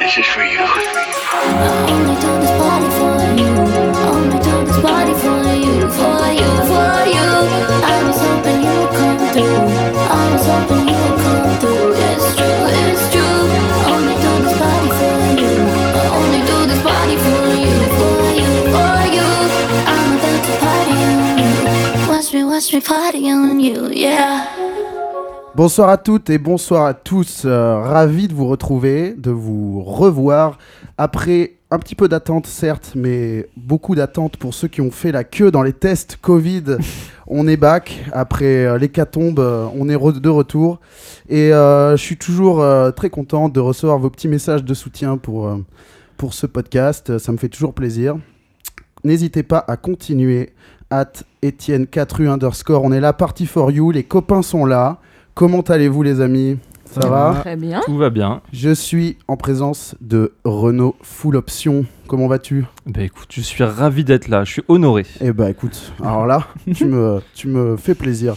This is for you. Only do this party for you. Only do this party for you, for you, for you. I was hoping you would come through. I was hoping you would come through. It's true, it's true. Only do this party for you. I only do this party for you, for you, for you. I'm about to party on you. Watch me, watch me party on you, yeah. Bonsoir à toutes et bonsoir à tous. Euh, ravi de vous retrouver, de vous revoir. Après un petit peu d'attente, certes, mais beaucoup d'attente pour ceux qui ont fait la queue dans les tests Covid. On est back. Après euh, l'hécatombe, euh, on est re- de retour. Et euh, je suis toujours euh, très content de recevoir vos petits messages de soutien pour, euh, pour ce podcast. Euh, Ça me fait toujours plaisir. N'hésitez pas à continuer. At Etienne 4U underscore. On est là, party for you. Les copains sont là. Comment allez-vous les amis Ça va Très bien. Tout va bien. Je suis en présence de Renaud Full Option. Comment vas-tu Bah écoute, je suis ravi d'être là, je suis honoré. Eh bah écoute, alors là, tu me, tu me fais plaisir.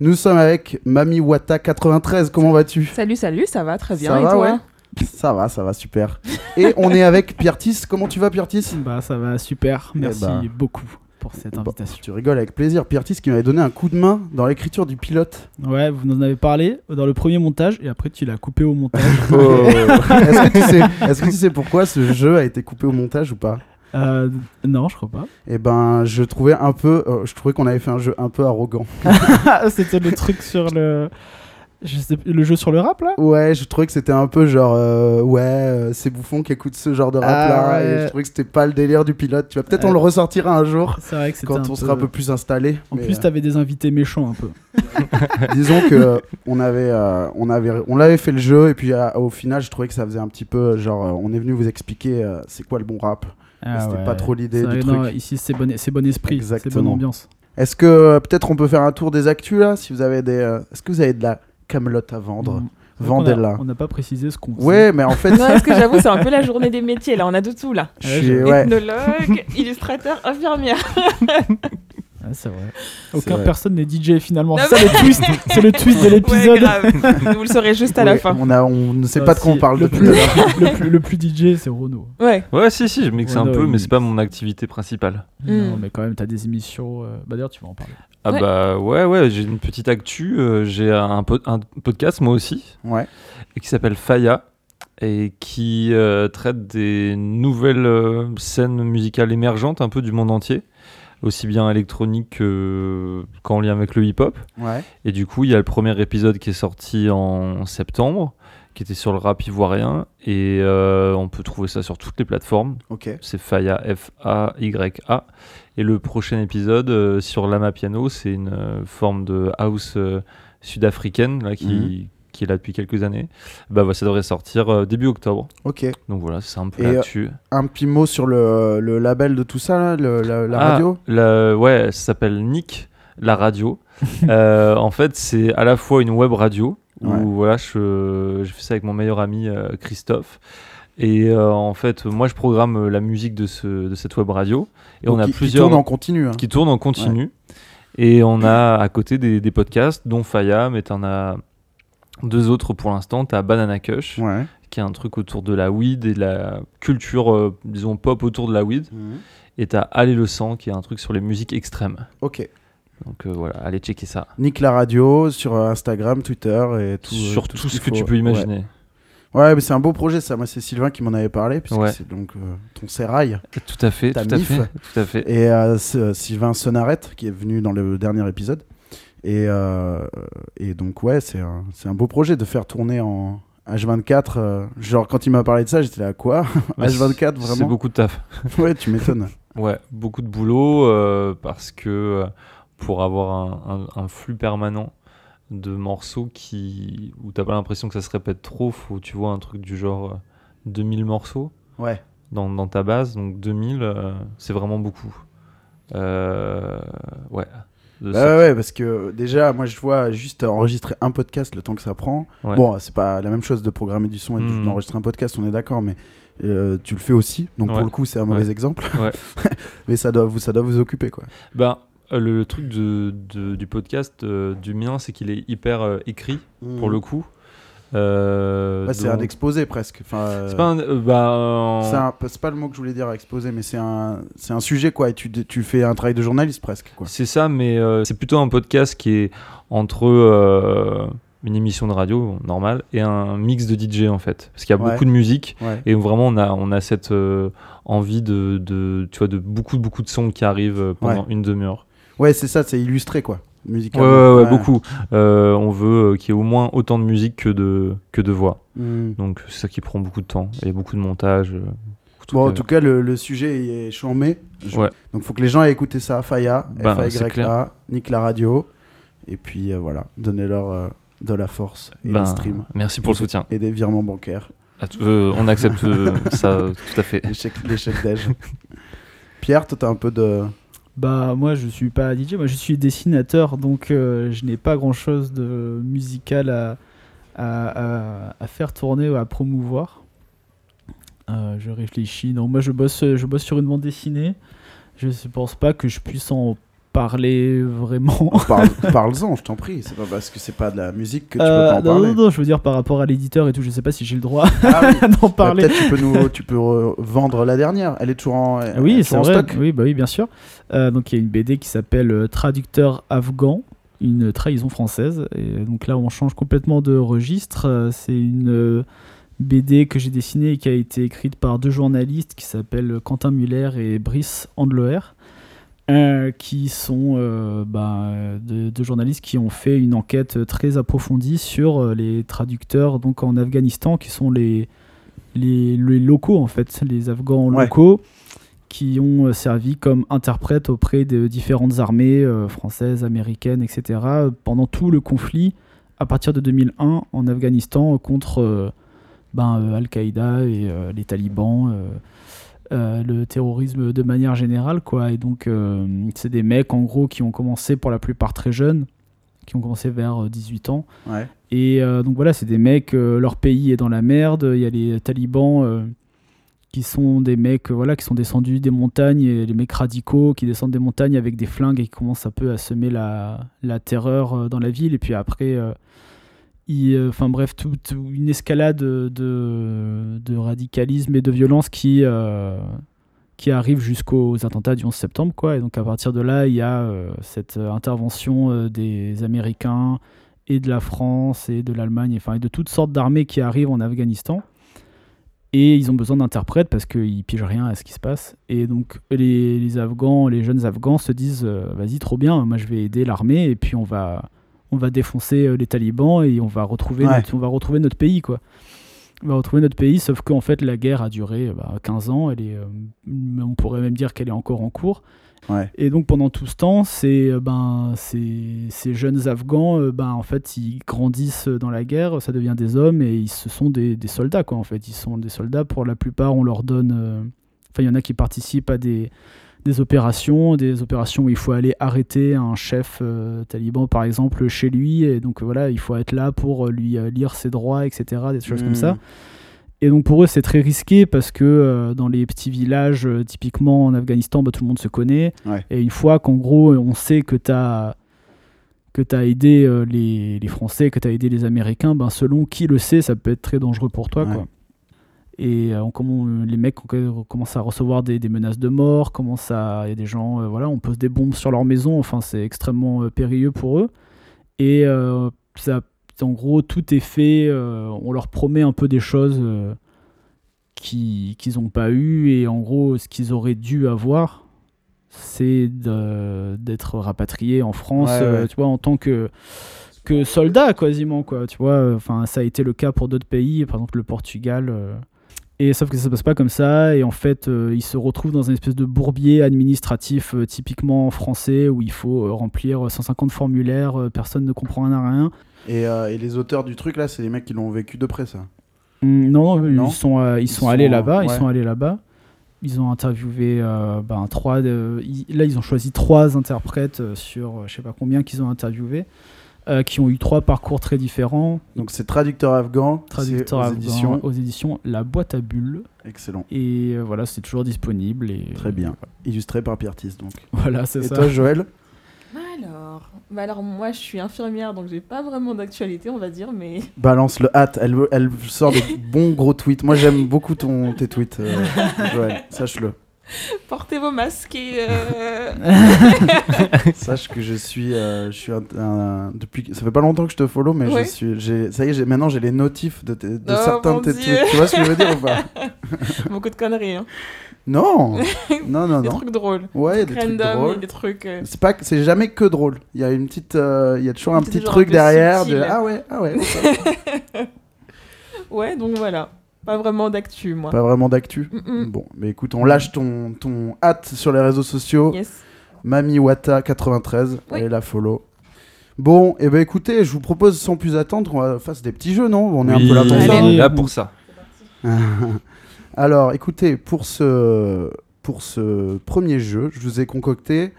Nous sommes avec Mami Wata 93. Comment vas-tu Salut, salut, ça va très bien. Ça et va, toi ouais. Ça va, ça va super. Et on est avec Piertis. Comment tu vas Piertis Bah ça va super, merci bah. beaucoup pour cette Bah, invitation. Tu rigoles avec plaisir. Piertis qui m'avait donné un coup de main dans l'écriture du pilote. Ouais, vous en avez parlé dans le premier montage et après tu l'as coupé au montage. Oh. Est-ce que, tu sais, est-ce que tu sais pourquoi ce jeu a été coupé au montage ou pas Euh, non, je crois pas. Eh ben, je trouvais un peu, euh, je trouvais qu'on avait fait un jeu un peu arrogant. Ah, C'était le truc sur le... Je sais- le jeu sur le rap là Ouais, je trouvais que c'était un peu genre, euh, ouais, euh, c'est Bouffon qui écoute ce genre de rap là. Ah ouais. Et je trouvais que c'était pas le délire du pilote. Tu vois, peut-être on Ouais. le ressortira un jour C'est vrai que c'était quand on un peu... sera un peu plus installé. En Mais, plus t'avais des invités méchants un peu. euh, disons que euh, on avait, euh, on avait, on l'avait fait le jeu et puis euh, au final, je trouvais que ça faisait un petit peu genre, euh, on est venu vous expliquer euh, c'est quoi le bon rap. Ah c'était ouais. pas trop l'idée C'est du vrai, truc. non, ici c'est bon, c'est bon esprit, c'est bonne Exactement. ambiance. Est-ce que euh, peut-être on peut faire un tour des actus là, si vous avez des, euh, est-ce que vous avez de la camelote à vendre? Mm. Donc, on a- Vendez-la. On n'a pas précisé ce qu'on faisait. Ouais, mais en fait, Non, parce que j'avoue, c'est un peu la journée des métiers. Là, on a de tout là. je Ouais, suis- je- ouais. Ethnologue, illustrateur, infirmière. Ouais, Ah, c'est vrai. C'est Aucun vrai. personne n'est DJ finalement. Non, C'est le twist, c'est le twist de l'épisode. Ouais, grave. Vous le saurez juste à la Oui, fin. On, a, on ne sait Bah, Ah, pas de quoi si, on parle le depuis plus- tout à l'heure. le, plus, le plus DJ, c'est Renault. Ouais. Ouais, si, si, je mixe Ouais, un non, peu, il mais mixe. c'est pas mon activité principale. Mm. Non, mais quand même, t'as des émissions. euh, Bah d'ailleurs, tu vas en parler. Ah Ouais. bah ouais, ouais, j'ai une petite actu, euh, j'ai un, po- un podcast moi aussi, Ouais. et qui s'appelle Faya, et qui euh, traite des nouvelles euh, scènes musicales émergentes un peu du monde entier, aussi bien électronique que- qu'en lien avec le hip-hop. ouais. Et du coup, il y a le premier épisode qui est sorti en septembre, qui était sur le rap ivoirien. Et euh, on peut trouver ça sur toutes les plateformes. Ok. C'est Faya, F-A-Y-A. Et le prochain épisode euh, sur Lama Piano, c'est une euh, forme de house euh, sud-africaine là, qui, Mhm. qui est là depuis quelques années. Bah, voilà, ça devrait sortir euh, début octobre. Ok. Donc voilà, c'est un peu Et, euh, là-dessus. Un petit mot sur le, le label de tout ça, là, le- la, la Ah, radio la- Ouais, ça s'appelle Nick, la radio. Euh, en fait, c'est à la fois une web radio, où Ouais. voilà, je, je fais ça avec mon meilleur ami euh, Christophe. Et euh, en fait, moi, je programme euh, la musique de, ce, de cette web radio. Et Donc, on a qui- plusieurs Qui tourne en continu. hein. qui tournent en continu. Et on a à côté des, des podcasts, dont Faya, mais t'en as deux autres pour l'instant. T'as Banana Cush, Ouais. qui est un truc autour de la weed et de la culture, euh, disons, pop autour de la weed. Et t'as Allez le sang, qui est un truc sur les musiques extrêmes. Ok. Donc euh, voilà, allez checker ça. Nick la radio sur euh, Instagram, Twitter et tout. euh, sur tout, ce qu'il que tu faut. peux imaginer. Ouais, Ouais, mais c'est un beau projet ça. Moi, c'est Sylvain qui m'en avait parlé, puisque Ouais. c'est donc euh, ton sérail. Tout à fait, Ta tout à mif. fait, tout à fait. Et euh, c'est, euh, Sylvain Sonarette, qui est venu dans le dernier épisode. Et, euh, et donc, ouais, c'est un, c'est un beau projet de faire tourner en H24. euh, genre, quand il m'a parlé de ça, j'étais là, quoi H24, Bah, C'est- C'est vraiment beaucoup de taf. Ouais, tu m'étonnes. Ouais, beaucoup de boulot euh, parce que euh, pour avoir un, un- un flux permanent de morceaux qui où t'as pas l'impression que ça se répète trop, faut tu vois un truc du genre euh, 2000 morceaux Ouais. dans, dans ta base, donc 2000 euh, c'est vraiment beaucoup. Euh, ouais. de Bah sortir- ouais, parce que euh, déjà, moi, je vois juste enregistrer un podcast le temps que ça prend. Ouais. Bon, c'est pas la même chose de programmer du son et de- Mhm. d'enregistrer un podcast, on est d'accord, mais euh, tu le fais aussi. Donc, Ouais. pour le coup, c'est un mauvais Ouais. exemple. Ouais. mais ça doit, vous, ça doit vous occuper, quoi. Ben, euh, le, le truc de- de- du podcast euh, du mien, c'est qu'il est hyper euh, écrit pour le coup. Euh, Mhm. Ouais, c'est donc- un exposé presque. Enfin, euh, C'est pas un. euh, bah, en- c'est un- c'est pas le mot que je voulais dire exposé, mais c'est un, c'est un sujet quoi. Et tu, tu fais un travail de journaliste presque quoi. C'est ça, mais euh, c'est plutôt un podcast qui est entre euh, une émission de radio normale et un mix de DJ en fait, parce qu'il y a Ouais. beaucoup de musique Ouais. et vraiment on a on a cette euh, envie de, de tu vois de beaucoup beaucoup de sons qui arrivent euh, pendant une demi-heure. Ouais, c'est ça, c'est illustré quoi. Ouais, Musicalement. ouais, ouais, beaucoup. Euh, on veut euh, qu'il y ait au moins autant de musique que de que de voix. Mm. Donc c'est ça qui prend beaucoup de temps et beaucoup de montage. euh, beaucoup de Bon, en trucs tout cas, le, le sujet il est chambé. Je- Ouais. Donc, faut que les gens aient écouté ça. Faya, Ben, c'est clair. FAYA, nique la radio. Et puis euh, voilà, donnez-leur euh, de la force à- et Ben, des streams Merci pour le soutien. et des virements bancaires, À tout- euh, on accepte euh, ça euh, tout à fait. des chèques, des chèques d'âge. Pierre, toi, t'as un peu de. Bah moi je suis pas DJ, moi je suis dessinateur donc euh, je n'ai pas grand chose de musical à, à, à- à faire tourner ou à promouvoir. Euh, je réfléchis, non moi je bosse, je bosse sur une bande dessinée, je ne pense pas que je puisse en parler vraiment. Parle- Parle-en, je t'en prie. C'est pas parce que c'est pas de la musique que tu Euh, peux pas en non, parler. non, non, je veux dire par rapport à l'éditeur et tout, je sais pas si j'ai le droit Ah oui. d'en Bah, parler. Peut-être tu peux nous, tu peux euh, vendre la dernière. Elle est toujours en, elle est Oui, c'est toujours en vrai. stock. Oui, bah oui, bien sûr. Euh, donc il y a une BD qui s'appelle euh, Traducteur afghan, une trahison française. Et euh, donc là, on change complètement de registre. Euh, C'est une euh, BD que j'ai dessinée et qui a été écrite par deux journalistes qui s'appellent Quentin Muller et Brice Andloer. euh, qui sont euh, bah, euh, deux, deux journalistes qui ont fait une enquête très approfondie sur euh, les traducteurs donc en Afghanistan qui sont les, les, les locaux en fait les Afghans Ouais. locaux qui ont euh, servi comme interprètes auprès de différentes armées euh, françaises, américaines, etc. euh, pendant tout le conflit à partir de 2001 en Afghanistan euh, contre euh, ben, euh, Al-Qaïda et euh, les talibans, euh, euh, le terrorisme de manière générale. Quoi. Et donc, euh, c'est des mecs en gros qui ont commencé pour la plupart très jeunes, qui ont commencé vers euh, 18 ans. Ouais. Et euh, donc voilà, c'est des mecs, euh, leur pays est dans la merde, il y a les talibans euh, qui sont des mecs euh, voilà, qui sont descendus des montagnes, et les mecs radicaux qui descendent des montagnes avec des flingues et qui commencent un peu à semer la, la terreur euh, dans la ville. Et puis après, euh, il- euh, enfin bref, tout, tout- une escalade de, de- de radicalisme et de violence qui, euh, qui arrive jusqu'aux attentats du 11 septembre. Quoi. Et donc à partir de là, il y a euh, cette euh, intervention euh, des Américains et de la France et de l'Allemagne, et enfin et de toutes sortes d'armées qui arrivent en Afghanistan. Et ils ont besoin d'interprètes parce qu'ils pigent rien à ce qui se passe. Et donc les, les Afghans, les jeunes Afghans se disent euh, vas-y trop bien, moi je vais aider l'armée et puis on va on va défoncer euh, les talibans et on va retrouver Ouais. notre, on va retrouver notre pays quoi. On va retrouver notre pays, sauf qu'en fait la guerre a duré euh, bah, 15 ans, elle est, euh, on pourrait même dire qu'elle est encore en cours. Ouais. Et donc pendant tout ce temps, ces, euh, ben, ces, ces jeunes Afghans, euh, ben, en fait, ils grandissent dans la guerre, ça devient des hommes et ils, ce sont des, des soldats, quoi, en fait. Ils sont des soldats, pour la plupart, on leur donne... euh, Enfin, il y en a qui participent à des, des opérations, des opérations où il faut aller arrêter un chef euh, taliban, par exemple, chez lui. Et donc voilà, il faut être là pour euh, lui euh, lire ses droits, etc., des choses comme ça. Mm. Et donc pour eux, c'est très risqué parce que euh, dans les petits villages, euh, typiquement en Afghanistan, bah, tout le monde se connaît. Ouais. Et une fois qu'en gros, on sait que tu as que tu as aidé euh, les, les Français, que tu as aidé les Américains, ben selon qui le sait, ça peut être très dangereux pour toi. Ouais. Quoi. Et euh, on- comment- euh, les mecs on- commencent à recevoir des, des menaces de mort, commencent à... Il y a des gens, euh, voilà, on pose des bombes sur leur maison, enfin c'est extrêmement euh, périlleux pour eux. Et euh, ça, en gros, tout est fait, euh, on leur promet un peu des choses euh, qui- qu'ils n'ont pas eues, et en gros, ce qu'ils auraient dû avoir, c'est de- d'être rapatriés en France, Ouais, ouais. euh, tu vois, en tant que que soldats quasiment quoi tu vois enfin ça a été le cas pour d'autres pays par exemple le Portugal euh, et sauf que ça se passe pas comme ça et en fait euh, ils se retrouvent dans un espèce de bourbier administratif euh, typiquement français où il faut euh, remplir 150 formulaires euh, personne ne comprend rien à rien Et, euh, et les auteurs du truc là, c'est les mecs qui l'ont vécu de près ça. Mm, non, non, Non. ils sont euh, ils, sont, sont, allés euh, là-bas ils ouais. sont allés là-bas ils ont interviewé euh, ben, trois de- ils- là ils ont choisi trois interprètes euh, sur euh, je sais pas combien qu'ils ont interviewé euh, qui ont eu trois parcours très différents Donc c'est traducteur afghan, traducteur c'est aux afghan, éditions. aux éditions La Boîte à Bulles. Excellent, Et euh, voilà, c'est toujours disponible. Et, très bien. Illustré par Pierre Tis donc. Voilà, c'est Et ça. toi Joël Alors, bah alors moi je suis infirmière donc j'ai pas vraiment d'actualité on va dire mais Balance le hâte, elle, elle sort des bons gros tweets. Moi j'aime beaucoup ton, tes tweets, euh, Joël, sache-le. portez vos masques et euh, Sache que je suis, euh, je suis un, un- depuis, ça fait pas longtemps que je te follow, mais Ouais. je suis, j'ai- ça y est, j'ai- maintenant j'ai les notifs de, tes- de Oh, certains mon de tes Dieu. tweets. Tu vois ce que je veux dire ou pas beaucoup de conneries hein. Non, non, non, des non. trucs drôles Ouais, des trucs random drôles. et des trucs euh, C'est pas, que- c'est jamais que drôle. Il y a une petite, euh, il y a toujours un C'est petit toujours un truc peu derrière. De, subtil. ah ouais, ah ouais. ouais donc voilà pas vraiment d'actu moi Mm, pas vraiment d'actu. Mm-mm. Bon, mais écoute, on lâche ton ton hâte sur les réseaux sociaux. yes Mami Wata 93 Oui. et la follow. Bon, et ben écoutez, je vous propose sans plus attendre qu'on fasse des petits jeux, non On est un peu là pour Oui, ça. on est Allez. là pour ça. Alors, écoutez, pour ce, pour ce premier jeu, je vous ai concocté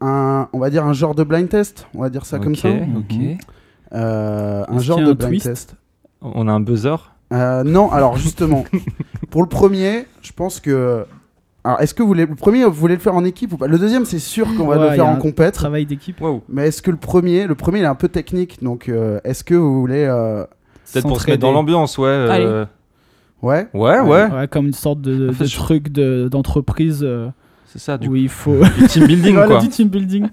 un, on va dire un genre de blind test, on va dire ça comme Ok, ça. ok. Euh, un Est-ce genre qu'il y a de un blind twist test. On a un buzzer. Euh, non, alors justement, pour le premier, je pense que. Alors, est-ce que vous voulez, le premier, vous voulez le faire en équipe ou pas Le deuxième, c'est sûr qu'on va Ouais, le faire y a en un compète. Travail d'équipe. Waouh. Mais est-ce que le premier, le premier, il est un peu technique, donc euh, est-ce que vous voulez, euh, Peut-être pour se s'entraider. mettre dans l'ambiance, ouais. euh, ouais, Ouais, ouais. Ouais, comme une sorte de, En fait, de je- truc de- d'entreprise euh, C'est ça, du où il faut. coup. Team building, Voilà, quoi. du team building.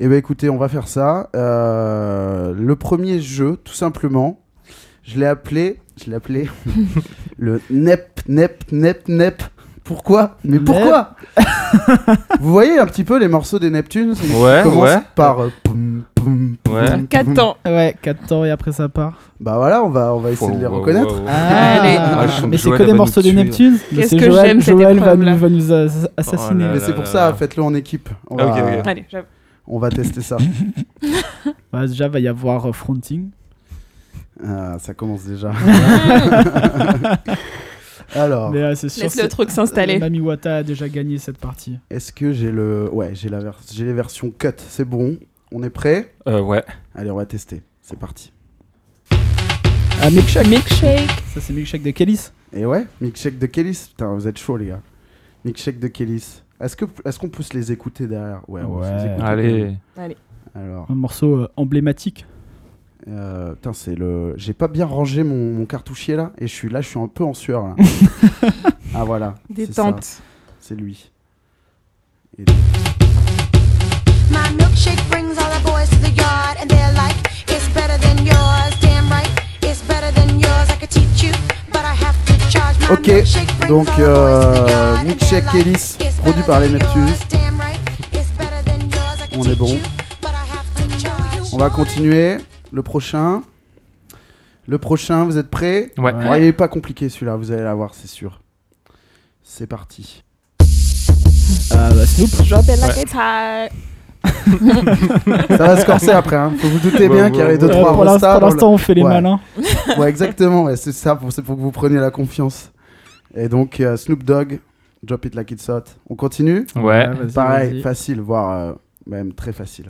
Eh bien écoutez, on va faire ça. Euh, le premier jeu, tout simplement, je l'ai appelé, je l'ai appelé le NEP, NEP, NEP, NEP. Pourquoi Mais Nep. pourquoi Vous voyez un petit peu les morceaux des Neptunes qui Ouais, commencent Ah, ouais. Par euh, poum, poum, poum, Ouais. poum. 4 ans Ouais, 4 ans et après ça part. Bah voilà, on va, on va essayer de les Wow, wow, reconnaître. wow, wow. Allez. Ah, je sens que mais c'est Joël que va des nous morceaux des tuer. Neptunes. mais Qu'est-ce c'est que Joël, j'aime cette Joël va, épreuve-là. nous, va nous as- assassiner. Oh là Mais là. c'est pour ça, faites-le en équipe. On va, Ah, ok, ok. allez j'avoue. On va tester ça. Bah, déjà, va y avoir euh, fronting. Ah, ça commence déjà. Alors, Mais euh, c'est sûr. laisse le c'est- truc s'installer euh, Mami Wata a déjà gagné cette partie. est-ce que j'ai le. Ouais, j'ai la vers- j'ai les versions cut. C'est bon. On est prêt Euh, ouais. Allez, on va tester. C'est parti. Ah, Milkshake milkshake Ça, c'est Milkshake de Kélis. Et ouais, milkshake de Kélis. Putain, vous êtes chaud, les gars. Milkshake de Kélis. Est-ce que est-ce qu'on peut se les écouter derrière Ouais, on va se les Ouais. écouter. Allez. Alors, Un morceau euh, emblématique. euh, putain, c'est le. J'ai pas bien rangé mon, mon cartouchier là, et je suis là, je suis un peu en sueur là. ah voilà. c'est ça. détente C'est lui. Et- My milkshake brings all the boys to the yard, and they're like, it's better than yours. Damn right, it's better than yours. I could teach you, but I have to charge. My Ok, milkshake brings donc, all the boys to the euh, yard, and Milkshake they're like, Ellis, it's produit better par les than Neptunes. yours. Damn right, it's better than yours. I could On est teach bon. you, but I have to charge. On va continuer. Le prochain. Le prochain, vous êtes prêts Ouais. Oh, Il n'est pas compliqué celui-là, vous allez l'avoir, c'est sûr. C'est parti. Ah, bah, Snoop. drop it like it's hot Ça va se corser après, hein. faut vous douter Ouais, bien ouais, qu'il y avait ouais. deux Euh, trois pour l'in- restas pour dans le- l'instant, on fait les Ouais. malins. Ouais, exactement, ouais, c'est ça, pour- c'est pour que vous preniez la confiance. Et donc euh, Snoop Dogg, Drop It Like It's Hot. On continue Ouais. Ah, vas-y, Pareil, vas-y. facile, voire euh, même très facile.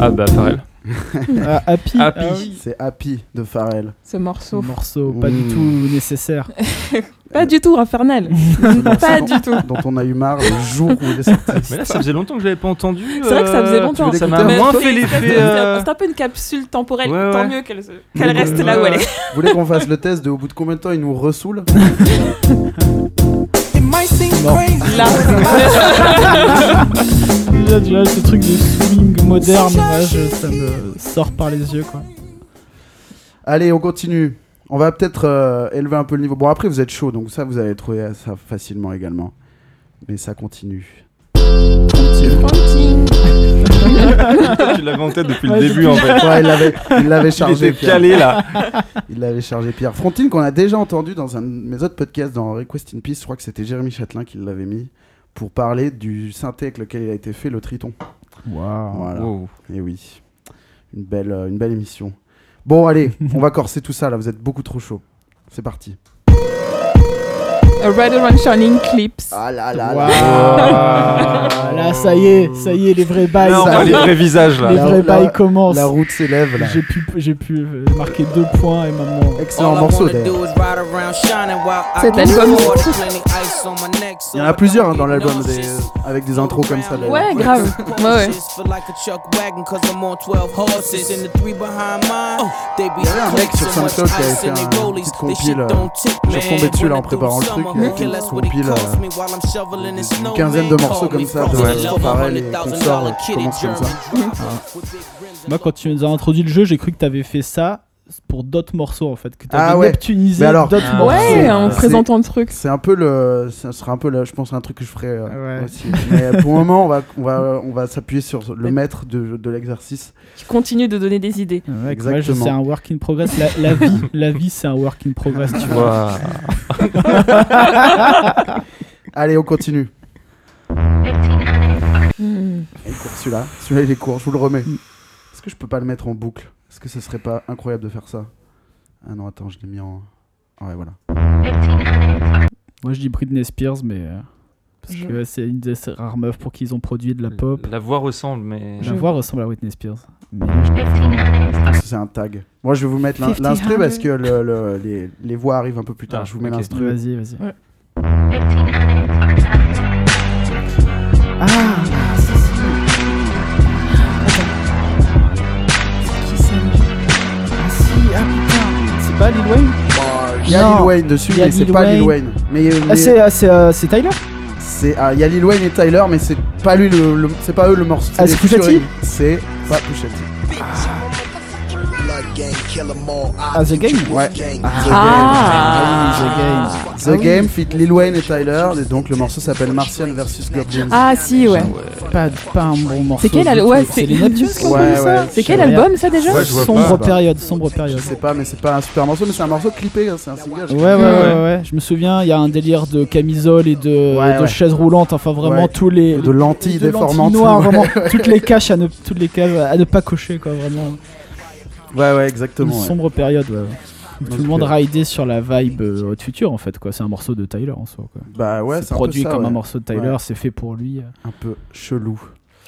Ah, bah, Pharrell. Ah, happy. Happy. ah oui. C'est Happy de Pharrell. ce morceau Morceau pas du Mm. tout nécessaire. pas du tout infernal pas du tout Dont on a eu marre le jour où il est sorti. Mais là, ça faisait longtemps que je l'avais pas entendu. euh, C'est vrai que ça faisait longtemps. tu veux Ça m'a l'écouter Mais moins c'est- fait l'effet. C'est euh, c'est un peu une capsule temporelle. Ouais, Tant ouais. mieux qu'elle se- qu'elle reste là où elle est. Vous voulez qu'on fasse le test de au bout de combien de temps il nous ressoule Là. Déjà, déjà, ce truc de swing moderne, moi, je- ça me sort par les yeux, quoi. Allez, on continue. On va peut-être euh, élever un peu le niveau. Bon, après, vous êtes chaud, donc ça, vous allez trouver ça facilement également. Mais ça continue. tu l'avais en tête depuis Ouais, le début, en fait. Ouais, il l'avait- il l'avait Il chargé, était Pierre. calé, là. Il l'avait chargé, Pierre. Frontine, qu'on a déjà entendu dans un de mes autres podcasts, dans Request in Peace, je crois que c'était Jérémy Châtelain qui l'avait mis, pour parler du synthé avec lequel il a été fait, le Triton. Voilà. Wow. Et Eh oui. Une belle, euh, une belle émission. Bon, allez, on va corser tout ça, là. Vous êtes beaucoup trop chaud. C'est parti. A Rather on Shining Clips. Ah là là Waouh. là. Là, ça y est, ça y est, les vrais Ah, bails. Non, ça- bah, les vrais visages les là. La- vrais la- bails commencent. La route s'élève là. J'ai pu, j'ai pu euh, marquer deux points et maintenant. Excellent morceau d'ailleurs. Cet album. Il y en a plusieurs hein, dans l'album des- avec des intros comme ça. là. Ouais, grave. Ouais, ouais. Oh. Il y avait un mec sur SoundCloud qui avait fait un petit compile. euh, Je suis tombé dessus là en préparant le truc. euh, Il avait fait une petite compile euh, une quinzaine de morceaux comme ça de Ouais. Pharrell et consorts euh, qui commencent comme ça. Moi, quand tu nous as introduit le jeu, j'ai cru que t'avais fait ça pour d'autres morceaux en fait. Que t'avais Ah ouais. neptunisé Mais alors- d'autres Ah morceaux. Ouais, en C'est- présentant le truc. C'est un peu le, ça sera un peu là, je pense un truc que je ferai euh, Ouais. aussi. Mais pour le moment, on va, on va, on va s'appuyer sur le maître de, de l'exercice. Qui continue de donner des idées. Ouais, ouais, Exactement. je- C'est un work in progress. La, la vie, la vie, c'est un work in progress. Tu vois. Ouah. Allez, on continue. Hmm. Il est court, celui-là, celui-là il est court. Je vous le remets. Mm. Est-ce que je peux pas le mettre en boucle Est-ce que ce serait pas incroyable de faire ça Ah non, attends, je l'ai mis en. Ah Ouais, voilà. Moi, je dis Britney Spears, mais euh, parce que c'est une des rares meufs pour qui ils ont produit de la Euh, pop. La voix ressemble, mais. La voix ressemble à Whitney Spears. Mais Ah. Je pense que c'est un tag. Moi, je vais vous mettre l'in- 50 l'instru parce que le- le- les, les voix arrivent un peu plus tard. Ah, je vous mets ok. je- l'instru. vas-y, vas-y. Ouais. Ah, Qui c'est si, ah putain, c'est pas Lil Wayne Oh, Il y a Lil Non. Wayne dessus, Il y a mais c'est Lil pas Lil Wayne. Wayne. Mais, mais- Ah, c'est, ah, c'est, euh, c'est Tyler C'est ah, il y a Lil Wayne et Tyler, mais c'est pas lui le, le- c'est pas eux le morceau. Ah, les c'est Pusha T featuring. C'est pas Pusha T. Ah, The Game Ouais. Ah The Game fit Lil Wayne et Tyler, et donc le morceau s'appelle Martian versus Goblin. Ah si, ouais. Pas, pas un bon morceau. C'est quel du al- tout. ouais, c'est, c'est- les Neptunes qui ont Ouais, connu ça ouais, C'est quel Je regarde. album ça déjà Ouais, je vois pas. Sombre Bah. période, sombre période. Je sais pas, mais c'est pas un super morceau, mais c'est un morceau clippé, hein, c'est un single. Ouais, ouais, ouais, Ouais. ouais, ouais. Je me souviens, il y a un délire de camisole et de, Ouais, de ouais. chaise roulante. Enfin, vraiment, Ouais. tous les. De lentilles de lentilles déformantes. noires, ouais. vraiment. Toutes les caches à ne, toutes les cases à ne pas cocher, quoi, vraiment. ouais, ouais, Une exactement. ouais. sombre période, ouais. Où Tout Donc, le monde euh, ridait sur la vibe euh, Hot Future, en fait, quoi. C'est un morceau de Tyler, en soi, quoi. Bah ouais, c'est un peu produit ça, comme ouais. un morceau de Tyler, Ouais. c'est fait pour lui. Un peu chelou.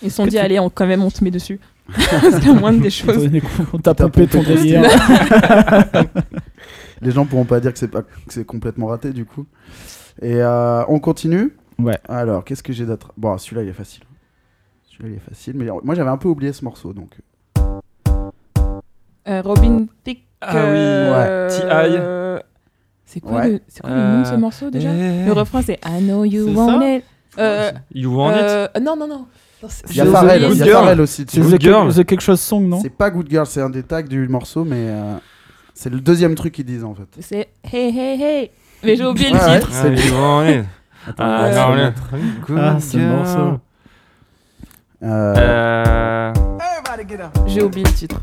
Ils se sont dit, allez, on, quand même, on te met dessus. c'est la moindre des choses. On t'a pompé pompé ton ton délire. Les gens pourront pas dire que c'est pas que c'est complètement raté du coup. Et euh, on continue. Ouais. Alors qu'est-ce que j'ai d'autre Bon, celui-là il est facile. Celui-là il est facile, mais moi j'avais un peu oublié ce morceau donc. Euh, Robin Thicke. Ah oui, euh, ouais. T.I.. euh, C'est quoi, Ouais. le, c'est quoi le nom de ce Euh, morceau déjà Eh. Le refrain c'est I know you C'est want ça it. Euh, You want it? euh, non, non, non. Il y a J'ai Pharrell, oublié. il y a Good Girl. Pharrell aussi. dessus. C'est Good The, Girl. The quelque chose song, non C'est pas Good Girl, c'est un des tags du morceau, mais euh, c'est le deuxième truc qu'ils disent en fait. C'est Hey, hey, hey. Mais j'ai oublié Ouais, le ouais. titre. Ah, you want it? Ah, euh, non, euh, le- Good Ah, ce girl. morceau. Euh, Ah, Euh, J'ai oublié le titre.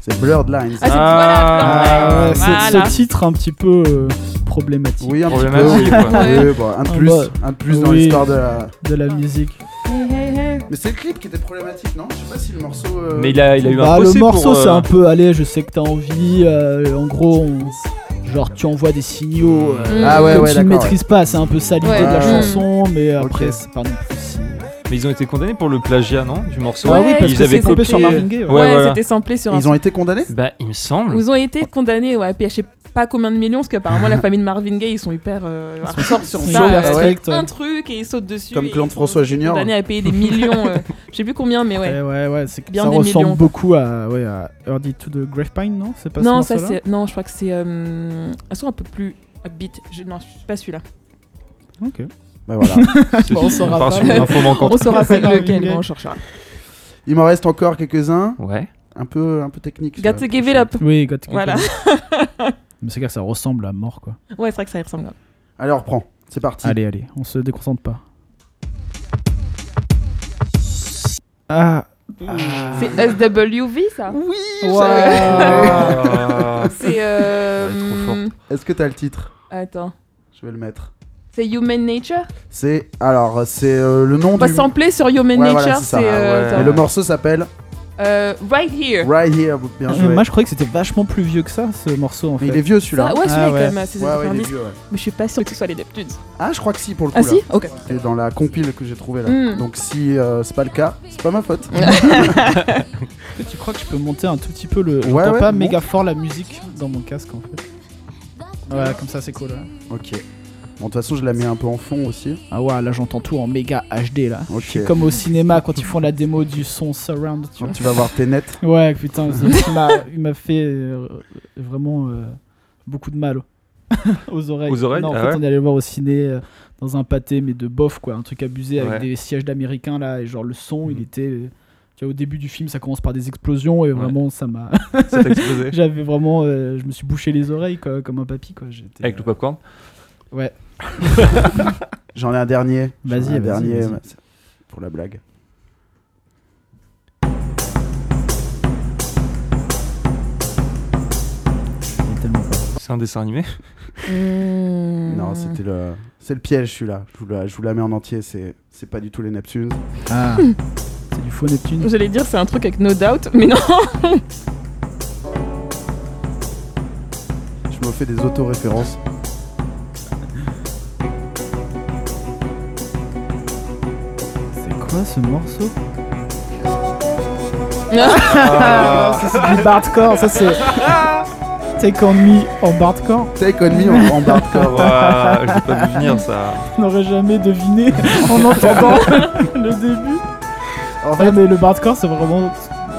C'est Blurred Lines. Ah, c'est Ah, voilà. Ah ouais, c'est- Voilà. Ce titre un petit peu euh, problématique Oui, un petit peu. Problématique, quoi. oui. Oui, bon, un de Ah, plus, bah. un de plus dans Oui. l'histoire de la. de la musique. Hey, hey, hey. Mais c'est le clip qui était problématique, non Je sais pas si le morceau. euh, Mais il a, il a eu Bah, un le procès pour, morceau, euh, c'est un peu allez, je sais que t'as envie. euh, en gros, on- genre tu envoies des signaux euh, Mm. Ah ouais, comme ouais, tu ne d'accord. maîtrises pas. C'est un peu ça l'idée Ouais. Mm. de la Ah. chanson, mais après, Ok. c'est pas non plus si- Ah Mais ils ont été condamnés pour le plagiat, non Du morceau. Bah Ah oui, parce ils que avaient c'est copié- copié. sur Marvin Gaye. ouais. Ouais, Ouais, voilà. c'était samplé sur un. Ils ont été condamnés Bah, il me semble. Ils ont été condamnés, ouais. Puis je sais pas combien de millions, parce qu'apparemment la famille de Marvin Gaye, ils sont hyper euh, hardcore sur Ils ça. sont hyper euh, stricts, un ouais. truc et ils sautent dessus. Comme et Claude ils sont François Junior. Condamnés à payer des millions. euh, je sais plus combien, mais ouais. Ouais, Eh ouais, ouais, c'est- Bien ça des ressemble millions. beaucoup à, ouais, à Early to the Grapevine, non C'est pas ce non, ça morceau-là c'est. Non, je crois que c'est. Euh... Elles sont un peu plus upbeat. Je... Non, je suis pas celui-là. Ok. Bah voilà. Bon, on saura part pas. sur une info manquante. On saura c'est Marvin lequel, Gaye. mais on cherchera. Il m'en reste encore quelques-uns, Ouais. un peu, un peu euh, technique. Got to give it up. Oui, Got Kicked. Voilà. Mais c'est clair que ça ressemble à mort, quoi. Ouais, c'est vrai que ça y ressemble. Allez, on reprend. C'est parti. Allez, allez, on se déconcentre pas. Ah, C'est SWV ça Ah. C'est. Ouais, trop Euh... forte. Est-ce que t'as le titre Attends. Je vais le mettre. C'est Human Nature C'est alors c'est euh, le nom Pas du. samplé sur Human Ouais, voilà, Nature, c'est ça. c'est. euh, Ah ouais. attends. Et le morceau s'appelle Euh, right Here. Right here, Ah, bien joué. Moi, je croyais que c'était vachement plus vieux que ça, ce morceau, en Mais fait. il est vieux Ça, celui-là. ouais, celui-là Ah ouais. quand même, c'est Ouais, ouais, il est 90. vieux, ouais. Mais je suis pas sûr que ce soit les Neptunes. Ah, je crois que si pour le coup. Ah là. si Ok. C'était dans la compile que j'ai trouvée là. Hmm. Donc si euh, c'est pas le cas, c'est pas ma faute. Tu crois que je peux monter un tout petit peu le. Ouais, J'entends ouais, pas monte. méga fort la musique dans mon casque, en fait. Ouais, comme ça, c'est cool. ouais. Ok. Bon, de toute façon, je la mets un peu en fond aussi. Ah ouais, là, j'entends tout en méga HD, là. Ok. Comme au cinéma, quand ils font la démo du son surround, tu vois. Donc, tu vas voir tes nets. Ouais, putain, ça- il m'a- il m'a fait euh, vraiment euh, beaucoup de mal aux oreilles. Aux oreilles, Non, en ah fait, ouais. on est allé le voir au ciné euh, dans un pâté, mais de bof, quoi. Un truc abusé avec Ouais. des sièges d'américains, là. Et genre, le son, il Mhm. était. euh, Tu vois, au début du film, ça commence par des explosions, et vraiment, ça m'a. Ça t'a explosé. J'avais vraiment. euh, je me suis bouché les oreilles, quoi, comme un papy, quoi. J'étais, euh, Avec le popcorn. Ouais. J'en ai un dernier. J'en ai Vas-y, un vas-y, dernier vas-y. ouais, c'est pour la blague. j'étais tellement pas- C'est un dessin animé. Mm. Non, c'était le c'est le piège celui-là. Je vous la, je vous la mets en entier, c'est c'est pas du tout les Neptunes. Ah. C'est du faux Neptune. J'allais dire c'est un truc avec No Doubt, mais non. Je me fais des autoréférences. C'est quoi ce morceau Ah. Ça, c'est du bardcore, ça, c'est. Take on me en bardcore. Take on me en, en hardcore. Ouah, je l'ai pas vu venir ça. n'aurait jamais deviné en entendant le début. En fait, Ouais, mais le bardcore, c'est vraiment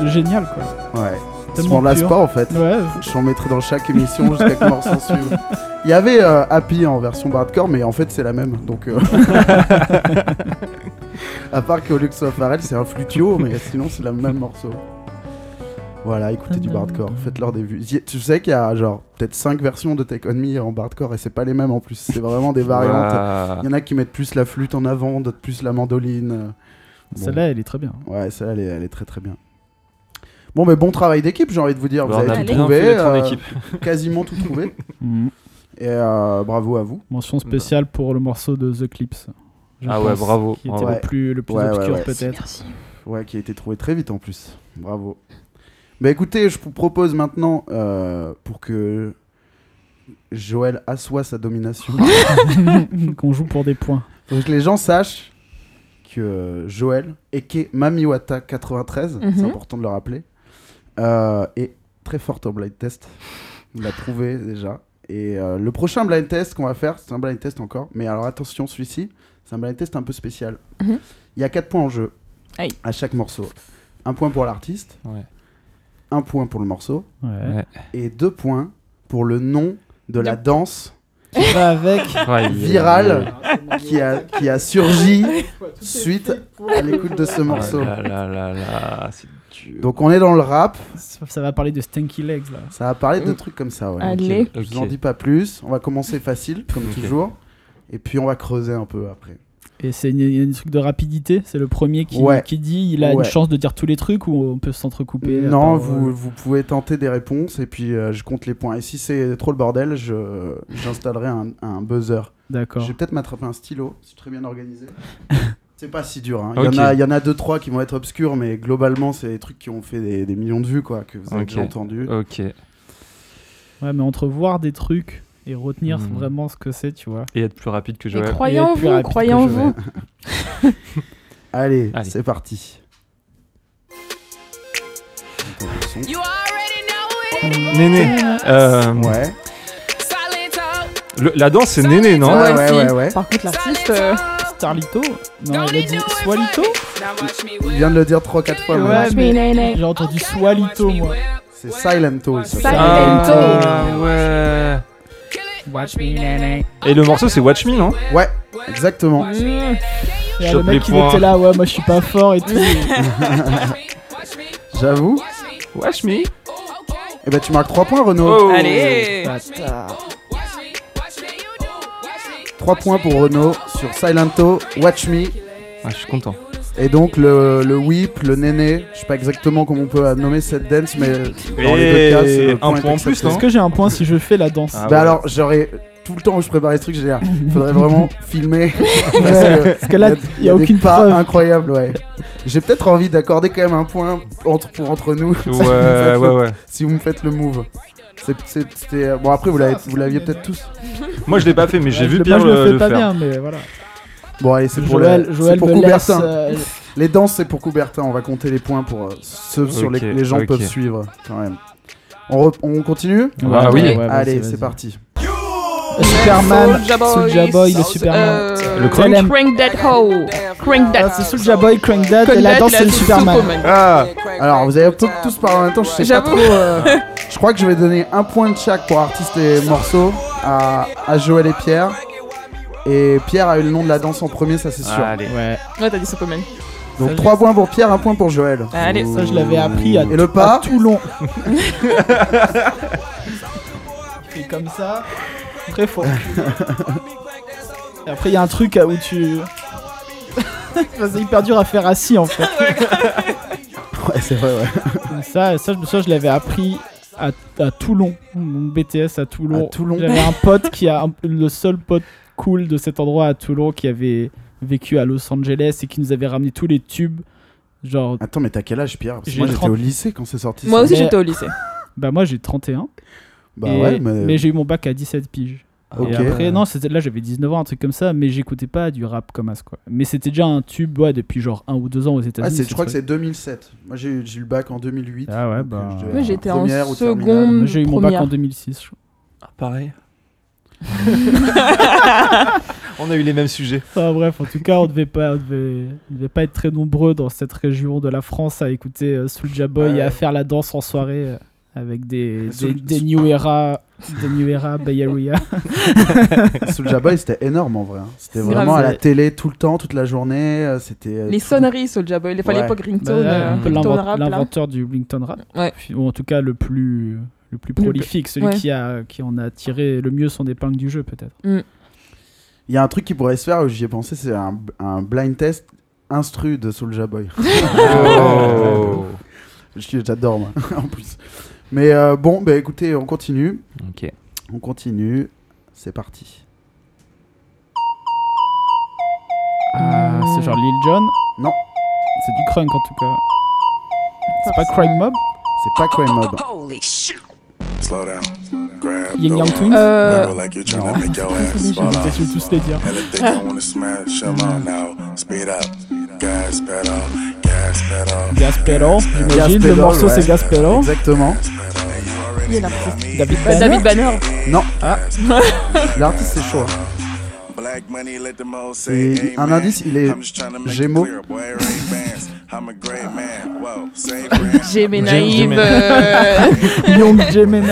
génial, quoi. ouais. Je Tellement m'en lasse pur. pas en fait. Ouais, Je J'en mettrai dans chaque émission jusqu'à que mort s'en suive. Il y avait euh, Happy en version hardcore, mais en fait c'est la même. Donc, euh, à part qu'au lieu que ce soit Pharrell, c'est un flutio, mais sinon c'est le même morceau. Voilà, écoutez du hardcore, faites-leur des vues. J'ai- Tu sais qu'il y a genre peut-être 5 versions de Take On Me en hardcore et c'est pas les mêmes en plus, c'est vraiment des variantes. Ouah. Il y en a qui mettent plus la flûte en avant, d'autres plus la mandoline. Bon. celle-là, elle est très bien. Ouais, celle-là, elle est, elle est très très bien. Bon, mais bon travail d'équipe, j'ai envie de vous dire. Bah, vous on a avez tout bien trouvé. fait d'être en euh, équipe. quasiment tout trouvé. Mm. Et euh, bravo à vous. Mention spéciale pour le morceau de The Clips. je Ah ouais, pense, bravo. Qui était Oh, Ouais. le plus, le plus Ouais, ouais, obscur, ouais. peut-être. Ouais, qui a été trouvé très vite en plus. Bravo. Bah écoutez, je vous propose maintenant, euh, pour que Joël assoie sa domination, Qu'on joue pour des points. pour que les gens sachent que euh, Joël, et qui Mamiwata 93, c'est Mhm. important de le rappeler, euh, est très fort au blind test. On l'a trouvé déjà. Et euh, le prochain blind test qu'on va faire, c'est un blind test encore. Mais alors attention, celui-ci, c'est un blind test un peu spécial. Mhm. Il y a 4 points en jeu Aïe. à chaque morceau. Un point pour l'artiste, Ouais. un point pour le morceau Ouais. Ouais. et deux points pour le nom de la danse Qui va avec. Aïe. virale qui a, qui a surgi suite à l'écoute de ce Ah morceau. là là là là, c'est dur. Donc on est dans le rap, Ça ça va parler de Stanky Legs, là. ça va parler de trucs comme ça. ouais. Allez. Je vous en Ok. dis pas plus, on va commencer facile comme Ok. toujours. Et puis on va creuser un peu après. Et c'est une- il y a un truc de rapidité. C'est le premier qui, Ouais. qui dit il a Ouais. une chance de dire tous les trucs ou on peut s'entrecouper. à non, part- euh, vous, vous pouvez tenter des réponses et puis euh, je compte les points. Et si c'est trop le bordel, je- j'installerai un, un buzzer. Je D'accord. vais peut-être m'attraper un stylo, c'est très bien organisé. C'est pas si dur. hein. Il Ok. y en a, il y en a deux trois qui vont être obscurs, mais globalement c'est des trucs qui ont fait des, des millions de vues quoi, que vous avez Ok. déjà entendu. Ok. Ouais, mais entre voir des trucs et retenir Mhm. vraiment ce que c'est, tu vois. Et être plus rapide que Mais Joël. croyez en plus vous, rapide que croyez en je vais. vous. Allez, Allez. c'est parti. Attends, le son. Euh, Néné. Euh, Ouais. le- la danse, c'est Néné, non Ouais, ouais, si. ouais, ouais. Par contre, l'artiste. euh, Starlito Non, elle a dit Swalito Il vient de le dire 3-4 fois. Ouais, mais mais Néné. J'ai entendu Swalito, moi. C'est Silento. il s'appelle. Silent Ah ouais. Watch me, Néné. Et le morceau, c'est Watch Me, non Ouais, exactement. mm. Et le Chope les mec, il points. était là, ouais, moi je suis pas fort et tout. J'avoue. Watch Me. Eh ben tu marques 3 points Renaud. Oh. Allez. Bâtard. 3 points pour Renaud sur Silento, Watch Me. Ah, je suis content. Et donc le, le whip, le néné, je sais pas exactement comment on peut nommer cette dance, mais dans les Et deux cas, c'est le un est point en plus, accepté. non Est-ce que j'ai un point si je fais la danse Ah Bah ouais. alors, j'aurais tout le temps où je préparais ce truc, j'ai l'air. Faudrait vraiment filmer. parce que Parce que là, il y a, des aucune pas preuve. incroyable, ouais. J'ai peut-être envie d'accorder quand même un point entre, pour entre nous. Si vous me Ouais, faites le- ouais, ouais. Si vous me faites le move. C'est- c'est- c'était- euh, Bon, après, vous l'avez- vous l'aviez peut-être tous. Moi, je l'ai pas fait, mais j'ai vu Moi, Pierre je le le, fais le pas faire. bien, mais voilà. Bon, allez, c'est pour, Joël, le- c'est Joël pour hein. me laisse, Coubertin. euh, Les danses, c'est pour Coubertin. On va compter les points pour euh, ceux sur Ok, lesquels les gens ok. peuvent suivre quand même. On, rep- on continue Ah oui. ouais, ouais, Allez, vas-y, c'est vas-y. parti. Superman, Soulja Boy, Soulja Boy, le Superman. Euh, Le crunk Salem. Crank that hoe. Crank Ah, that. c'est Soulja Boy, Crank Dad, et Crank la that, danse c'est le Superman. Superman. Ah Alors, vous avez tous- tous parlé en même temps. Je sais pas trop. J'avoue. euh, je crois que je vais donner un point de chaque pour artiste et morceau à, à Joël et Pierre. Et Pierre a eu le nom de la danse en premier, ça c'est sûr. Allez. Ouais, Ouais, t'as dit Superman. Donc 3 points pour Pierre, 1 point pour Joël. Ah, Allez. ça je l'avais appris à, Mmh. Et le pas à Toulon. Il fait comme ça, très fort. Et après il y a un truc euh, où tu... Enfin, c'est hyper dur à faire assis en fait. Ouais, c'est vrai, ouais. Ça, ça, je- ça, je l'avais appris à, à Toulon, mon BTS à Toulon. À Toulon. J'avais un pote qui a un- le seul pote cool de cet endroit à Toulon qui avait vécu à Los Angeles et qui nous avait ramené tous les tubes. Genre, Attends, mais t'as quel âge, Pierre Parce que J'ai Moi j'étais 30. au lycée quand c'est sorti. Moi ça. aussi Mais- j'étais au lycée. bah moi j'ai 31, Bah et- ouais, mais. mais, j'ai eu mon bac à 17 piges. Ok. Et après, non, c'était là j'avais 19 ans, un truc comme ça, mais j'écoutais pas du rap comme as quoi. Mais c'était déjà un tube, ouais, depuis genre un ou deux ans aux Ah, États-Unis. c'est- je crois que ce c'est 2007. Moi j'ai eu, j'ai eu le bac en 2008. Ah ouais, donc, bah. je devais Moi, être j'étais en première ou seconde. terminale. truc. Moi, j'ai eu mon bac première. en 2006. je crois. pareil. On a eu les mêmes sujets. Enfin, bref, en tout cas, on devait pas, on devait, on devait pas être très nombreux dans cette région de la France à écouter euh, Soulja Boy et à faire la danse en soirée euh, avec des, des, Soul- des New Era, des New Era Bay Area. Soulja Boy, c'était énorme en vrai. hein. C'était C'est vraiment grave, à la c'est- télé tout le temps, toute la journée. euh, C'était. euh, Les tout- sonneries Soulja Boy. Enfin, Ouais. l'époque Bah, ringtone. là, euh, un peu ringtone l'invent- arabe, là. l'inventeur du Blington rap, Ouais. ou en tout cas le plus, le plus plus- prolifique, celui ouais. qui, a, qui en a tiré le mieux son épingle du jeu peut-être. Il y a un truc qui pourrait se faire où j'y ai pensé, c'est un, un blind test instru de Soulja Boy. Oh. Je- J'adore moi, en plus. Mais euh, bon, bah écoutez, on continue. Ok. On continue. C'est parti. Euh, Ah, c'est genre Lil Jon. Non. C'est du crunk en tout cas. C'est pas Forcément. Crime Mob, C'est pas Crime Mob. Oh, Slow down. Grab Yin the Yang wine. Twins. Euh, Rebel like you're trying to make your ass fall Je off. vais tous les dire. Ah. Hell, if they don't wanna smash, come on now. Speed up. Gas pedal. Gas pedal. Gas Pedal, oh. j'imagine, le Pedal, morceau ouais. c'est Gas Pedal. Exactement. il est là, c'est- David Bah, Banner. David Banner. Non. Ah. L'artiste, c'est chaud. hein. Black money, let them all say Et un amen. indice, il est I'm just trying to make it Gémeaux. clear, boy, Ray-Bans. I'm a great man. Whoa, same brand. Gemini. Gemini. euh, Young Gemini.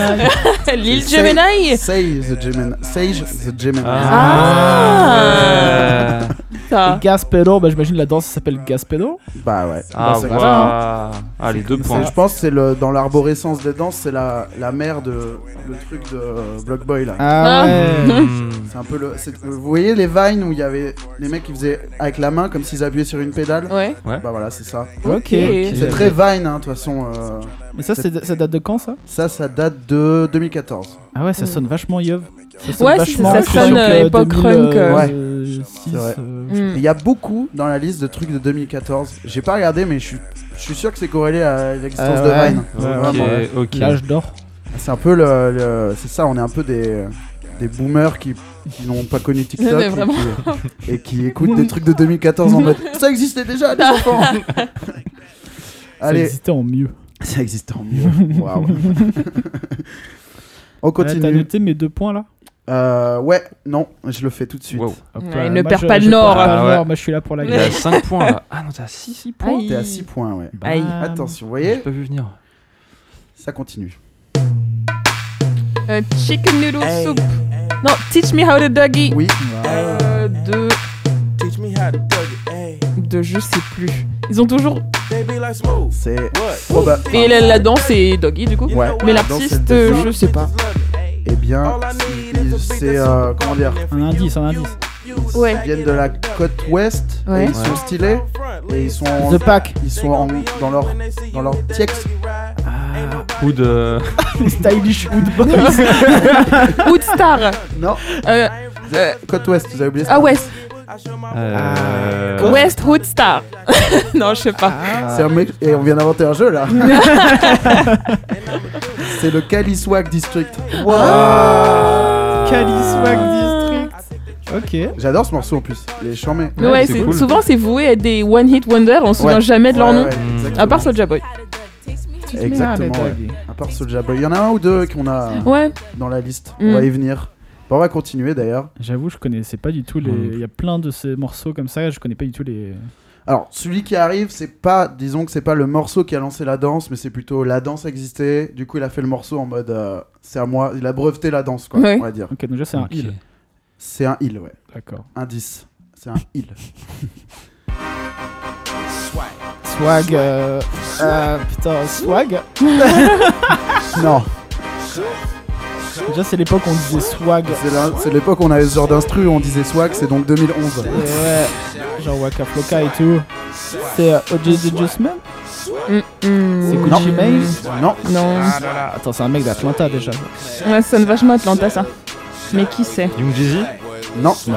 L'île Say- Gemini. Sage the Gemini. Sage the Gemini. Ah. Ah. Ouais. Ça. Gas Pedal, bah j'imagine la danse ça s'appelle Gas Pedal. Bah ouais. Ah, c'est voilà. Ah, les deux C'est- points. Je pense que c'est le dans l'arborescence des danses, c'est la, la mère de le truc de euh, Block Boy là. Ah ouais. Hmm. C'est un peu le. c'est- Vous voyez les vines où il y avait les mecs qui faisaient avec la main comme s'ils appuyaient sur une pédale. Ouais. Bah voilà, c'est ça. Ok. C'est C'est très vine, hein, de toute façon. euh, Mais ça, c'est- ça date de quand ça ça, ça date de 2014. Ah ouais, ça sonne vachement Yov. sonne Ouais, si, vachement ça crunk, sonne, euh, euh, époque 2000, crunk, euh. euh, six, vrai. euh, Mm. Il y a beaucoup dans la liste de trucs de 2014. J'ai pas regardé, mais je suis, je suis sûr que c'est corrélé à l'existence Ah de ouais. Vine. Ouais, ouais. Vraiment. Ok, ok. L'âge d'or. C'est un peu le, le- c'est ça. On est un peu des, des boomers qui, qui n'ont pas connu TikTok Mais et vraiment. qui, et qui écoutent des trucs de 2014 en mode ça existait déjà les enfants. Ça Allez, existait en mieux. ça existe en mieux. Waouh. On Ouais, T'as continue. noté mes deux points là Euh, ouais, non, je le fais tout de suite. Wow. Hop Ouais, là, il Ah, moi, ne perd je- pas je le nord. perds pas le Ah ouais. nord, Moi je suis là pour la Il a guerre. 5 points là. Ah non, t'as 6 points. T'es à 6 points, ouais. Aïe. Ah, Attention, vous J'ai voyez, pas vu venir. ça continue. Euh, chicken noodle soup. Non, teach me how to doggy. Oui, Euh, de. De je sais plus. Ils ont toujours. c'est proba- Et la, la danse c'est doggy du coup. Ouais. Mais La danse, l'artiste, c'est le euh, doggy. je sais pas. Eh bien, c'est- c'est euh, comment dire Un indice, un indice. Ouais. Ils viennent de la côte ouest Ouais. et ils sont stylés et ils sont en- The Pack. ils sont en- dans leur dans leur tiex. Coup de. euh, Stylish Hood Boys. Woodstar. Non, Euh, côte ouest, vous avez oublié ça ah ouais. Euh, Quoi Westwood Star. non, je sais pas. C'est un mec- Et on vient d'inventer un jeu là. c'est le Caliswag District. Ah. Ah. Ah. Caliswag District. Ok. J'adore ce morceau en plus. Les charmé. Mais Ouais, ouais, c'est c'est- cool. souvent c'est voué à des one hit wonder, on se souvient Ouais. jamais de leur Ouais, nom. ouais, À part Soulja Boy. Exactement. ouais. À part Soulja Boy. Il y en a un ou deux qu'on a Ouais. dans la liste. Mm. On va y venir. Bon, on va continuer d'ailleurs. J'avoue, je connaissais pas du tout les. Mm. Il y a plein de ces morceaux comme ça, je connais pas du tout les. Alors, celui qui arrive, c'est pas, disons que c'est pas le morceau qui a lancé la danse, mais c'est plutôt la danse existait. Du coup, il a fait le morceau en mode euh, c'est à moi. Il a breveté la danse, quoi, Ouais. on va dire. Ok, donc déjà c'est un ok. heal. C'est un heal, ouais. D'accord. Indice. C'est un heal. Swag. euh, euh, putain, swag. non, Déjà, c'est l'époque où on disait swag. c'est la- c'est l'époque où on avait ce genre d'instru, on disait swag, c'est donc 2011. Et Ouais, genre Waka Flocka et tout. C'est euh, OJ The Just Man C'est Mm, Gucci Non. Mane Non, Non. Ah, Attends, c'est un mec d'Atlanta déjà. Ouais, ça sonne vachement Atlanta ça. Mais qui c'est Young Jeezy non. Mm.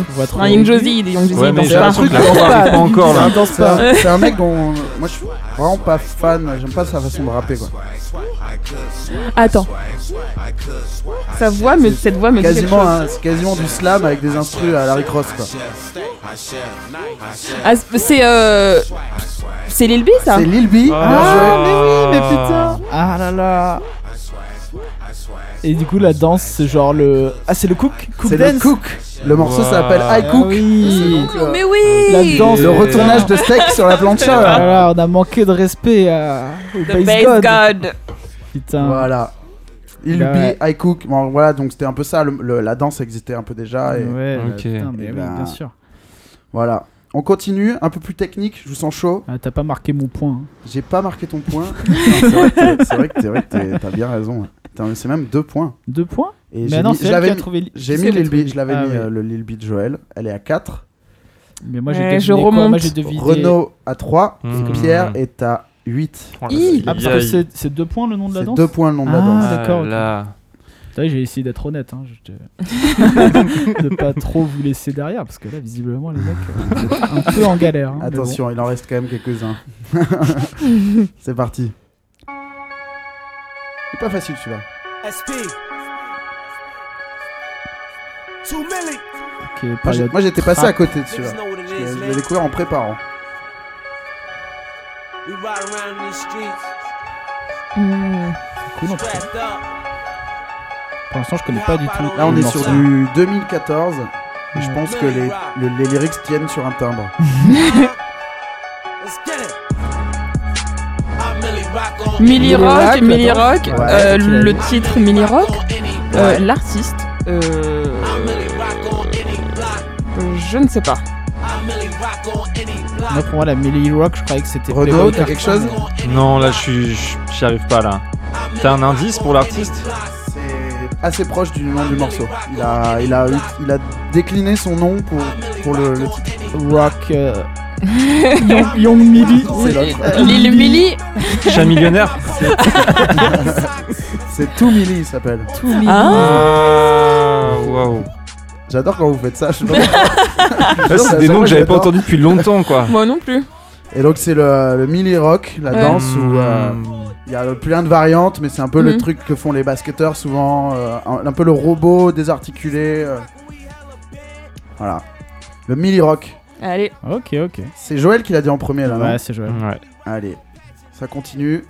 On voit trop. Non, Young Josie, des Young Josie, Ouais, ils mais dansent j'ai pas. l'impression que la danse n'arrive pas encore C'est là. un- C'est un, c'est un mec dont moi je suis vraiment pas fan, j'aime pas sa façon de rapper quoi. Attends. Sa voix, me- cette voix me dit quelque Quasiment, chose. un- c'est quasiment du slam avec des instrus à Larry Cross quoi. Ah, c'est euh... C'est Lil B ça C'est Lil B, Ah. bien joué. Mais putain Oh. Ah là là Et du coup, la danse, c'est genre le. Ah, c'est le cook Cook c'est le dance Cook. Le morceau Wow. s'appelle I Ah Cook. oui Donc, euh, Oh, Mais oui La danse Le retournage de steak sur la plancha. Ah là là. là, on a manqué de respect à. au Bass The Bass God. God. Putain Voilà. Lil Bah ouais. B, I Cook. Bon voilà, donc c'était un peu ça. le- le- la danse existait un peu déjà. Et Ouais, bah, Ok. putain, mais Et oui, bah- bien sûr. Voilà. On continue, un peu plus technique. Je vous sens chaud. Ah, T'as pas marqué mon point. hein. J'ai pas marqué ton point. C'est vrai que- c'est vrai que c'est vrai que t'es- t'as bien raison. Putain, mais C'est même deux points. Deux points Et j'ai Mais non, mis- c'est je elle qui l'avais a mis- trouvé. li- J'ai c'est mis elle qui a Lil B, je l'avais Ah mis oui. euh, le Lil B de Joël, elle est à 4. Mais moi j'ai Ouais, deviné je quoi Moi remonte. j'ai deviné. Renaud à 3 Mmh. et Pierre est à 8. Oh, Hi. Ah, c'est parce vieille. que c'est- c'est deux points le nom de la C'est danse deux points le nombre de la Ah. danse. Ah, d'accord, ok. là. Là, j'ai essayé d'être honnête, hein, je te- de pas trop vous laisser derrière, parce que là, visiblement, les mecs, euh, vous êtes un peu en galère. hein, mais bon. Attention, il en reste quand même quelques-uns. C'est parti. C'est pas facile celui-là. Ok, Moi, j'ai- période- Moi j'étais passé Ah. à côté de celui-là. Je l'ai- je l'ai découvert en préparant. Mm. cool, en tout cas. Pour l'instant, je connais pas du tout. Là on le est morceau. sur du 2014 et je pense que les, le- les lyrics tiennent sur un timbre. Millie Millie Rock, Rock, Millie la Rock, danse. euh, Ouais, qu'il a le dit. titre Millie Rock, euh, l'artiste, euh, euh, je ne sais pas. Moi, pour moi, la Millie Rock, je croyais que c'était. Renaud, Playboy t'as quelque Carton, chose mais- Non, là, je suis- je- j'y arrive pas là. T'as un indice pour l'artiste C'est assez proche du nom du morceau. Il a, il a, il a décliné son nom pour, pour le, le titre. Rock. euh, Young, Young Millie. C'est l'autre. Lil Millie, Chat millionnaire C'est Too Millie, il s'appelle. ah, Ah, waouh. J'adore quand vous faites ça. je sais pas pourquoi. Là, Ah, C'est des noms que j'avais pas entendus depuis longtemps, quoi. moi non plus. Et donc c'est le, le Millie Rock, la Ouais. danse où euh, il y a plein de variantes, mais c'est un peu le Mhm. truc que font les basketteurs souvent, euh, un, un peu le robot désarticulé. euh. Voilà. Le Millie Rock. Allez, Ok, ok. C'est Joël qui l'a dit en premier là, non Ouais, c'est joué. Hmm, Ouais. Allez, ça continue.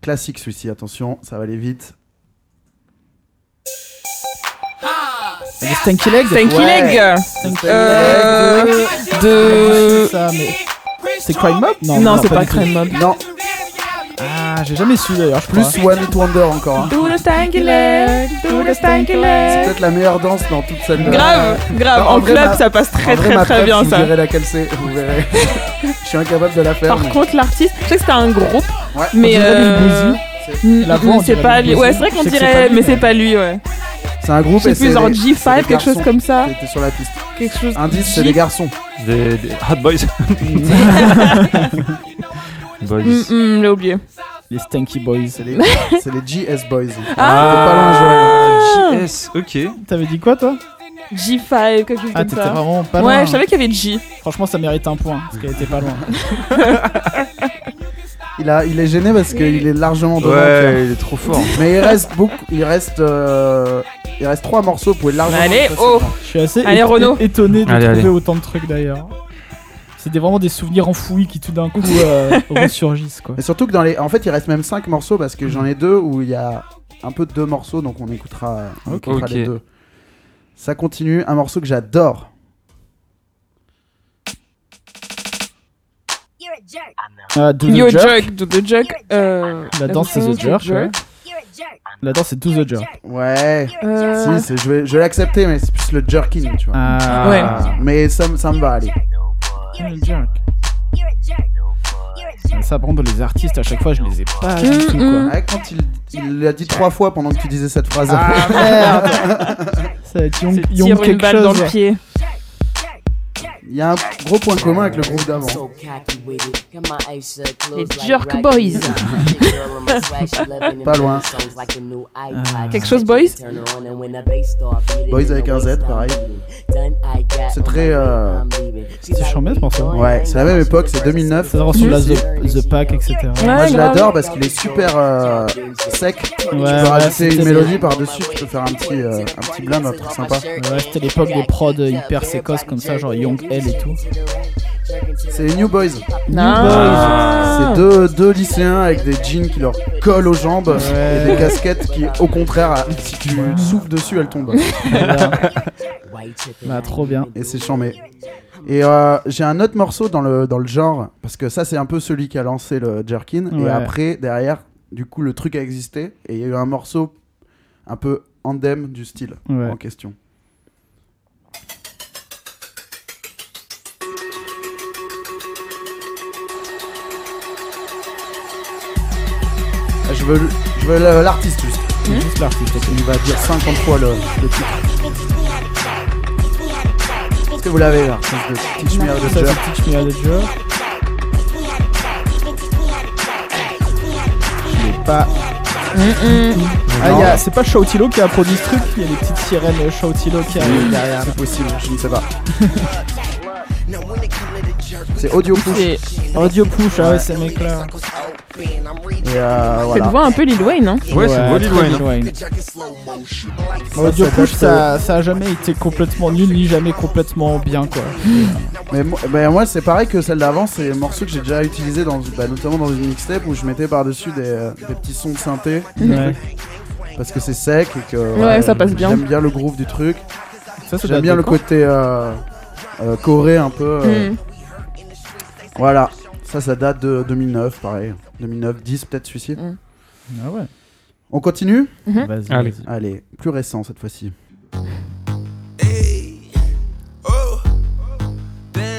Classique celui-ci, attention, ça va aller vite. Le Stanky Leg Stanky Ouais. Leg, Ah, euh, Bah, de, ça, mais. C'est Crime Mob non, c'est pas, du tout. Crème Mob. Non, Ah, j'ai jamais su d'ailleurs, je crois. plus One Hit Wonder encore. hein. Do the Stanky Leg, do the Stanky C'est Leg. peut-être la meilleure danse dans toute cette. Grave, Euh, grave, Non, en en vrai, club ma- ça passe En très vrai, très ma très preuve, bien vous ça. verrez laquelle c'est, vous verrez. Je suis incapable de la faire. Par mais- contre l'artiste, je sais que c'était un groupe, Ouais. mais On dirait Lil euh, mm, La voix, on c'est dirait pas Lil lui. Boozy. Ouais, c'est vrai Je qu'on sais que c'est pas dirait, lui, mais mais- c'est pas lui, ouais. C'est un groupe Je et sais plus, c'est genre des- c'est G5, des quelque chose garçons comme ça. qui étaient sur la piste. Quelque chose. Indice, c'est les garçons. Des, des Hot Boys. boys. Hum, hum, J'ai oublié. Les Stanky Boys. C'est les, c'est les GS Boys. Ah pas loin, GS, ok. T'avais dit quoi, toi G5, quelque chose Ah, comme t'étais ça. vraiment pas loin. hein. Ouais, je savais qu'il y avait G. Franchement, ça mérite un point, parce qu'elle était pas loin. Il, a, il est gêné parce qu'il est largement devant. Pierre. il est trop fort. Mais il reste beaucoup. Il reste. euh, il reste trois morceaux. Vous pouvez Ah, largement. Allez, passer oh devant. Je suis assez Allez, é- Renaud. é- étonné de Allez, trouver allez. autant de trucs d'ailleurs. C'était vraiment des souvenirs enfouis qui tout d'un coup euh, ressurgissent quoi. Et surtout que dans les. En fait, il reste même cinq morceaux parce que j'en ai deux où il y a un peu de deux morceaux, donc on écoutera, on écoutera Ok. les deux. Ça continue. Un morceau que j'adore. Ah, Do the Yo Jerk. Jerk, do the Jerk. euh, La danse c'est version The Jerk. ouais. La danse c'est Do the Jerk. Ouais. Euh, Si, c'est- je vais, je vais l'accepter, mais c'est plus le jerking, tu vois. Ah, Ouais. Mais ça, me- ça me va aller. Do the Jerk. Ça, par contre, les artistes, à chaque fois, je les ai pas du tout quoi. Ouais, quand il il l'a dit trois fois pendant que tu disais cette phrase. Ah. Ça va être Young, c'est Young tire une quelque balle chose. dans le pied. Il y a un gros point commun avec le groupe d'avant. Les Jerk Boys. Pas loin. Quelque chose, boys Boys avec un Z, pareil. C'est très. euh, C'était chambé ce morceau. Ouais, c'est la même époque, c'est 2009. Ça sort sur la the, the Pack, etc. Ouais. Moi je grave. l'adore parce qu'il est super euh, sec. tu peux ouais, rajouter c'était une bien. mélodie par-dessus, tu peux faire un petit, euh, un petit blâme, un truc sympa. Ouais, c'était l'époque des prods hyper sécoces comme ça, genre Young L et tout. C'est les New Boys. Non. Ah. C'est deux, deux lycéens avec des jeans qui leur collent aux jambes Ouais. et des casquettes qui, au contraire, à- si tu souffles dessus, elles tombent. Bah, trop bien. Et c'est chambé. Et euh, j'ai un autre morceau dans le, dans le genre, parce que ça, c'est un peu celui qui a lancé le jerkin. Et Ouais. après, derrière, du coup, le truc a existé. Et il y a eu un morceau un peu endème du style Ouais. en question. Ah, Je veux, je veux le- l'artiste juste. Juste l'artiste. ok. Il va dire 50 fois le, le titre. Est-ce que vous l'avez là ça, c'est de Teach Me How to Ça, Jerk. c'est Teach Me How to Jerk. Pas... Ah, il y a- C'est pas Shoutilo qui a produit ce truc, il y a des petites sirènes Shoutilo qui arrivent derrière. Ah, C'est possible, je ne sais pas. C'est audio push. Et C'est- Audio push, ah ouais, ces euh, mecs-là. Ça te voilà. voit un peu Lil Wayne, hein Ouais, c'est beau, très Lil Wayne. Lil Wayne. Bah, Ça, Audio ça date, push, ça, euh, ça a jamais été complètement nul, ni jamais complètement bien, quoi. Mais moi, mais moi, c'est pareil que celle d'avant, c'est un morceau que j'ai déjà utilisé dans, bah, notamment dans une mixtape où je mettais par-dessus des, euh, des petits sons de synthé Ouais. parce que c'est sec et que Ouais, ça passe bien. j'aime bien le groove du truc. Ça, ça J'aime date bien de le quand côté euh, euh, coré un peu. euh, Hmm. Voilà, ça, ça date de 2009, pareil. 2009, 10 peut-être celui-ci. Ah ouais. On continue Vas-y, Allez. vas-y. Allez, plus récent cette fois-ci.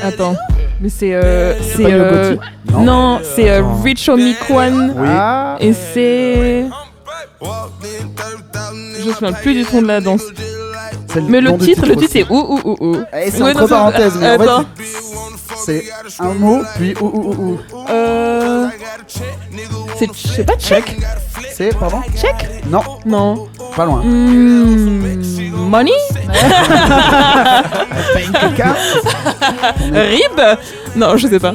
Attends. Mais c'est. euh, c'est. pas Yo euh, Gotti Non. Non, c'est euh, Rich Omikwan. Oui. Ah, Et c'est. Je me souviens plus du son de la danse. c'est Mais le nom du titre, le titre aussi. c'est ou ou ou ou. Eh, c'est Ouais, entre non, ça- parenthèses, mais en fait, Attends. c'est un mot, puis ou ou ou ou. Euh. C'est. Je sais pas, check C'est, pardon Check Non, Non. pas loin. Hmm, money Rib Non, je sais pas.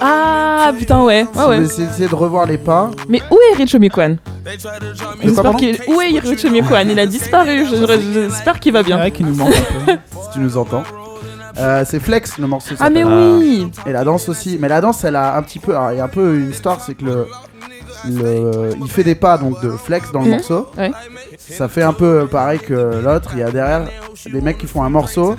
Ah putain, ouais. Ouais, Si ouais. vous essayez essayez de revoir les pas. Mais où est Rich Omikwan J'espère pardon qu'il est... Où est Rich Omikwan Il a disparu. je- J'espère qu'il va c'est bien. vrai qu'il nous manque un peu. Si tu nous entends. Euh, c'est Flex le morceau. Ah mais s'appelle. oui Et la danse aussi. Mais la danse, elle a un petit peu. alors, il y a un peu une histoire, c'est que le. le- il fait des pas donc de flex dans le Mhm. morceau. Ouais. Ça fait un peu euh, pareil que l'autre. Il y a derrière des mecs qui font un morceau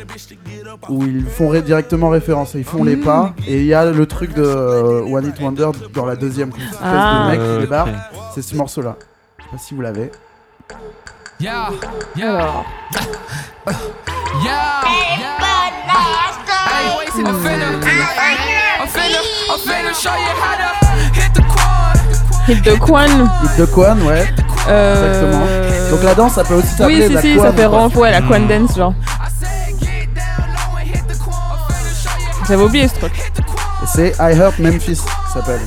où ils font ré- directement référence. Ils font les Mm. pas et il y a le truc de euh, One Hit Wonder dans la deuxième. espèce de Ah. mec qui Euh, débarque. ok. C'est ce morceau là. Je sais pas si vous l'avez. Alors, Hit the Quan. Hit the Quan, ouais. Exactement. Euh... Donc la danse, ça peut aussi s'appeler Oui, si, la si, Quan, ça fait quoi. Hmm. rampe, ouais, la Quan Dance, genre. J'avais oublié ce truc. C'est I Heart Memphis, ça s'appelle.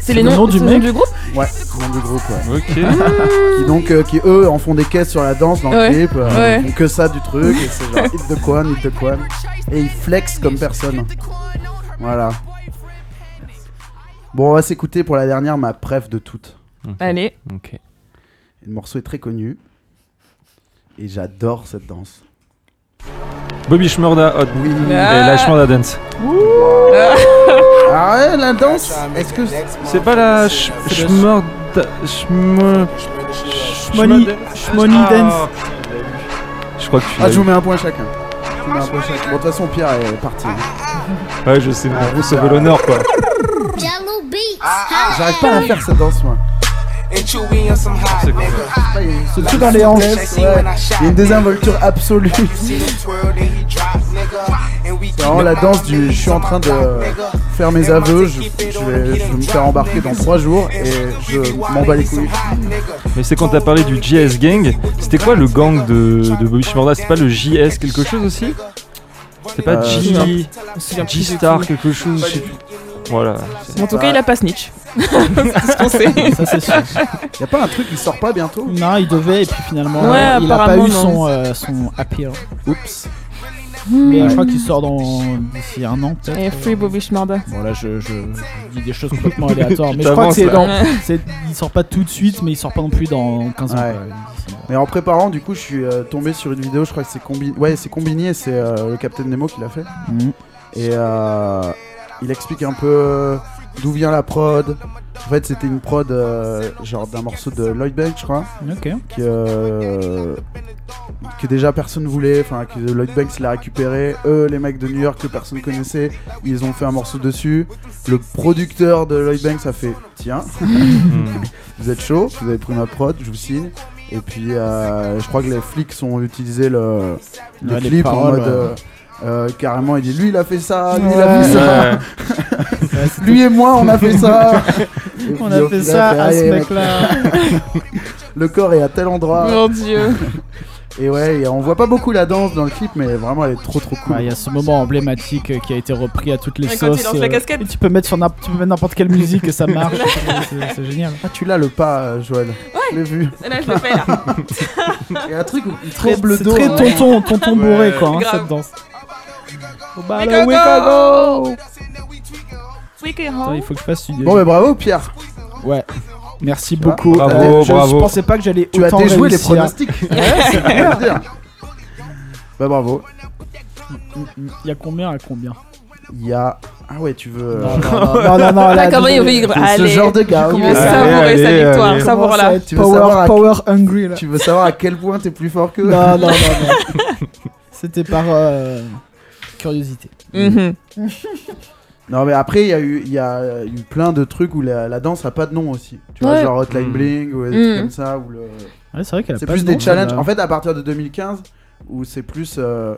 C'est les le noms nom du c'est le nom mec du groupe Ouais, nom du groupe, ouais. Ok. Qui donc, euh, qui eux en font des caisses sur la danse dans Ouais. le clip, euh, Ouais. ils font que ça du truc, et c'est genre hit de Kwan, hit de Kwan. Et ils flexent comme personne. Voilà. Bon, on va s'écouter pour la dernière, ma préf de toutes. Allez, Ok. Et Le morceau est très connu. Et j'adore cette danse. Bobby Shmurda Hot. Oui. Et la Shmurda Dance. Ah ouais, la danse Est-ce que. c'est- C'est pas la Sh- Shmurda. Shmur- Shmoney- Shmurda- Shmoney Ah, Dance. putain, il l'a eu. Je crois que tu. Ah, l'as je eu. vous mets un point chacun. Ah, Je vous mets un point chacun. Bon, de toute façon, Pierre est parti. hein. Ouais, je sais, mais vous sauvez l'honneur quoi. Jello beats. J'arrive pas à la faire cette danse, moi. C'est quoi Je sais pas, il y a une- C'est tout dans les hanches. Ouais. Il y a une désinvolture absolue. C'est vraiment la danse du je suis en train de faire mes aveux, je, je vais, je vais me faire embarquer dans 3 jours et je m'en bats les couilles. Mais c'est quand t'as parlé du JS Gang, c'était quoi le gang de, de Bobby Shmurda C'était pas le JS quelque chose aussi C'était pas Euh, G. non. G-Star quelque chose, je sais plus. Voilà. en tout cas, il a pas snitch. C'est ce qu'on sait. Ça, c'est sûr. Y a pas un truc qui sort pas bientôt Non, il devait, et puis finalement, Ouais, euh, il a pas apparemment, eu non. son, euh, son happy hour. Oups. Mais je crois qu'il sort dans d'ici un an, peut-être. Et Free Bobby Schmurda. Bon, là, je, je, je dis des choses complètement aléatoires. mais je crois que T'avances, c'est là. dans. c'est- Il sort pas tout de suite, mais il sort pas non plus dans 15 ans. Ouais. quoi. D'ici- Mais en préparant, du coup, je suis euh, tombé sur une vidéo, je crois que c'est Combi... ouais, c'est Combini, c'est euh, le Capitaine Nemo qui l'a fait. Mhm. Et euh, il explique un peu d'où vient la prod. En fait, c'était une prod euh, genre d'un morceau de Lloyd Banks, je crois. Ok. que, euh, que déjà personne voulait, enfin que Lloyd Banks l'a récupéré, eux les mecs de New York que personne connaissait, ils ont fait un morceau dessus. Le producteur de Lloyd Banks a fait tiens, vous êtes chaud, vous avez pris ma prod, je vous signe. Et puis euh, je crois que les flics ont utilisé le, le Ouais, les clip en paroles, mode euh, euh, carrément il dit lui il a fait ça, lui il Ouais. a fait ça, lui et moi on a fait ça. Et On puis, a au fait final, ça à allez, ce mec, mec-là. Le corps est à tel endroit. Mon dieu. Et ouais, et on voit pas beaucoup la danse dans le clip, mais vraiment elle est trop trop Ouais, Il cool. y a ce moment emblématique euh, qui a été repris à toutes les Ouais, quand il sauces. lance la casquette. et tu peux mettre sur n'imp- tu peux mettre n'importe quelle musique et ça marche. C'est- c'est génial. Ah, tu l'as le pas, euh, Joël. Je l'ai vu. Là, je le fais là. Il y a un truc où il Très, tremble le c'est dos. très hein. tonton, tonton bourré quoi, hein, Grave. cette danse. Oh, bah, Wake là, wake up, up, go. Free K. Attends, il faut que je fasse une. Bon, mais bravo, Pierre. Ouais. Merci beaucoup. Bravo, Euh, je, je bravo. pensais pas que j'allais Tu as autant déjoué les réussir. pronostics. Ouais, c'est bien dire. Bah, bravo. Il y a combien à combien Il y a. Ah, ouais, tu veux. euh, Non, non, non, non, Ah, là, comment il désolé. rigole t'es ce Allez. genre de gars. Il ok. va savourer Allez, sa allez, victoire. allez. Comment ça Savure va là. être Tu veux savoir Power, à- power hungry là. Tu veux savoir à quel point t'es plus fort que Non, non, non, non. C'était par euh, curiosité. Mhm. Non, mais après, il y, a eu- il y a eu plein de trucs où la, la danse a pas de nom aussi. Tu vois, Ouais. genre Hotline Mm. Bling ou des Mm. trucs comme ça. Ou le... Ouais, c'est vrai qu'elle a C'est pas plus de des nom, challenges. celle-là. En fait, à partir de 2015, où c'est plus euh,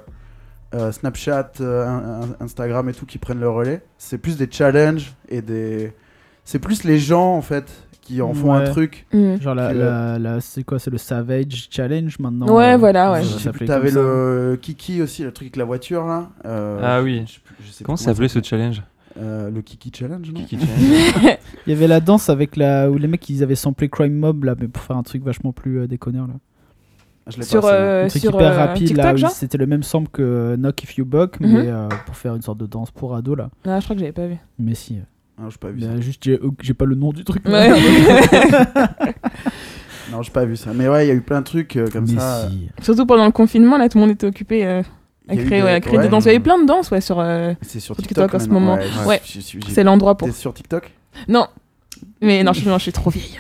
euh, Snapchat, euh, un- un- Instagram et tout qui prennent le relais, c'est plus des challenges et des. C'est plus les gens en fait qui en font Ouais. un truc. Mhm. Genre la, Que- la, la- c'est quoi C'est le Savage Challenge maintenant euh, Ouais, voilà, ça ouais. Je sais plus, s'appelait T'avais comme ça. le Kiki aussi, le truc avec la voiture là. euh, Ah oui. je sais plus- je sais plus Comment ça s'appelait ce challenge Euh, Le Kiki Challenge, non Il y avait la danse avec la où les mecs ils avaient samplé Crime Mob là, mais pour faire un truc vachement plus euh, déconneur là. Ah, Je l'ai Sur, pas. celle-là. euh, un truc sur hyper euh, rapide là, TikTok, où genre c'était le même sample que euh, Knock If You Buck, Mhm. mais euh, pour faire une sorte de danse pour ado là. Ah, je crois que j'avais pas vu. Mais si. euh, Non, j'ai pas vu bah, ça. juste j'ai j'ai pas le nom du truc. là. Ouais. Non, j'ai pas vu ça. Mais ouais, il y a eu plein de trucs euh, comme mais ça. si. Surtout pendant le confinement, là, tout le monde était occupé euh, à Il y a eu créer, des- ouais, à créer ouais. des danses. Il y avait plein de danses, ouais, sur. euh, C'est sur Sur TikTok TikTok en ce maintenant. moment. je- Ouais. je- je- j'ai- C'est l'endroit pour. T'es sur TikTok Non. Mais non, je, non, je suis trop vieille.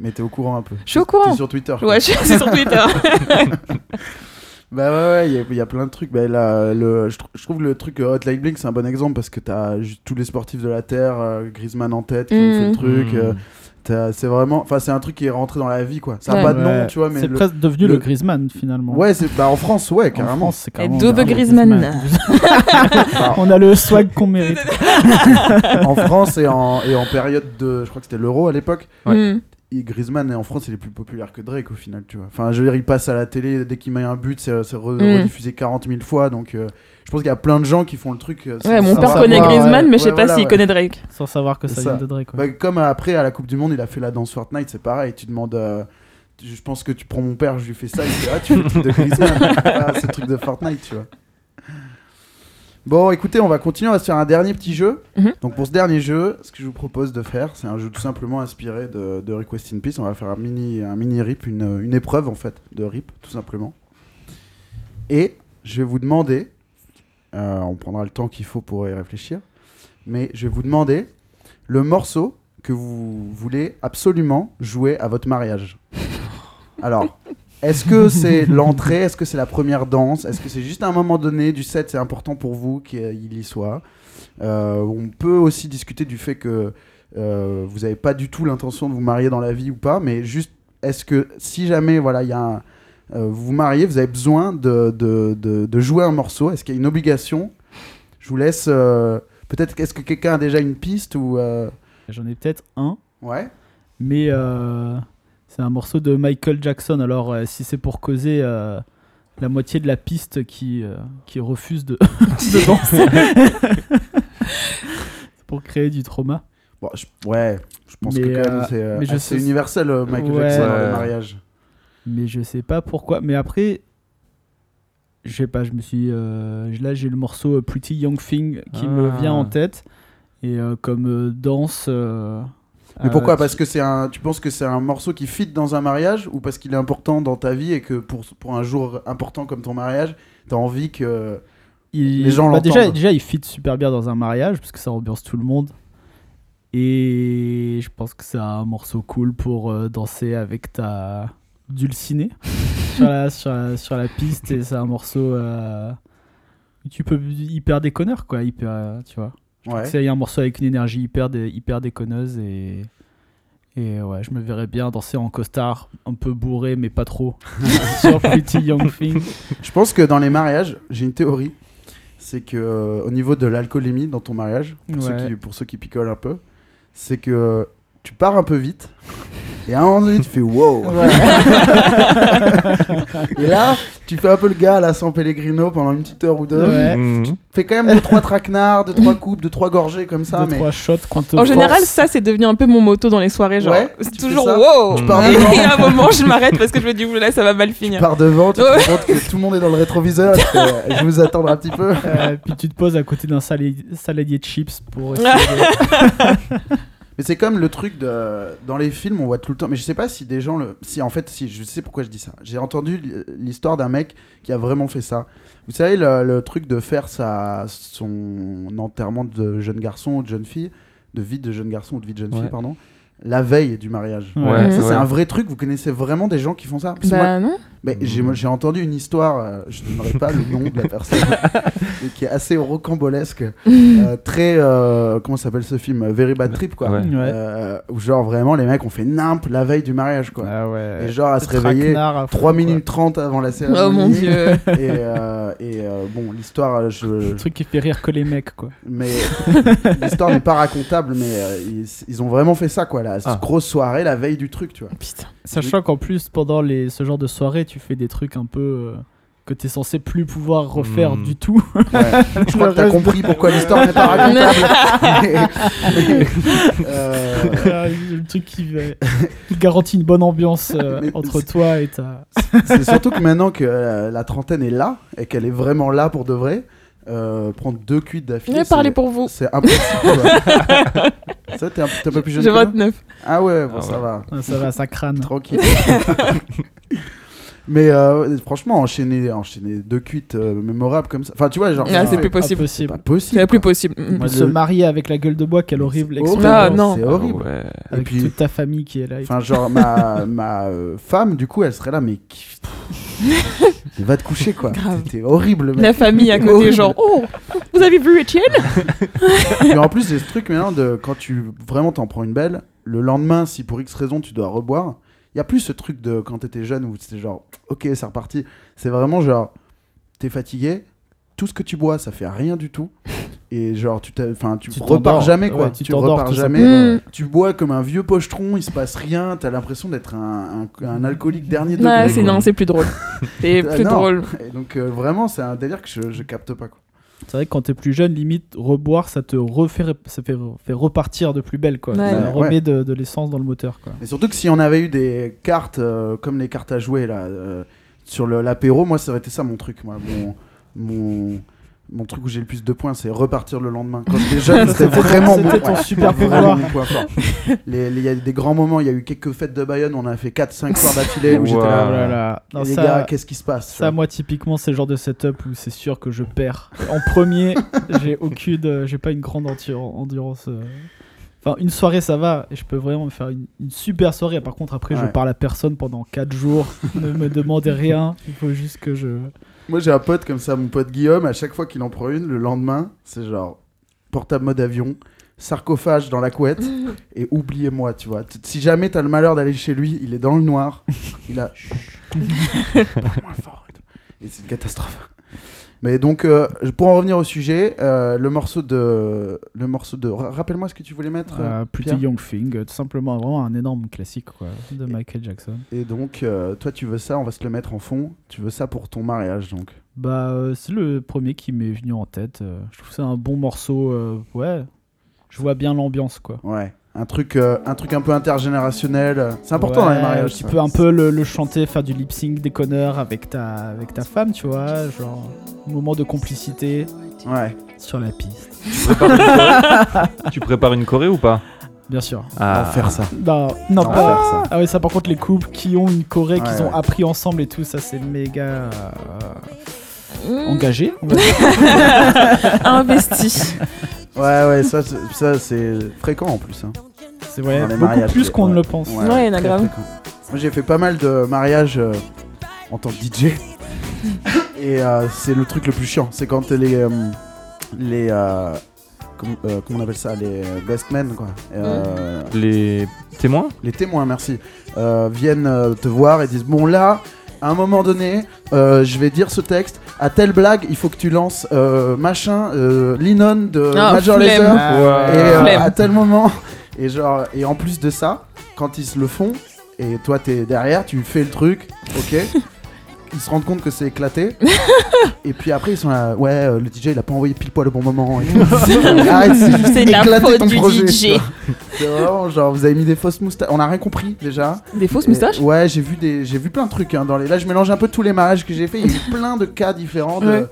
Mais t'es au courant un peu. Je suis au T'es courant. sur Twitter. je Ouais, je suis sur Twitter. Bah ouais, ouais, il y a- il y, a plein de trucs. Bah, là, le, je, tr- je trouve le truc euh, Hotline Bling, c'est un bon exemple parce que t'as ju- tous les sportifs de la Terre, euh, Griezmann en tête, qui ont fait Mm. le truc. Mmh. euh, Mm. t'as- c'est vraiment. Enfin, c'est un truc qui est rentré dans la vie, quoi. Ça a Ouais. pas de nom, Ouais. tu vois, mais. c'est le- presque devenu le, le- Griezmann finalement. Ouais, c'est, bah, en France, ouais, En carrément. France, c'est carrément Dove le Griezmann. On a le swag qu'on mérite. en France et en, et en période de. Je crois que c'était l'Euro à l'époque. Ouais. Mm. il- Griezmann en France, il est plus populaire que Drake au final, tu vois. Enfin, je veux dire, il passe à la télé dès qu'il met un but, c'est c'est re- Mm. rediffusé 40 000 fois. Donc, euh, je pense qu'il y a plein de gens qui font le truc. euh, sans Ouais, mon savoir. père savoir, connaît ouais, Griezmann, ouais. mais je sais Ouais, pas voilà, s'il ouais. connaît Drake. sans savoir que ça, C'est ça. vient de Drake. ouais. Bah, comme euh, après à la Coupe du Monde, il a fait la danse Fortnite, c'est pareil. Tu demandes, euh, tu- je pense que tu prends mon père, je lui fais ça, il fait ah tu fais le truc de Griezmann, ah, c'est le truc de Fortnite, tu vois. Bon, écoutez, on va continuer, on va se faire un dernier petit jeu. Mhm. Donc pour ce dernier jeu, ce que je vous propose de faire, c'est un jeu tout simplement inspiré de, de Request in Peace. On va faire un mini, un mini rip, une, une épreuve en fait de rip, tout simplement. Et je vais vous demander, euh, on prendra le temps qu'il faut pour y réfléchir, mais je vais vous demander le morceau que vous voulez absolument jouer à votre mariage. Alors, est-ce que c'est l'entrée Est-ce que c'est la première danse Est-ce que c'est juste à un moment donné du set C'est important pour vous qu'il y soit Euh, On peut aussi discuter du fait que euh, vous n'avez pas du tout l'intention de vous marier dans la vie ou pas, mais juste est-ce que si jamais voilà il y a un- euh, vous vous mariez, vous avez besoin de, de- de- de jouer un morceau Est-ce qu'il y a une obligation Je vous laisse. euh, Peut-être est-ce que quelqu'un a déjà une piste ou euh, J'en ai peut-être un, ouais mais euh, c'est un morceau de Michael Jackson. Alors, euh, si c'est pour causer euh, la moitié de la piste qui, euh, qui refuse de, de danser, C'est pour créer du trauma. Bon, je, ouais, je pense Mais, que quand même euh, c'est euh, mais je assez sais- universel euh, Michael Ouais. Jackson dans les Ouais. mariages. Mais je sais pas pourquoi. Mais après, je sais pas, je me suis. euh, là, j'ai le morceau euh, Pretty Young Thing qui me Ah. vient en tête. Et euh, comme euh, danse. euh, Mais euh, pourquoi qui- Parce que c'est un tu penses que c'est un morceau qui fit dans un mariage ou parce qu'il est important dans ta vie et que pour pour un jour important comme ton mariage, t'as envie que il- les gens bah, déjà, l'entendent. déjà, il fit super bien dans un mariage parce que ça ambiance tout le monde. Et je pense que c'est un morceau cool pour euh, danser avec ta dulcinée sur, la, sur, la, sur la piste. Et c'est un morceau. euh, tu peux hyper déconneur, quoi. Hyper, euh, tu vois. ouais. C'est- Il y a un morceau avec une énergie hyper, dé- hyper déconneuse et. Et ouais, je me verrais bien danser en costard, un peu bourré, mais pas trop, sur Pretty Young Thing. Je pense que dans les mariages, j'ai une théorie, c'est que euh, au niveau de l'alcoolémie dans ton mariage, pour, ceux Ouais. qui, pour ceux qui picolent un peu, c'est que tu pars un peu vite et à un moment donné tu fais wow. et là, tu fais un peu le gars à la San Pellegrino pendant une petite heure ou deux. Ouais. Mhm. Fais quand même deux trois traquenards, deux trois coupes, deux trois gorgées comme ça, Deux, mais trois shots quand En général, ça, c'est devenu un peu mon moto dans les soirées. Genre, Ouais, tu c'est fais toujours ça. wow. tu Mm. pars devant, Et à un moment, je m'arrête parce que je me dis, là, ça va mal tu finir. pars devant, tu te Ouais. rends compte que tout le monde est dans le rétroviseur. tu fais, je vous attendre un petit peu. Euh, puis tu te poses à côté d'un salé- saladier de chips pour essayer de- Mais c'est comme le truc de dans les films, on voit tout le temps. Mais je sais pas si des gens le, si en fait, si je sais pourquoi je dis ça. J'ai entendu l- l'histoire d'un mec qui a vraiment fait ça. Vous savez le, le truc de faire sa son enterrement de jeune garçon ou de jeune fille, de vie de jeune garçon ou de vie de jeune Ouais. fille, pardon, la veille du mariage. Ouais. Ouais, Mhm. Ça, ouais. c'est un vrai truc. Vous connaissez vraiment des gens qui font ça Parce que moi, Bah non. Mais j'ai, moi, j'ai entendu une histoire, euh, je ne donnerai pas le nom de la personne, mais qui est assez rocambolesque. euh, très. euh, comment s'appelle ce film Very Bad Trip, quoi. Ouais. Ouais. Euh, où genre vraiment les mecs ont fait nimp la veille du mariage, quoi. Ah ouais. Et genre à se réveiller Traquenard à fond, 3 quoi. minutes 30 avant la cérémonie. Oh mon dieu. Et, euh, et, euh, bon, l'histoire, je, Le truc qui fait rire que les mecs, quoi. mais l'histoire n'est pas racontable, mais euh, ils, ils ont vraiment fait ça, quoi, la Ah. grosse soirée, la veille du truc, tu vois. Putain. Sachant qu'en plus, pendant les, ce genre de soirée, tu fais des trucs un peu euh, que t'es censé plus pouvoir refaire Mm. du tout. Je crois que t'as compris pourquoi l'histoire n'est pas racontable. Mais- euh, le truc qui, va- qui garantit une bonne ambiance euh, Mais entre c'est- toi et ta. c'est surtout que maintenant que euh, la trentaine est là et qu'elle est vraiment là pour de vrai, euh, prendre deux cuites d'affilée. Venez parler c'est- pour vous. C'est impossible. quoi. hein. ça, t'es un, t'es un peu plus jeune. J'ai que moi 29. Ah ouais, bon, Ah ça ouais. va. Ah, ça va, ça crâne. Tranquille. Mais euh, franchement, enchaîner, enchaîner deux cuites euh, mémorables comme ça. Enfin, tu vois, genre. Ah, c'est ouais, plus possible. pas Impossible. possible. C'est plus possible. En Mhm. plus, Moi, se le- marier avec la gueule de bois, quelle horrible C'est horrible. Ah, expérience. non. C'est horrible. Ah ouais. Et Avec puis- toute ta famille qui est là. et Enfin, genre, ma, ma euh, femme, du coup, elle serait là, mais. qui- Il va te coucher, quoi. Grave. C'était horrible, mec. La famille à côté, Horrible. genre, oh, vous avez vu Etienne Mais en plus, c'est ce truc maintenant de quand tu vraiment t'en prends une belle, le lendemain, si pour X raison tu dois reboire, il y a plus ce truc de quand t'étais jeune où c'était genre, ok, c'est reparti. C'est vraiment genre, t'es fatigué, tout ce que tu bois, ça fait rien du tout. Et genre, tu, t'as- enfin, tu, Tu repars t'endors. jamais, quoi. Ouais, tu tu t'endors repars tout jamais. simplement. Mm. Tu bois comme un vieux pochetron, il se passe rien, t'as l'impression d'être un, un- un alcoolique dernier degré. Ouais, c'est quoi. non, c'est plus drôle. C'est Ah, plus non. drôle. Et donc euh, vraiment, c'est un délire que je, je capte pas. Quoi. C'est vrai que quand t'es plus jeune, limite, reboire, ça te refait, ça fait, fait repartir de plus belle, quoi. Ouais. Ça Bah, Ouais. remet de, de l'essence dans le moteur, quoi. Et surtout que si on avait eu des cartes euh, comme les cartes à jouer là euh, sur le- l'apéro, moi ça aurait été ça mon truc, moi. mon mon mon truc où j'ai le plus de points, c'est repartir le lendemain. Quand j'étais jeune, c'était vraiment mon C'était ton ouais, super c'était pouvoir. vraiment mon point fort. Les- les- Il y a eu des grands moments, il y a eu quelques fêtes de Bayonne, on a fait 4-5 soirs d'affilée où j'étais Ah, Oh là. Wow. là là. Non, Et les ça- gars, qu'est-ce qui se passe Ça, moi, typiquement, c'est le genre de setup où c'est sûr que je perds. En premier, j'ai aucune, euh, j'ai pas une grande enti- endurance. euh. Enfin, une soirée, ça va, et je peux vraiment me faire une, une super soirée. Par contre, après, je Ouais. parle à personne pendant 4 jours. ne me demandez rien. Il faut juste que je. Moi j'ai un pote comme ça, mon pote Guillaume, à chaque fois qu'il en prend une, le lendemain, c'est genre portable mode avion, sarcophage dans la couette et oubliez-moi, tu vois. T- Si jamais t'as le malheur d'aller chez lui, il est dans le noir, il a... Parle-moi fort et tout. Et c'est une catastrophe. Mais donc, euh, pour en revenir au sujet, euh, le morceau de... Le morceau de... Ra- Rappelle-moi ce que tu voulais mettre. Euh, Pretty Pierre Young Thing, euh, tout simplement, vraiment un énorme classique quoi, de Michael Jackson. Et donc, euh, toi tu veux ça, on va se le mettre en fond. Tu veux ça pour ton mariage, donc. Bah, euh, c'est le premier qui m'est venu en tête. euh, je trouve ça un bon morceau. euh, ouais, je vois bien l'ambiance quoi. Ouais. Un truc, euh, un truc un peu intergénérationnel. C'est important dans les Ouais, mariages. Tu ça. peux un peu le, le chanter, faire du lip sync des conneurs avec ta, avec ta femme, tu vois. Genre, moment de complicité Ouais. sur la piste. Tu prépares une Corée ou pas Bien sûr. On Ah. va faire ça. Non, non, On va pas. faire ça. Ah oui, ça par contre, les couples qui ont une Ouais, choré, qu'ils ont ouais. appris ensemble et tout, ça c'est méga euh, Mmh, engagé. on va dire. Investi. Ouais, ouais, ça, c'est- ça c'est fréquent en plus. hein. c'est vrai, Dans les beaucoup mariages, plus c'est- qu'on ne ouais. le pense. Ouais, il y en a très grave. fréquent. Moi, j'ai fait pas mal de mariages euh, en tant que DJ. Et euh, c'est le truc le plus chiant. C'est quand les. euh, les euh, com- euh, comment on appelle ça Les best men, quoi. Mm. Euh, Les témoins les témoins, merci, euh, viennent euh, te voir et disent bon là, à un moment donné, euh, je vais dire ce texte. À telle blague, il faut que tu lances euh, machin, euh, Linon de Ah, Major flemme. Lazer. Ah, Et ouais. euh, Flemme. à tel moment, et genre, et en plus de ça, quand ils se le font, et toi t'es derrière, tu fais le truc, ok. Ils se rendent compte que c'est éclaté. et puis après, ils sont là. Ouais, euh, le DJ il a pas envoyé pile poil au bon moment. Et tout. Arrête, juste C'est de la éclater faute ton du projet, DJ. tu vois. C'est vraiment genre, vous avez mis des fausses moustaches. On a rien compris déjà. Des fausses Et- moustaches Ouais, j'ai vu des, j'ai vu plein de trucs. hein, dans les... Là, je mélange un peu tous les mariages que j'ai fait. Il y a eu plein de cas différents. de- Ouais.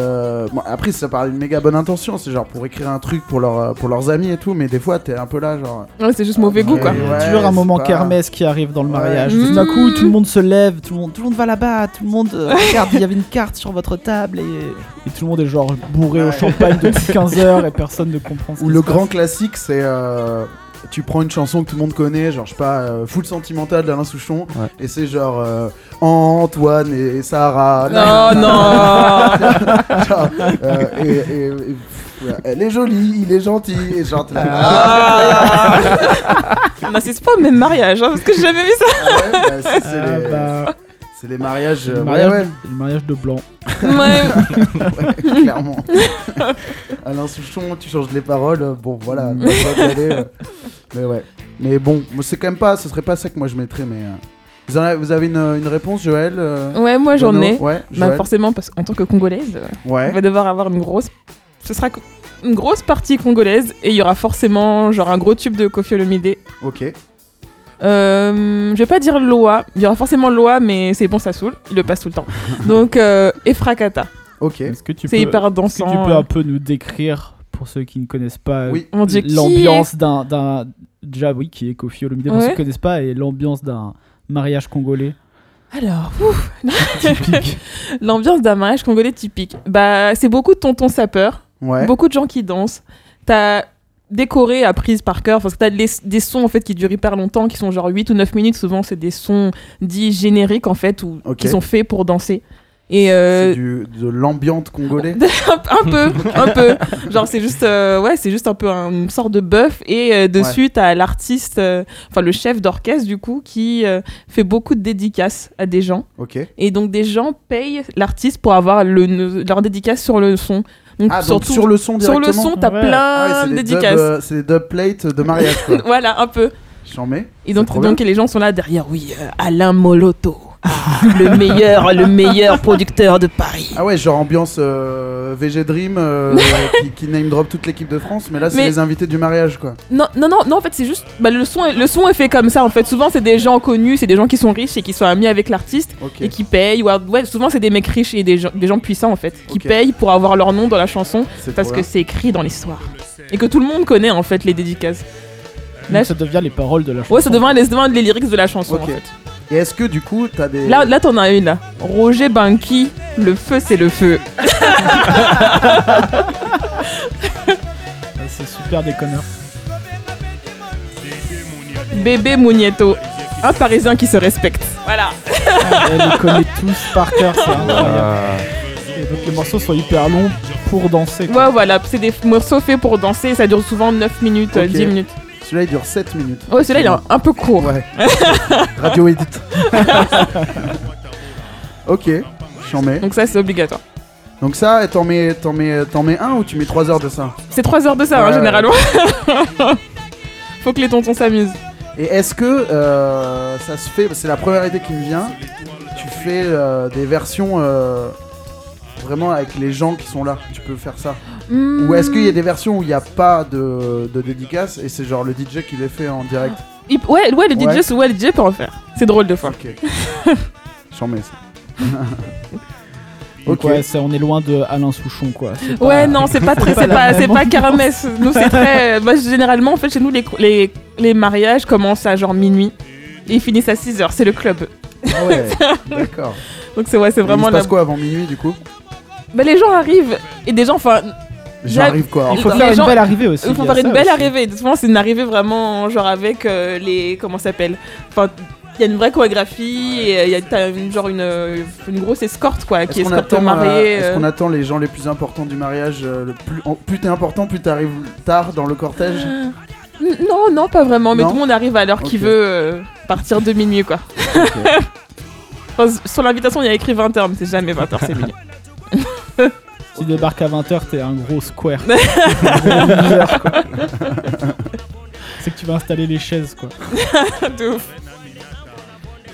euh, bon, après, ça part d'une méga bonne intention. C'est genre pour écrire un truc pour leurs, pour leurs amis et tout. Mais des fois, t'es un peu là, genre. Ouais, Ah, c'est juste mauvais goût, Ouais, quoi. ouais, toujours un c'est moment pas- kermesse qui arrive dans le Ouais. mariage. Mmh. Tout d'un coup, tout le monde se lève, tout le monde, tout le monde va là-bas, tout le monde euh, regarde, il y avait une carte sur votre table et, et tout le monde est genre bourré Ouais. au champagne depuis 15 heures et personne ne comprend. ce Ou qui le se grand passe. classique, c'est. euh, Tu prends une chanson que tout le monde connaît, genre je sais pas, euh, Full Sentimental d'Alain Souchon, Ouais. et c'est genre euh, Antoine et Sarah. Non, non Genre, euh, et, et- et- pff, ouais, elle est jolie, il est gentil, et genre, t'es là, Ah. On n'assiste pas au même mariage, hein, parce que j'ai jamais vu ça. ah ouais, bah, c'est- c'est Ah les- bah, c'est les mariages, euh, le, ouais, mariage, ouais, le mariage de blanc. Ouais. ouais, clairement. Alain Souchon, tu changes les paroles, euh, bon voilà, on va pas y aller, euh, mais ouais. Mais bon, moi, c'est quand même pas, ce serait pas ça que moi je mettrais, mais. euh, Vous, en avez, vous avez une, une réponse, Joël euh, Ouais, moi j'en Bono ai. Ouais, Bah Joël forcément, parce qu'en tant que Congolaise, euh, on Ouais. va devoir avoir une grosse... Ce sera co- une grosse partie congolaise, et il y aura forcément genre un gros tube de Kofi Olomide. Ok. Euh, je vais pas dire Loa, il y aura forcément Loa, mais c'est bon, ça saoule, il le passe tout le temps. Donc, euh, Efrakata, Ok. Est-ce que tu c'est peux, hyper est-ce que dansant. tu peux un peu nous décrire pour ceux qui ne connaissent pas Oui. Mon Dieu, qui est- l'ambiance d'un, d'un déjà oui qui est Kofi Olomide pour Ouais. ceux qui ne connaissent pas et l'ambiance d'un mariage congolais Alors, ouf, typique. l'ambiance d'un mariage congolais typique. Bah, c'est beaucoup de tontons sapeurs, Ouais. beaucoup de gens qui dansent. T'as décoré à prise par cœur, parce que t'as les- des sons en fait qui durent hyper longtemps, qui sont genre 8 ou 9 minutes, souvent c'est des sons dits génériques en fait, ou Ok. qui sont faits pour danser. Et euh, C'est du- de l'ambiance congolais. un, un peu, un peu. Genre c'est juste, euh, ouais, c'est juste un peu un- une sorte de bœuf et euh, dessus t'as l'artiste, euh, enfin le chef d'orchestre du coup qui euh, fait beaucoup de dédicaces à des gens Ok. et Euh, donc des gens payent l'artiste pour avoir le, leur dédicace sur le son. Donc, Ah, donc surtout- sur le son sur directement. le son t'as Ouais. Ah ouais, plein c'est de des dédicaces. dub, euh, C'est des dub plates de mariage, quoi. voilà un peu. J'en mets. Et donc, trop donc les gens sont là derrière. Oui, euh, Alain Moloto, Ah, le meilleur, le meilleur producteur de Paris. Ah ouais, genre ambiance euh, VG Dream euh, qui, qui name drop toute l'équipe de France, mais là c'est Mais- les invités du mariage quoi. Non, non, non, non, en fait, c'est juste. bah, le, son est, le son est fait comme ça, en fait. Souvent, c'est des gens connus, c'est des gens qui sont riches et qui sont amis avec l'artiste Ok. et qui payent. Ou, alors- ouais, souvent, c'est des mecs riches et des gens, des gens puissants, en fait, qui Ok. payent pour avoir leur nom dans la chanson C'est parce trop que bien. c'est écrit dans l'histoire. Et que tout le monde connaît, en fait, les dédicaces. Là, ça devient les paroles de la chanson. Ouais, ça devient, ça devient les lyrics de la chanson, Ok. en fait. Et est-ce que du coup t'as des. Là, là t'en as une, là. Roger Banqui, le feu, c'est le feu. Ah, C'est super des connards. Bébé Mounieto, un parisien qui se respecte. Voilà. Elle les connaît tous par cœur, c'est incroyable. Ah, Et donc les morceaux sont hyper longs pour danser. quoi. Ouais, voilà, c'est des morceaux faits pour danser, ça dure souvent 9 minutes, euh, Ok. 10 minutes. Celui-là il dure 7 minutes. Ouais, celui-là, il est un- un peu court. Ouais. Radio Edit. ok, j'en mets. Donc ça, c'est obligatoire. Donc ça, t'en mets, t'en mets, t'en mets un ou tu mets 3 heures de ça C'est 3 heures de ça, Ouais, hein, ouais. généralement. Faut que les tontons s'amusent. Et est-ce que euh, ça se fait, c'est la première idée qui me vient, tu fais euh, des versions euh, vraiment avec les gens qui sont là, tu peux faire ça Ou est-ce qu'il y a des versions où il n'y a pas de, de dédicace et c'est genre le DJ qui les fait en direct Il- Ouais, ouais, le DJ, Ouais. se- ouais, le DJ peut en faire. C'est drôle de fois. Ok. J'en mets ça. Donc, ok. ouais, ça, on est loin de Alain Souchon, quoi. C'est pas- Ouais, non, c'est pas très, c'est la pas, même c'est pas ambiance. caramès. Nous, c'est très. bah, généralement, en fait, chez nous, les, les, les mariages commencent à genre minuit. Et ils finissent à 6 heures, c'est le club. Ah ouais, d'accord. Donc c'est ouais, c'est Vraiment il vraiment se la. passe quoi avant minuit du coup Bah, les gens arrivent et des gens, enfin, J'arrive quoi hein Il faut Les faire une gens- belle arrivée aussi. Il faut il y a faire ça une belle aussi. arrivée. Souvent, c'est une arrivée vraiment genre avec euh, les comment ça s'appelle. Enfin, il y a une vraie chorégraphie et euh, il y a t'as une, genre une, euh, une grosse escorte quoi qui Est-ce qu'on escorte attend, le marié. euh, est-ce euh. qu'on attend les gens les plus importants du mariage euh, le plus, en- plus t'es important, plus t'arrives tard dans le cortège N- Non, non, pas vraiment. Mais Non tout le monde arrive à l'heure qu'il Ok. veut, euh, à partir de minuit quoi. Enfin, s- sur l'invitation, il y a écrit 20h, mais c'est jamais 20h, c'est minuit. Si tu débarques à 20h, t'es un gros square. C'est que tu vas installer les chaises, quoi. De ouf.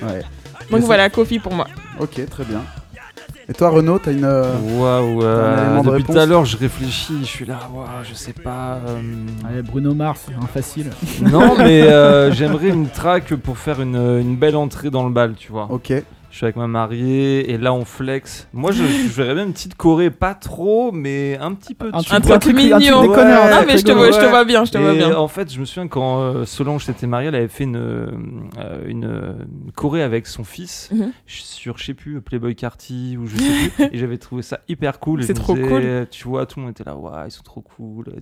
Ouais. Donc ça- voilà, Kofi pour moi. Ok, très bien. Et toi Renaud, t'as une. euh, un élément Waouh, euh, de depuis réponse tout à l'heure je réfléchis, je suis là, waouh, je sais pas. euh, Allez, Bruno Mars, hein, facile. Non, mais euh, j'aimerais une track pour faire une, une belle entrée dans le bal, tu vois. Ok. Je suis avec ma mariée et là on flex. Moi je, je verrais bien une petite Corée, pas trop, mais un petit peu. Un tu truc- vois. un truc truc- un truc mignon. déconneur, Ouais, non un mais truc je te, rigolo, vois, je te ouais. vois bien, je te vois Et bien. en fait, je me souviens quand euh, Solange s'était mariée, elle avait fait une, euh, une, euh, une Corée avec son fils Mhm. sur, je sais plus, Playboy Carty ou je sais plus. et j'avais trouvé ça hyper cool. Et C'est je me trop disais, euh, cool. Tu vois, tout le monde était là, ouais, ils sont trop cool. Et,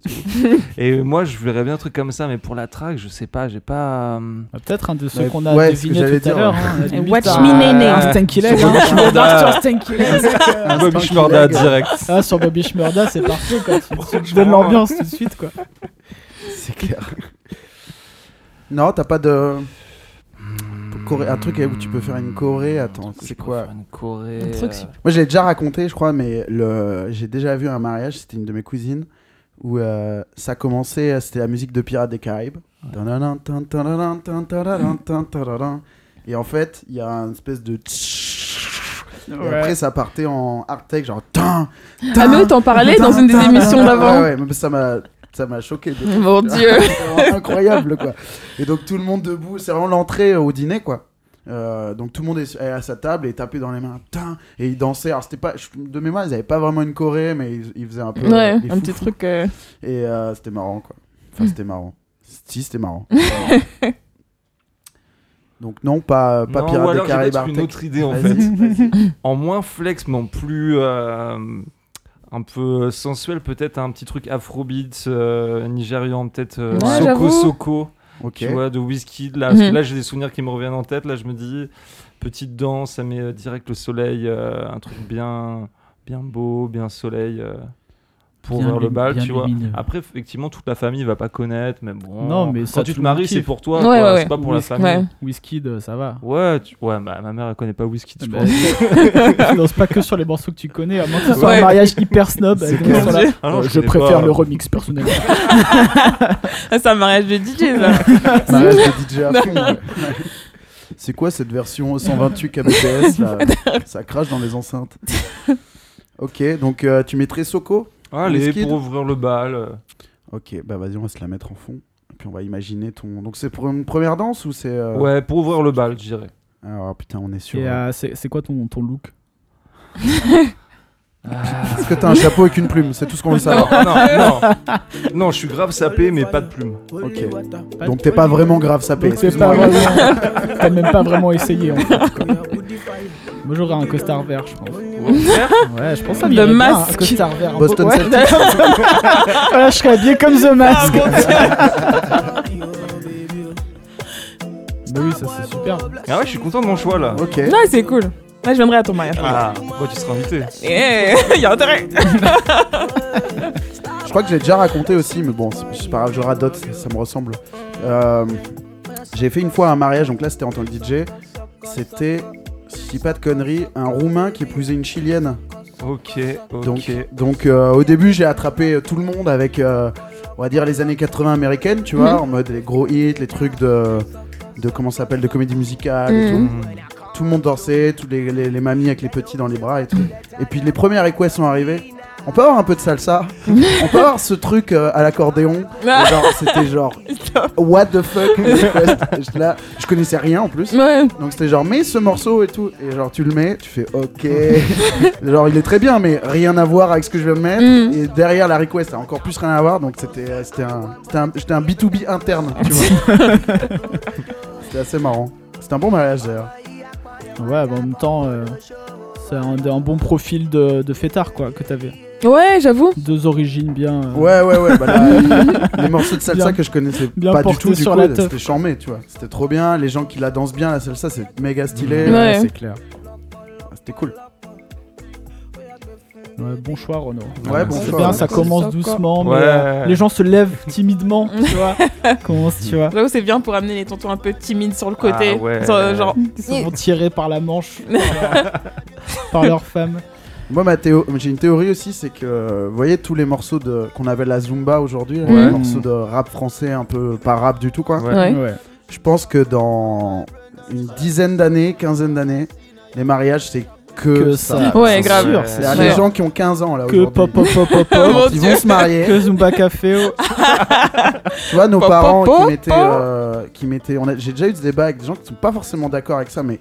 tout. Et moi, je verrais bien un truc comme ça, mais pour la track, je sais pas, j'ai pas. euh, Ah, Peut-être un de ceux Ouais, qu'on a ouais, ce que j'allais deviné tout à dire, l'heure. ouais. hein, à la Et limite, watch un- me nay, nay. Un Stanky Leg. hein. Sur Bobby Ah, Shmurda. sur Stanky Leg. Bobby Spanky Schmurda Leg. direct. Ah, sur Bobby Schmurda, c'est parfait, quoi. Tu- hein. Tu donnes l'ambiance tout de suite, quoi. C'est clair. non, t'as pas de. Corée- Un truc où tu peux faire une Corée, attends, c'est quoi Une Corée. Un truc euh, super. Moi, je l'ai déjà raconté, je crois, mais le... j'ai déjà vu un mariage, c'était une de mes cousines, où euh, ça commençait, euh, c'était la musique de Pirates des Caraïbes. Tadadam, tan, tadadam, tan, tadadam, tan, tadadam. Et en fait, il y a une espèce de... tch- Et après, ça partait en hard tech, genre... Tin, Ah mais oui, t'en parlais dans une des émissions d'avant. Ah, Ouais, ouais, mais ça m'a... Ça m'a choqué. de- Mon dieu. C'est euh, vraiment incroyable quoi. Et donc tout le monde debout, c'est vraiment l'entrée au dîner quoi. Euh, donc tout le monde est est à sa table et tapé dans les mains, Putain et ils dansaient. Alors c'était pas, je- de mémoire ils avaient pas vraiment une choré, mais ils, ils faisaient un peu euh, Ouais, les un petit foufous. truc. Hmm. euh, Et euh, c'était marrant quoi. Enfin c'était marrant. Si c'était marrant. donc non pas pas non, Pirates ou alors, des j'ai Caraïbes. peut-être une Arctic. autre idée en fait. Vas-y, vas-y. en moins flex, mais en plus euh, un peu sensuel, peut-être un petit truc afrobeat euh, nigérian, peut-être euh, Ouais, Soko j'avoue. Soko. Ok. tu vois, de whisky. Là, parce que Mhm. là j'ai des souvenirs qui me reviennent en tête. Là, je me dis, petite danse, ça met euh, direct le soleil, euh, un truc bien, bien beau, bien soleil. euh, pour Bien voir le lumi- bal, bien tu vois. lumineux. Après, effectivement, toute la famille va pas connaître, mais bon. Non, mais ça, quand tu tout te le monde maries, c'est kiffe. pour toi, Ouais, quoi, ouais, c'est ouais. pas pour la Whisky. famille. Ouais. Whisky, de- ça va. Ouais, tu- ouais bah, ma mère elle connaît pas whisky, tu Bah, penses. tu danses pas que sur les morceaux que tu connais, à moins que ce soit Ouais. un mariage hyper snob. avec des clair. morceaux là. Ah non, Euh, je connais préfère pas. le remix personnellement. Ah, c'est un mariage de DJ, ça. Mariage de DJ à fond, ouais. Ouais. C'est quoi cette version 128 kbps là Ça crache dans les enceintes. Ok, donc euh, tu mettrais Soko Allez, Whisky. Ah, pour ouvrir le bal. euh. Ok, bah vas-y, on va se la mettre en fond. Puis on va imaginer ton. Donc c'est pour une première danse ou c'est. euh, Ouais, pour ouvrir le bal, je dirais. Alors putain, on est sûr. Et euh, c'est c'est quoi ton, ton look Est-ce que t'as un chapeau avec une plume C'est tout ce qu'on veut Non, savoir. non, non. Non, je suis grave sapé, mais pas de plume. Ok. Donc t'es pas vraiment grave sapé. Donc c'est excuse-moi. pas vraiment. T'as même pas vraiment essayé en fait. quoi. Moi j'aurais un costard vert, je pense. Ouais, je pense à Le masque. Un costard vert. un Boston peu- ouais. Celtics. Voilà, Ah, je serais habillé comme Ah, The Mask. Bah oui, ça c'est super. Ah ouais, je suis content de mon choix là. Ok. Ouais, c'est cool. Là, je viendrai à ton mariage. Ah, bah tu seras invité. Eh, il y a intérêt. Je crois que j'ai déjà raconté aussi, mais bon, c'est c'est pas grave, je radote, ça, ça me ressemble. Euh, j'ai fait une fois un mariage, donc là c'était en tant que DJ. C'était, si je dis pas de conneries, un Roumain qui épousait une Chilienne. Ok, ok. Donc, donc euh, au début j'ai attrapé tout le monde avec, euh, on va dire, les années 80 américaines, tu vois, en mode les gros hits, les trucs de, de comment ça s'appelle, de comédie musicale et tout. Hmm. Tout le monde dansait, toutes les, les- les mamies avec les petits dans les bras et tout. Et puis les premières requests sont arrivés. On peut avoir un peu de salsa. On peut avoir ce truc euh, à l'accordéon. Et genre, C'était genre What the fuck request. Je- Là, je connaissais rien en plus. Ouais. Donc c'était genre mais ce morceau et tout. Et genre tu le mets, tu fais ok. genre il est très bien mais rien à voir avec ce que je viens de mettre. Mm. Et derrière la request a encore plus rien à voir. Donc c'était euh, c'était un, c'était un, j'étais un B2B interne. Tu vois. c'était assez marrant. C'était un bon mariage d'ailleurs. Ouais, bah, en même temps, euh, c'est un, un bon profil de, de fêtard quoi que t'avais. Ouais, j'avoue. Deux origines bien. euh, Ouais ouais ouais. Bah, là, les morceaux de salsa Bien- que je connaissais bien pas du porté tout du sur coup la teuf. c'était charmé tu vois. C'était trop bien. Les gens qui la dansent bien la salsa c'est méga stylé. Ouais. c'est clair. C'était cool. Ouais, bon choix, Renaud. Ouais, bon C'est choix, bien, ouais. ça commence doucement, mais Ouais. euh, les gens se lèvent timidement, tu vois. Commence, tu vois. J'avoue, c'est bien pour amener les tontons un peu timides sur le côté. Ah ouais. Sur, euh, genre, Ils se font tirer par la manche, par leur, par leur femme. Moi, ma théo- j'ai une théorie aussi, c'est que euh, vous voyez tous les morceaux de qu'on appelle la zumba aujourd'hui, là, Ouais. les morceaux de rap français un peu pas rap du tout quoi. Ouais. Ouais. Je pense que dans une dizaine d'années, quinzaine d'années, les mariages c'est que, Que ça. ça. Ouais, C'est grave. sûr, c'est C'est-à-dire sûr. les gens qui ont 15 ans là Que aujourd'hui. pop, pop, pop, pop, Oh mon pop. Ils Dieu. vont se marier. que Zumba Café. Tu vois, nos Pop, pop, parents pop, qui mettaient, euh, qui mettaient, on a- j'ai déjà eu des débats avec des gens qui sont pas forcément d'accord avec ça, mais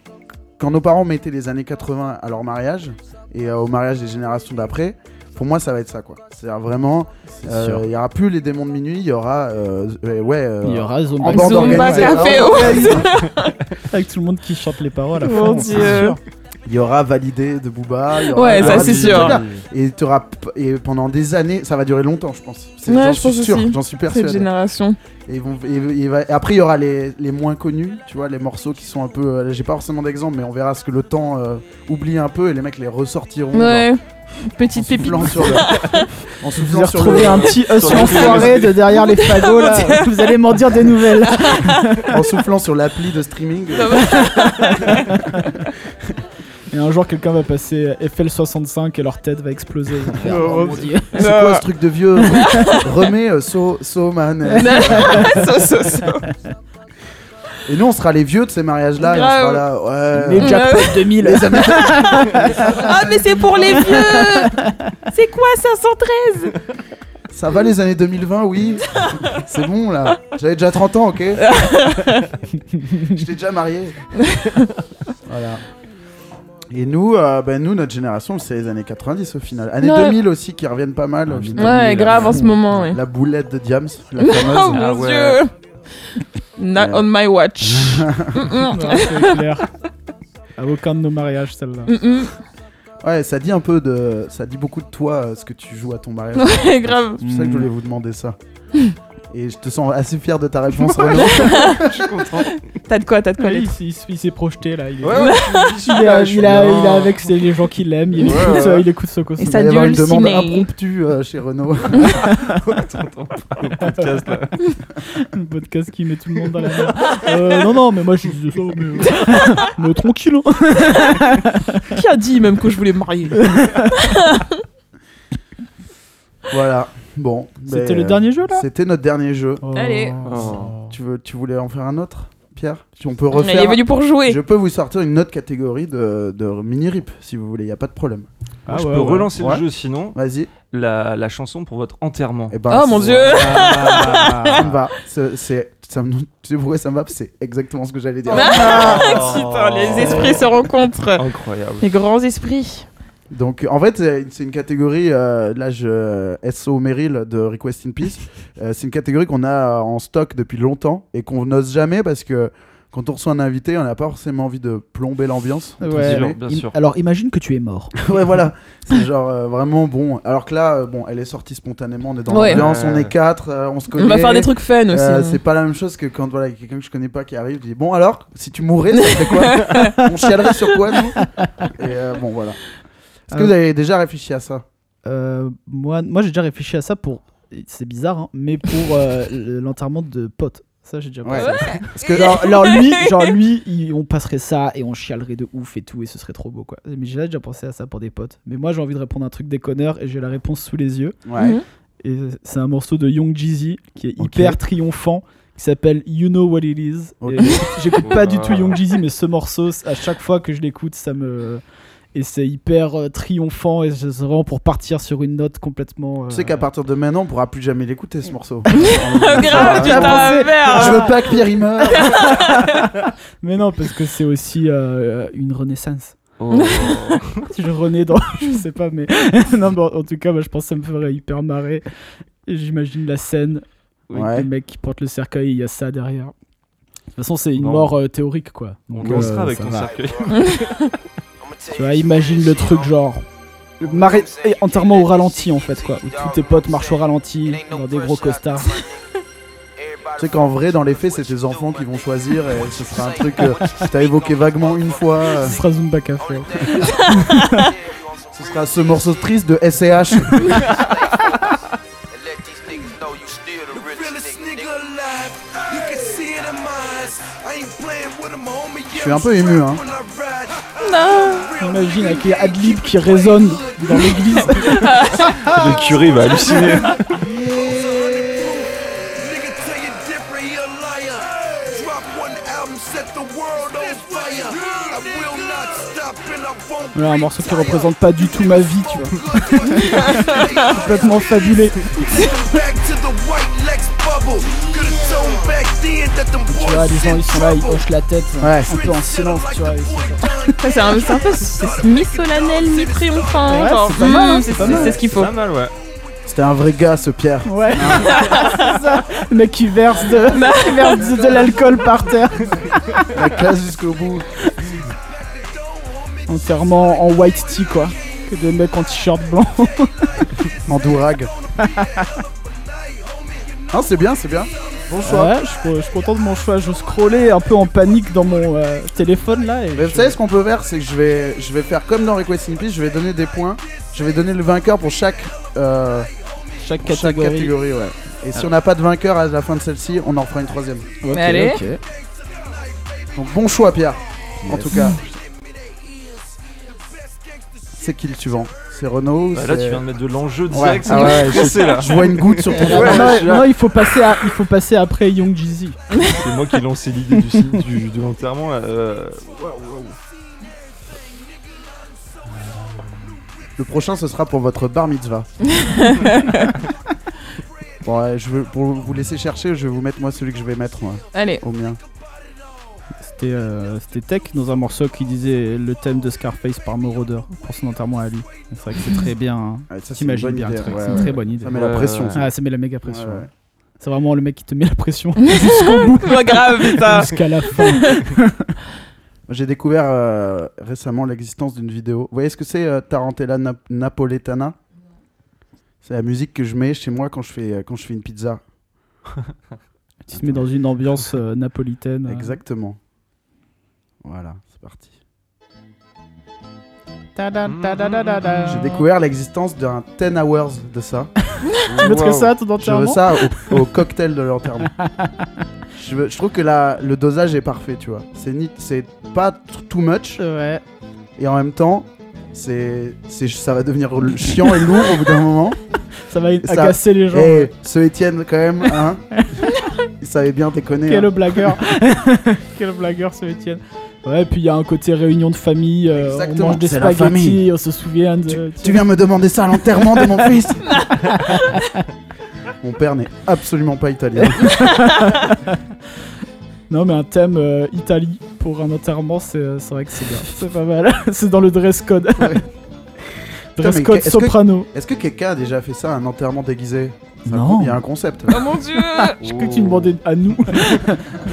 quand nos parents mettaient les années 80 à leur mariage et euh, au mariage des générations d'après, pour moi ça va être ça quoi. C'est vraiment, euh, sûr. il y aura plus les démons de minuit, il y aura, euh, euh, ouais, euh, Il y aura Zumba en bande Zumba organisée. Café, Ah, oh. ouais, avec tout le monde qui chante les paroles. à Mon fond, c'est Dieu. sûr. Il y aura validé de Booba. il y aura- Ouais, il y ça, aura c'est des sûr. trucs-là. Et, t'auras p- et pendant des années, ça va durer longtemps, je pense. C'est- Ouais, j'en je pense suis sûr, aussi. j'en suis cette persuadé. génération. Et, ils vont- et- et va- et après, il y aura les, les moins connus, tu vois, les morceaux qui sont un peu. euh, J'ai pas forcément d'exemple, mais on verra ce que le temps euh, oublie un peu et les mecs les ressortiront. genre, Ouais. en Petite pépite. soufflant sur le. en Vous soufflant avez sur retrouvé le. un petit os sur les enfoiré de derrière les fagots là. Vous allez m'en dire des nouvelles. en soufflant sur l'appli de streaming. Ça va. Et un jour, quelqu'un va passer FL65 et leur tête va exploser. Ils vont faire, Oh, oh mon Dieu. C'est quoi ce truc de vieux Remets euh, So, so Man. So, so, so. Et nous, on sera les vieux de ces mariages-là. Et on Grave. sera là. Euh, Ouais. Les jackpots 2000. Les amis- Ah, mais c'est pour les vieux C'est quoi 513 Ça va les années 2020, oui. C'est bon là. J'avais déjà 30 ans, ok. J'étais déjà marié. voilà. Et nous, euh, ben, nous, notre génération, c'est les années 90 au final. Années Ouais. 2000 aussi qui reviennent pas mal. au final. Ouais, grave en ce moment, ouais. La boulette de Diams, la Oh fameuse. Ah mon ouais. dieu Not on my watch. Mm-mm. hein, Ouais, c'est clair. À aucun de nos mariages, celle-là. Mm. Mm-mm. Ouais, ça dit un peu de, ça dit beaucoup de toi, euh, ce que tu joues à ton mariage. Ouais, grave. C'est pour ça que je voulais vous demander ça. Et je te sens assez fier de ta réponse, Renaud. Je suis content. T'as de quoi, t'as de quoi les Ouais, il s'est- il s'est- il s'est projeté là. Il est, Ouais, ouais, il est- là, Ah, je suis il a- bien. il est avec ses- les gens qui l'aiment. Il, Ouais, écoute, ouais. euh, il écoute ce Et Il concert. ça va y avoir une duole demande ciné. impromptue euh, chez Renaud. T'entends pas le podcast là. Le podcast qui met tout le monde dans la merde. Euh, non, non, mais moi je disais ça, mais, euh, mais tranquille. hein. Qui a dit même que je voulais me marier voilà. Bon. C'était ben, le dernier jeu là C'était notre dernier jeu. Allez. Oh. Tu, veux, tu voulais en faire un autre, Pierre Si on peut Il est refaire. venu pour jouer. Je peux vous sortir une autre catégorie de, de mini-rip, si vous voulez, il n'y a pas de problème. Ah, je ouais, peux ouais. relancer Ouais. le jeu sinon. Vas-y. La, la chanson pour votre enterrement. Ah, Eh ben, Oh mon c'est- dieu Ça me va. C'est- c'est- ça me- Tu sais pourquoi ça me va Parce que C'est exactement ce que j'allais dire. Oh. Putain, les esprits se ben. rencontrent. Incroyable. Les grands esprits. Donc en fait c'est c'est une catégorie euh, là je SO Meryl de Request in Peace. Euh, c'est une catégorie qu'on a euh, en stock depuis longtemps et qu'on n'ose jamais parce que quand on reçoit un invité, on n'a pas forcément envie de plomber l'ambiance. entre Ouais. Bien, guillemets. bien Im- sûr. Alors imagine que tu es mort. ouais voilà, c'est genre euh, vraiment bon. Alors que là euh, bon, elle est sortie spontanément, on est dans Ouais. l'ambiance, on Ouais. est quatre, euh, on se connaît. On va faire des trucs fun aussi. hein. Euh, c'est pas la même chose que quand voilà, il y a quelqu'un que je connais pas qui arrive, je dis bon alors, si tu mourais, ça serait quoi On chialerait sur quoi nous Et euh, bon voilà. Est-ce que Euh. vous avez déjà réfléchi à ça Euh, moi, moi j'ai déjà réfléchi à ça pour. C'est bizarre, hein, mais pour euh, le- l'enterrement de potes. Ça, j'ai déjà pensé. Ouais. Parce que genre, alors lui, genre, lui il- on passerait ça et on chialerait de ouf et tout, et ce serait trop beau quoi. Mais j'ai déjà pensé à ça pour des potes. Mais moi, j'ai envie de répondre à un truc déconneur et j'ai la réponse sous les yeux. Ouais. Mhm. Et c'est un morceau de Young Jeezy qui est Ok. hyper triomphant qui s'appelle You Know What It Is. Ok. Et j'écoute- J'écoute pas du tout Oula. Young Jeezy, mais ce morceau, c- à chaque fois que je l'écoute, ça me. Et c'est hyper euh, triomphant et c'est vraiment pour partir sur une note complètement. euh, Tu sais qu'à partir de maintenant, on pourra plus jamais l'écouter ce morceau. Grave, J'ai putain, Ah, Je merde veux pas que Pierre y meure. Mais non, parce que c'est aussi euh, une renaissance. Oh. je renais dans. je sais pas, mais. non, mais en, en tout cas, moi, je pense que ça me ferait hyper marrer. Et J'imagine la scène avec Ouais. le mec qui porte le cercueil et il y a ça derrière. De toute façon, c'est une Bon. mort euh, théorique quoi. On Donc, dansera euh, avec ça ton va. cercueil. Tu vois, imagine le truc genre. Maré... et enterrement au ralenti en fait quoi. Où tous tes potes marchent au ralenti dans des gros costards. Tu sais qu'en vrai, dans les faits, c'est tes enfants qui vont choisir et ce sera un truc que t'as évoqué vaguement une fois. euh, Ce sera Zumba Café. Ce sera ce morceau triste de SCH. Je suis un peu ému, hein. Imagine avec les adlibs qui résonnent dans l'église. Ah, Le curé va halluciner. Voilà, un morceau qui représente pas du tout ma vie, tu vois. Complètement fabulé. Tu vois, les gens ils sont là, ils hochent la tête euh, Ouais. un peu en silence, tu vois. et c'est genre- Ça, C'est un, c'est un peu c'est mi-solennel, mi-triomphant. Ouais, genre, c'est pas mal, hmm, c'est pas mal. c'est ce qu'il faut. Pas mal, ouais. C'était un vrai gars, ce Pierre. Ouais, c'est ça. Ah. Le mec qui verse de, qui verse de- de l'alcool par terre. La classe jusqu'au bout. Entièrement en white tee quoi. Que des mecs en t-shirt blanc. En dourague. Non, c'est bien, c'est bien. Bon choix. Ouais, je suis- je suis content de mon choix. Je scrollais un peu en panique dans mon euh, téléphone là. Et Mais vous je- savez ce qu'on peut faire, c'est que je vais, je vais faire comme dans Request in Peace, je vais donner des points, je vais donner le vainqueur pour chaque, euh, chaque pour chaque catégorie. Ah. catégorie. ouais. Et si on n'a pas de vainqueur à la fin de celle-ci, on en fera une troisième. Ok, Mais allez. ok. Donc bon choix Pierre, en tout cas. C'est qui le suivant C'est Renault ou Bah, là, c'est- tu viens de mettre de l'enjeu Ouais, direct. ah ouais, c'est stressé, là. Je vois une goutte sur ton Ah, Ouais, non, je- non, il faut passer à- il faut passer après Young Jeezy. C'est moi qui ai lancé l'idée du, site du, de l'enterrement. là, euh, Le prochain ce sera pour votre bar mitzvah. bon, ouais, je veux, pour vous laisser chercher, je vais vous mettre moi celui que je vais mettre moi, Allez, au mien. C'était euh, c'était Tech dans un morceau qui disait le thème de Scarface par Moroder pour son enterrement à lui. C'est vrai que c'est très bien. hein. Ouais, ça, c'est une T'imagines bonne bien, idée, le truc, ouais, c'est une ouais. très bonne idée. Ça met la Ouais, pression. ouais. ça. Ah, ça met la méga pression. Ouais, ouais. ouais. C'est vraiment le mec qui te met la pression Moi, grave, putain. jusqu'à la fin. J'ai découvert euh, récemment l'existence d'une vidéo. Vous voyez ce que c'est euh, Tarantella Nap- euh, Napoletana C'est la musique que je mets chez moi quand je fais, quand je fais une pizza. Tu te mets dans une ambiance euh, napolitaine. euh. Exactement. Voilà, c'est parti. J'ai découvert l'existence d'un 10 hours de ça. Tu mettrais ça à Je ton veux enterrement ça au, au cocktail de l'enterrement. je, veux- je trouve que la, le dosage est parfait, tu vois. C'est ni- c'est pas t- too much Ouais. et en même temps, c'est c'est- ça va devenir l- chiant et lourd au bout d'un moment. Ça va Ça- Eh, agacer les gens. Et ce Étienne quand même, hein, il savait bien déconner. hein. Quel blagueur Quel blagueur ce Étienne Ouais, puis il y a un côté réunion de famille, euh, on Exactement, mange des c'est la spaghettis, famille. on se souvient de... Tu, tu viens me demander ça à l'enterrement de mon fils Mon père n'est absolument pas italien. Non mais un thème euh, Italie pour un enterrement, c'est c'est vrai que c'est bien. C'est pas mal. c'est dans le dress code. Ouais. Putain, dress mais code est-ce que- soprano. Est-ce que quelqu'un a déjà fait ça, un enterrement déguisé Ça, Non. Il y a un concept. Oh mon dieu Je crois que tu demandais à nous.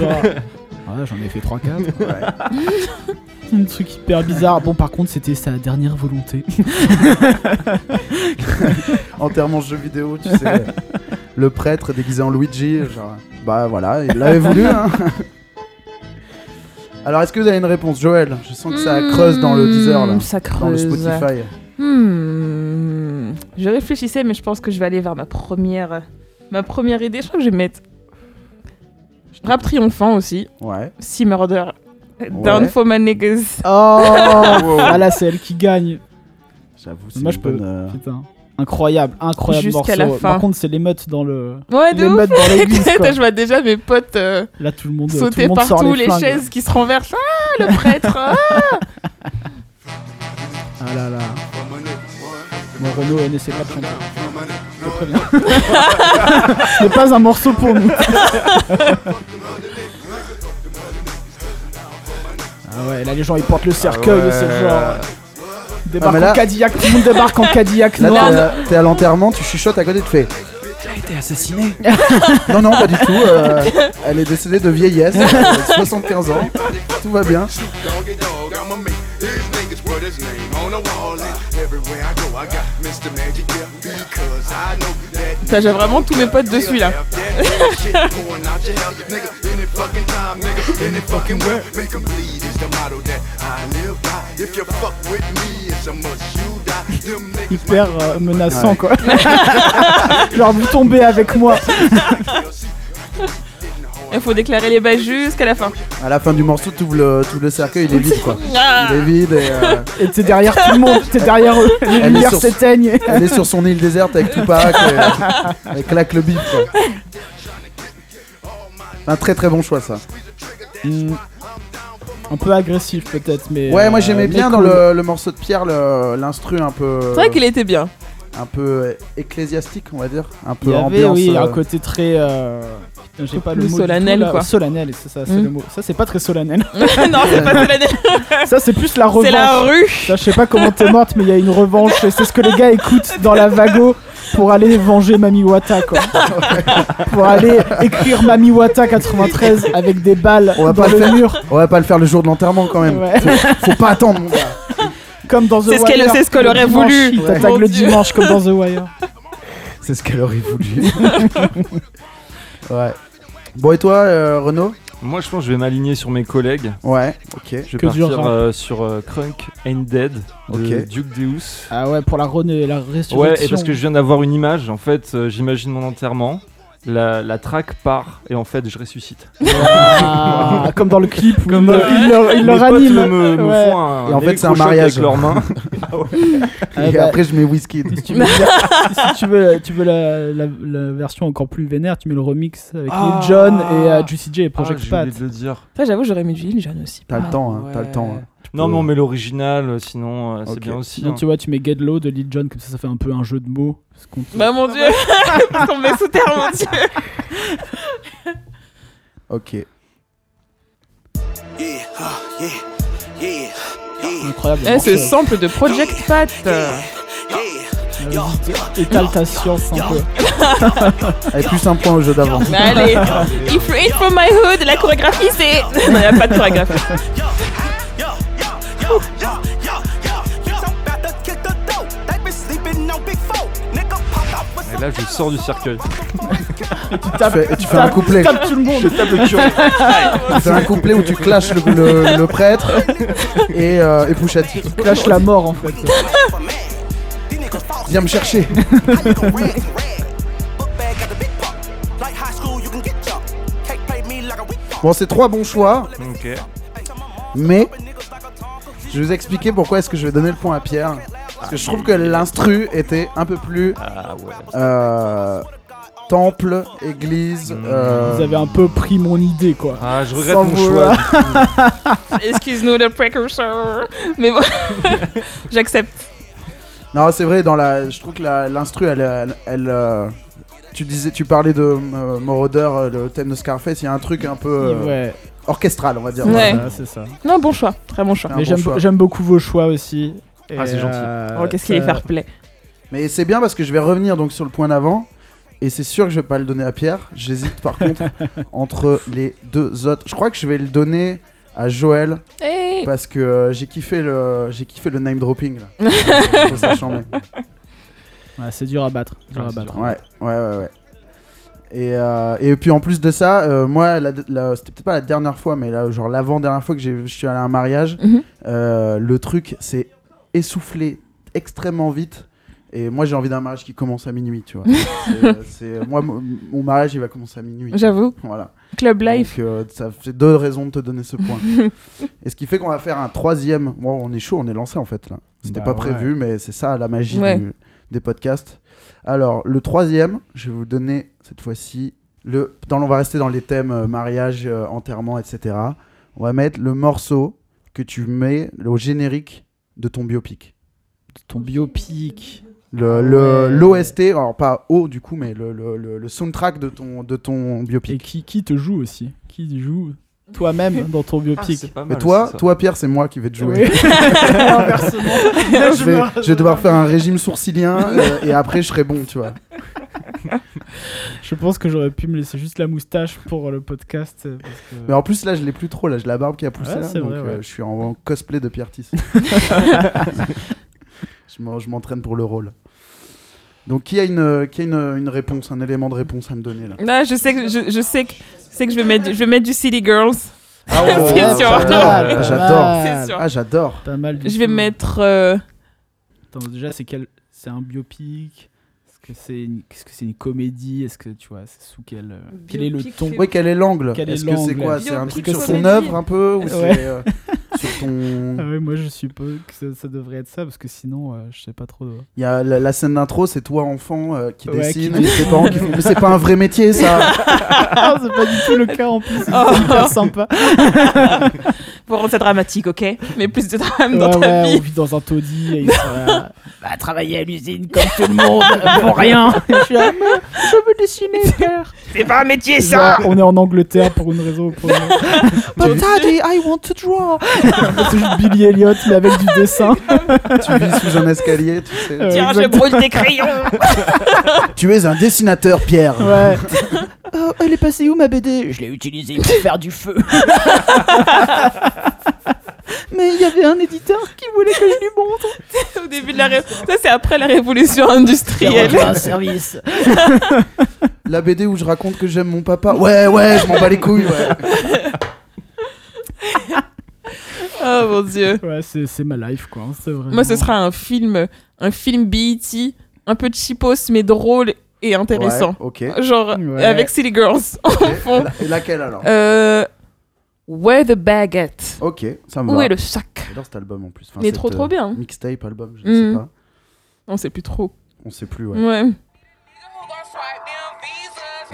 Genre, Ah, Ouais, j'en ai fait 3-4. Ouais. un truc hyper bizarre. Bizarre. Bon, par contre, c'était sa dernière volonté. Enterrement jeu vidéo, tu sais. le prêtre déguisé en Luigi, genre. Bah voilà, il l'avait voulu. hein. Alors, est-ce que vous avez une réponse, Joël Je sens que ça creuse dans le Deezer, là, Hmm, Ça dans le creuse. Spotify. Hmm. Je réfléchissais, mais je pense que je vais aller vers ma première, ma première idée. Je crois que je vais mettre Rap Triomphant aussi. Ouais. Sea Murder. Down Ouais. for my niggas. Oh Ah là c'est elle qui gagne. Ah. J'avoue, c'est Moi, je une peux- bonne, euh, Putain. Incroyable, incroyable morceau. Jusqu'à la fin. Par contre c'est l'émeute dans le... Ouais, de ouf. L'émeute dans l'église quoi. je vois déjà mes potes euh, Là tout le monde... tout le sauter monde sort partout, les, flingues. chaises qui se renversent. Ah, le prêtre ah. Ah là là. Mon Renault euh, n'essaie pas de chanter. C'est très bien. Ce n'est pas un morceau pour nous. ah ouais, là les gens ils portent le cercueil, c'est le genre. Ah, Ils Débarquent mais là- en Cadillac, tout le monde débarque en Cadillac Là, noir. t'es à- t'es à l'enterrement, tu chuchotes à côté, tu fais. Elle a été assassinée Non, non, pas du tout. euh, elle est décédée de vieillesse, euh, 75 ans. Tout va bien. Doggy dog, I'm a me. These niggas put his name on the wall. And everywhere I go, I got Mr. Magic there because I know that. Ça, J'ai vraiment tous mes potes dessus là. F that real shit pouring out your house, nigga. Any fucking time, nigga. Any fucking where. Make 'em bleed is the motto that I live by. If you fuck with me, it's a must you die. Them niggas Hyper euh, menaçant quoi. genre vous tombez avec moi. Il faut déclarer les bails jusqu'à la fin. À la fin du morceau, tout le, tout le cercueil, il est vide, quoi. Ah. Il est vide et. euh, Et t'es derrière tout le monde, t'es derrière eux. Les est lumières sur- s'éteignent. Elle est sur son île déserte avec Tupac. euh, elle claque le beat. quoi. Un très très bon choix ça. Hmm. Un peu agressif peut-être, mais. Ouais, moi euh, j'aimais mais bien dans cool. le, le morceau de Pierre le- l'instru un peu C'est vrai qu'il était bien. un peu euh, ecclésiastique, on va dire, un peu Il y avait ambiance. oui, euh, un côté très. euh, J'ai pas le plus mot du solennel, tout, là. quoi. Solennel, c'est ça, c'est Mm. le mot. Ça, c'est pas très solennel. non, c'est pas de la ça, c'est plus la revanche. C'est la rue. Ça, je sais pas comment t'es morte, mais il y a une revanche. et C'est ce que les gars écoutent dans la vago pour aller venger Mami Wata, quoi. pour aller écrire Mami Wata 93 avec des balles On va dans pas le le faire. mur. On va pas le faire le jour de l'enterrement quand même. Ouais. Faut, faut pas attendre mon gars. Comme dans The C'est ce qu'elle- Wire. c'est ce qu'elle le aurait dimanche, voulu. Il Ouais. t'attaque Mon le Dieu. dimanche comme dans The Wire. C'est ce qu'elle aurait voulu. ouais. Bon et toi euh, Renaud Moi, je pense que je vais m'aligner sur mes collègues. Ouais. Ok. Je vais Que du partir rap. euh, sur euh, Crunk and Dead de Ok. Duke Deus. Ah ouais, pour la rené, la restitution. Ouais, et parce que je viens d'avoir une image, en fait, euh, j'imagine mon enterrement, la, la traque part, et en fait, je ressuscite. Ah, comme dans le clip où Comme il, dans- il leur, il Mes leur potes anime. me, me- me Ouais. font un Et en fait, c'est un électrochoc mariage. avec leurs mains. Ah et bah, après je mets whisky. si tu veux, si tu veux, tu veux la, la- la version encore plus vénère, tu mets le remix avec Ah. Lil Jon et euh, Juicy J et Ah, Project j'ai Pat. oublié de le dire. Ça, j'avoue, j'aurais mis Jules Jeanne aussi. T'as le temps, hein, t'as le temps. hein. Non, peux- mais on met l'original, euh, sinon euh, c'est Ok. bien aussi. Sinon, hein. tu vois, tu mets Get Low de Lil Jon, comme ça, ça fait un peu un jeu de mots. Parce qu'on peut- Bah mon dieu, tombé sous terre, mon dieu. Ok. incroyable. Eh, ce morceau. sample de Project Pat. euh, Vas-y, Étale ta science un peu. Allez, plus un point au jeu d'avant. Mais allez, if you ain't from my hood, la chorégraphie c'est. Non, y a pas de chorégraphie. Et là, je sors du cercueil. Tu tapes, fais- tu fais un couplet. Tu tapes tout le monde. Tape le curé. C'est un couplet où tu clashes le, le- le prêtre et, euh, et Pouchette. Clash la mort en fait. Viens me chercher. Bon, c'est trois bons choix, Ok. mais je vais vous expliquer pourquoi est-ce que je vais donner le point à Pierre. Parce que je trouve que l'instru était un peu plus Ah ouais. euh, temple, église. Hmm. euh, Vous avez un peu pris mon idée quoi. Ah, je regrette Sans mon choix. vouloir. Excuse-nous le precursor. Mais bon, j'accepte. Non, c'est vrai, dans la, je trouve que la- l'instru, elle, elle, elle, euh, tu disais, tu parlais de euh, Moroder, euh, le thème de Scarface, il y a un truc un peu euh, ouais, orchestral, on va dire. Ouais. voilà, c'est ça. Non, bon choix. Très bon choix. Un Mais bon j'aime- choix. j'aime beaucoup vos choix aussi. Ah, c'est gentil. euh, bah, Oh, qu'est-ce qu'il est fair play. Mais c'est bien parce que je vais revenir donc sur le point d'avant. Et c'est sûr que je vais pas le donner à Pierre. J'hésite par contre entre les deux autres. Je crois que je vais le donner à Joël Hey. parce que euh, j'ai kiffé le j'ai kiffé le name dropping là. Je trouve ça chambé. Ouais, c'est dur à battre. dur Ah, à c'est battre. dur. Ouais, ouais, ouais, ouais. Et, euh, et puis en plus de ça, euh, moi, la- la- c'était peut-être pas la dernière fois, mais là, genre l'avant-dernière fois que j'ai- je suis allé à un mariage, Mhm. euh, le truc s'est essoufflé extrêmement vite. Et moi, j'ai envie d'un mariage qui commence à minuit, tu vois. C'est- c'est- moi, mon mon mariage, il va commencer à minuit. J'avoue. Voilà. Club Life. Donc, euh, ça fait deux raisons de te donner ce point. et ce qui fait qu'on va faire un troisième. Bon, on est chaud, on est lancé en fait là. C'était Bah pas ouais. prévu, mais c'est ça la magie Ouais. du- des podcasts. Alors, le troisième, je vais vous donner cette fois-ci. Le, dans, on va rester dans les thèmes euh, mariage, euh, enterrement, etc. On va mettre le morceau que tu mets au générique de ton biopic. Ton biopic. Ah Le, le- Ouais. L'OST, alors pas O du coup, mais le, le- le- le soundtrack de ton, de ton Et biopic. qui, qui te joue aussi Qui joue Toi-même dans ton Ah, biopic. c'est pas Mais mal, toi, c'est ça. toi Pierre, c'est moi qui vais te jouer. Oui. Inversement. je vais, je vais devoir faire un régime sourcilien euh, et après je serai bon, tu vois. Je pense que j'aurais pu me laisser juste la moustache pour le podcast. euh, parce que- Mais en plus là, je l'ai plus trop, là, j'ai la barbe qui a poussé Ouais, là, c'est donc vrai, euh, ouais. je suis en, en cosplay de Piertis. je m'en- je m'entraîne pour le rôle. Donc qui a une euh, qui a une, une réponse, un élément de réponse à me donner là Là, je sais que je, je sais que c'est que je vais mettre je vais mettre du City Girls. Ah ouais, C'est ouais, sûr. Ah, j'adore. Pas j'adore. Ah, mal. C'est sûr. Ah j'adore. Pas mal du Je vais tout. mettre euh, Attends, déjà, c'est quel... c'est un biopic Est-ce que c'est une... -ce que c'est une comédie Est-ce que tu vois, c'est sous quel. euh, Quel est le Biopic, ton c'est- Oui, quel est l'angle Quel est Est-ce que c'est l'angle quoi C'est un Biopic truc sur ton comédie. œuvre un peu ou Ouais. c'est euh, sur ton Ah ouais, moi je suppose que ça, ça devrait être ça parce que sinon euh, je sais pas trop. Il y a la, la scène d'intro, c'est toi enfant euh, qui Ouais, dessine, qui et tes parents qui font. Mais c'est pas un vrai métier ça. Ah, c'est pas du tout le cas en plus, c'est oh. hyper sympa. pour rendre ça dramatique, ok Mais plus de drame Ouais, dans ta ouais, on vie. vit dans un taudis et ils sont là. Va travailler à l'usine comme tout le monde pour rien. je suis là, mais je veux dessiner, père. C'est pas un métier Là, on est en Angleterre pour une raison ou pour une autre. But daddy, I want to draw. C'est juste Billy Elliot mais avec du dessin. tu vis sous un escalier, tu sais. Euh, Tiens, je exactement. brûle des crayons. Tu es un dessinateur, Pierre. Ouais. Ah, elle est passée où ma BD Je l'ai utilisée pour faire du feu. Mais il y avait un éditeur qui voulait que je lui montre. Au début de la ré- ça c'est après la révolution industrielle. un service. La BD où je raconte que j'aime mon papa. Ouais, ouais, je m'en bats les couilles. Ouais. Oh mon dieu. Ouais, c'est c'est ma life quoi, hein, c'est vrai. Moi ce sera un film un film BET un peu cheapos mais drôle et intéressant. Ouais, ok. Genre Ouais. avec City Girls en Et, fond. la- et laquelle alors Euh, Where the baguette. Ok, ça me Bah. Où va. est le sac J'adore cet album en plus. Enfin, Il est cette, trop euh, trop bien. Mixtape, album, je Mm. sais pas. On sait plus trop. On sait plus, ouais. Ouais.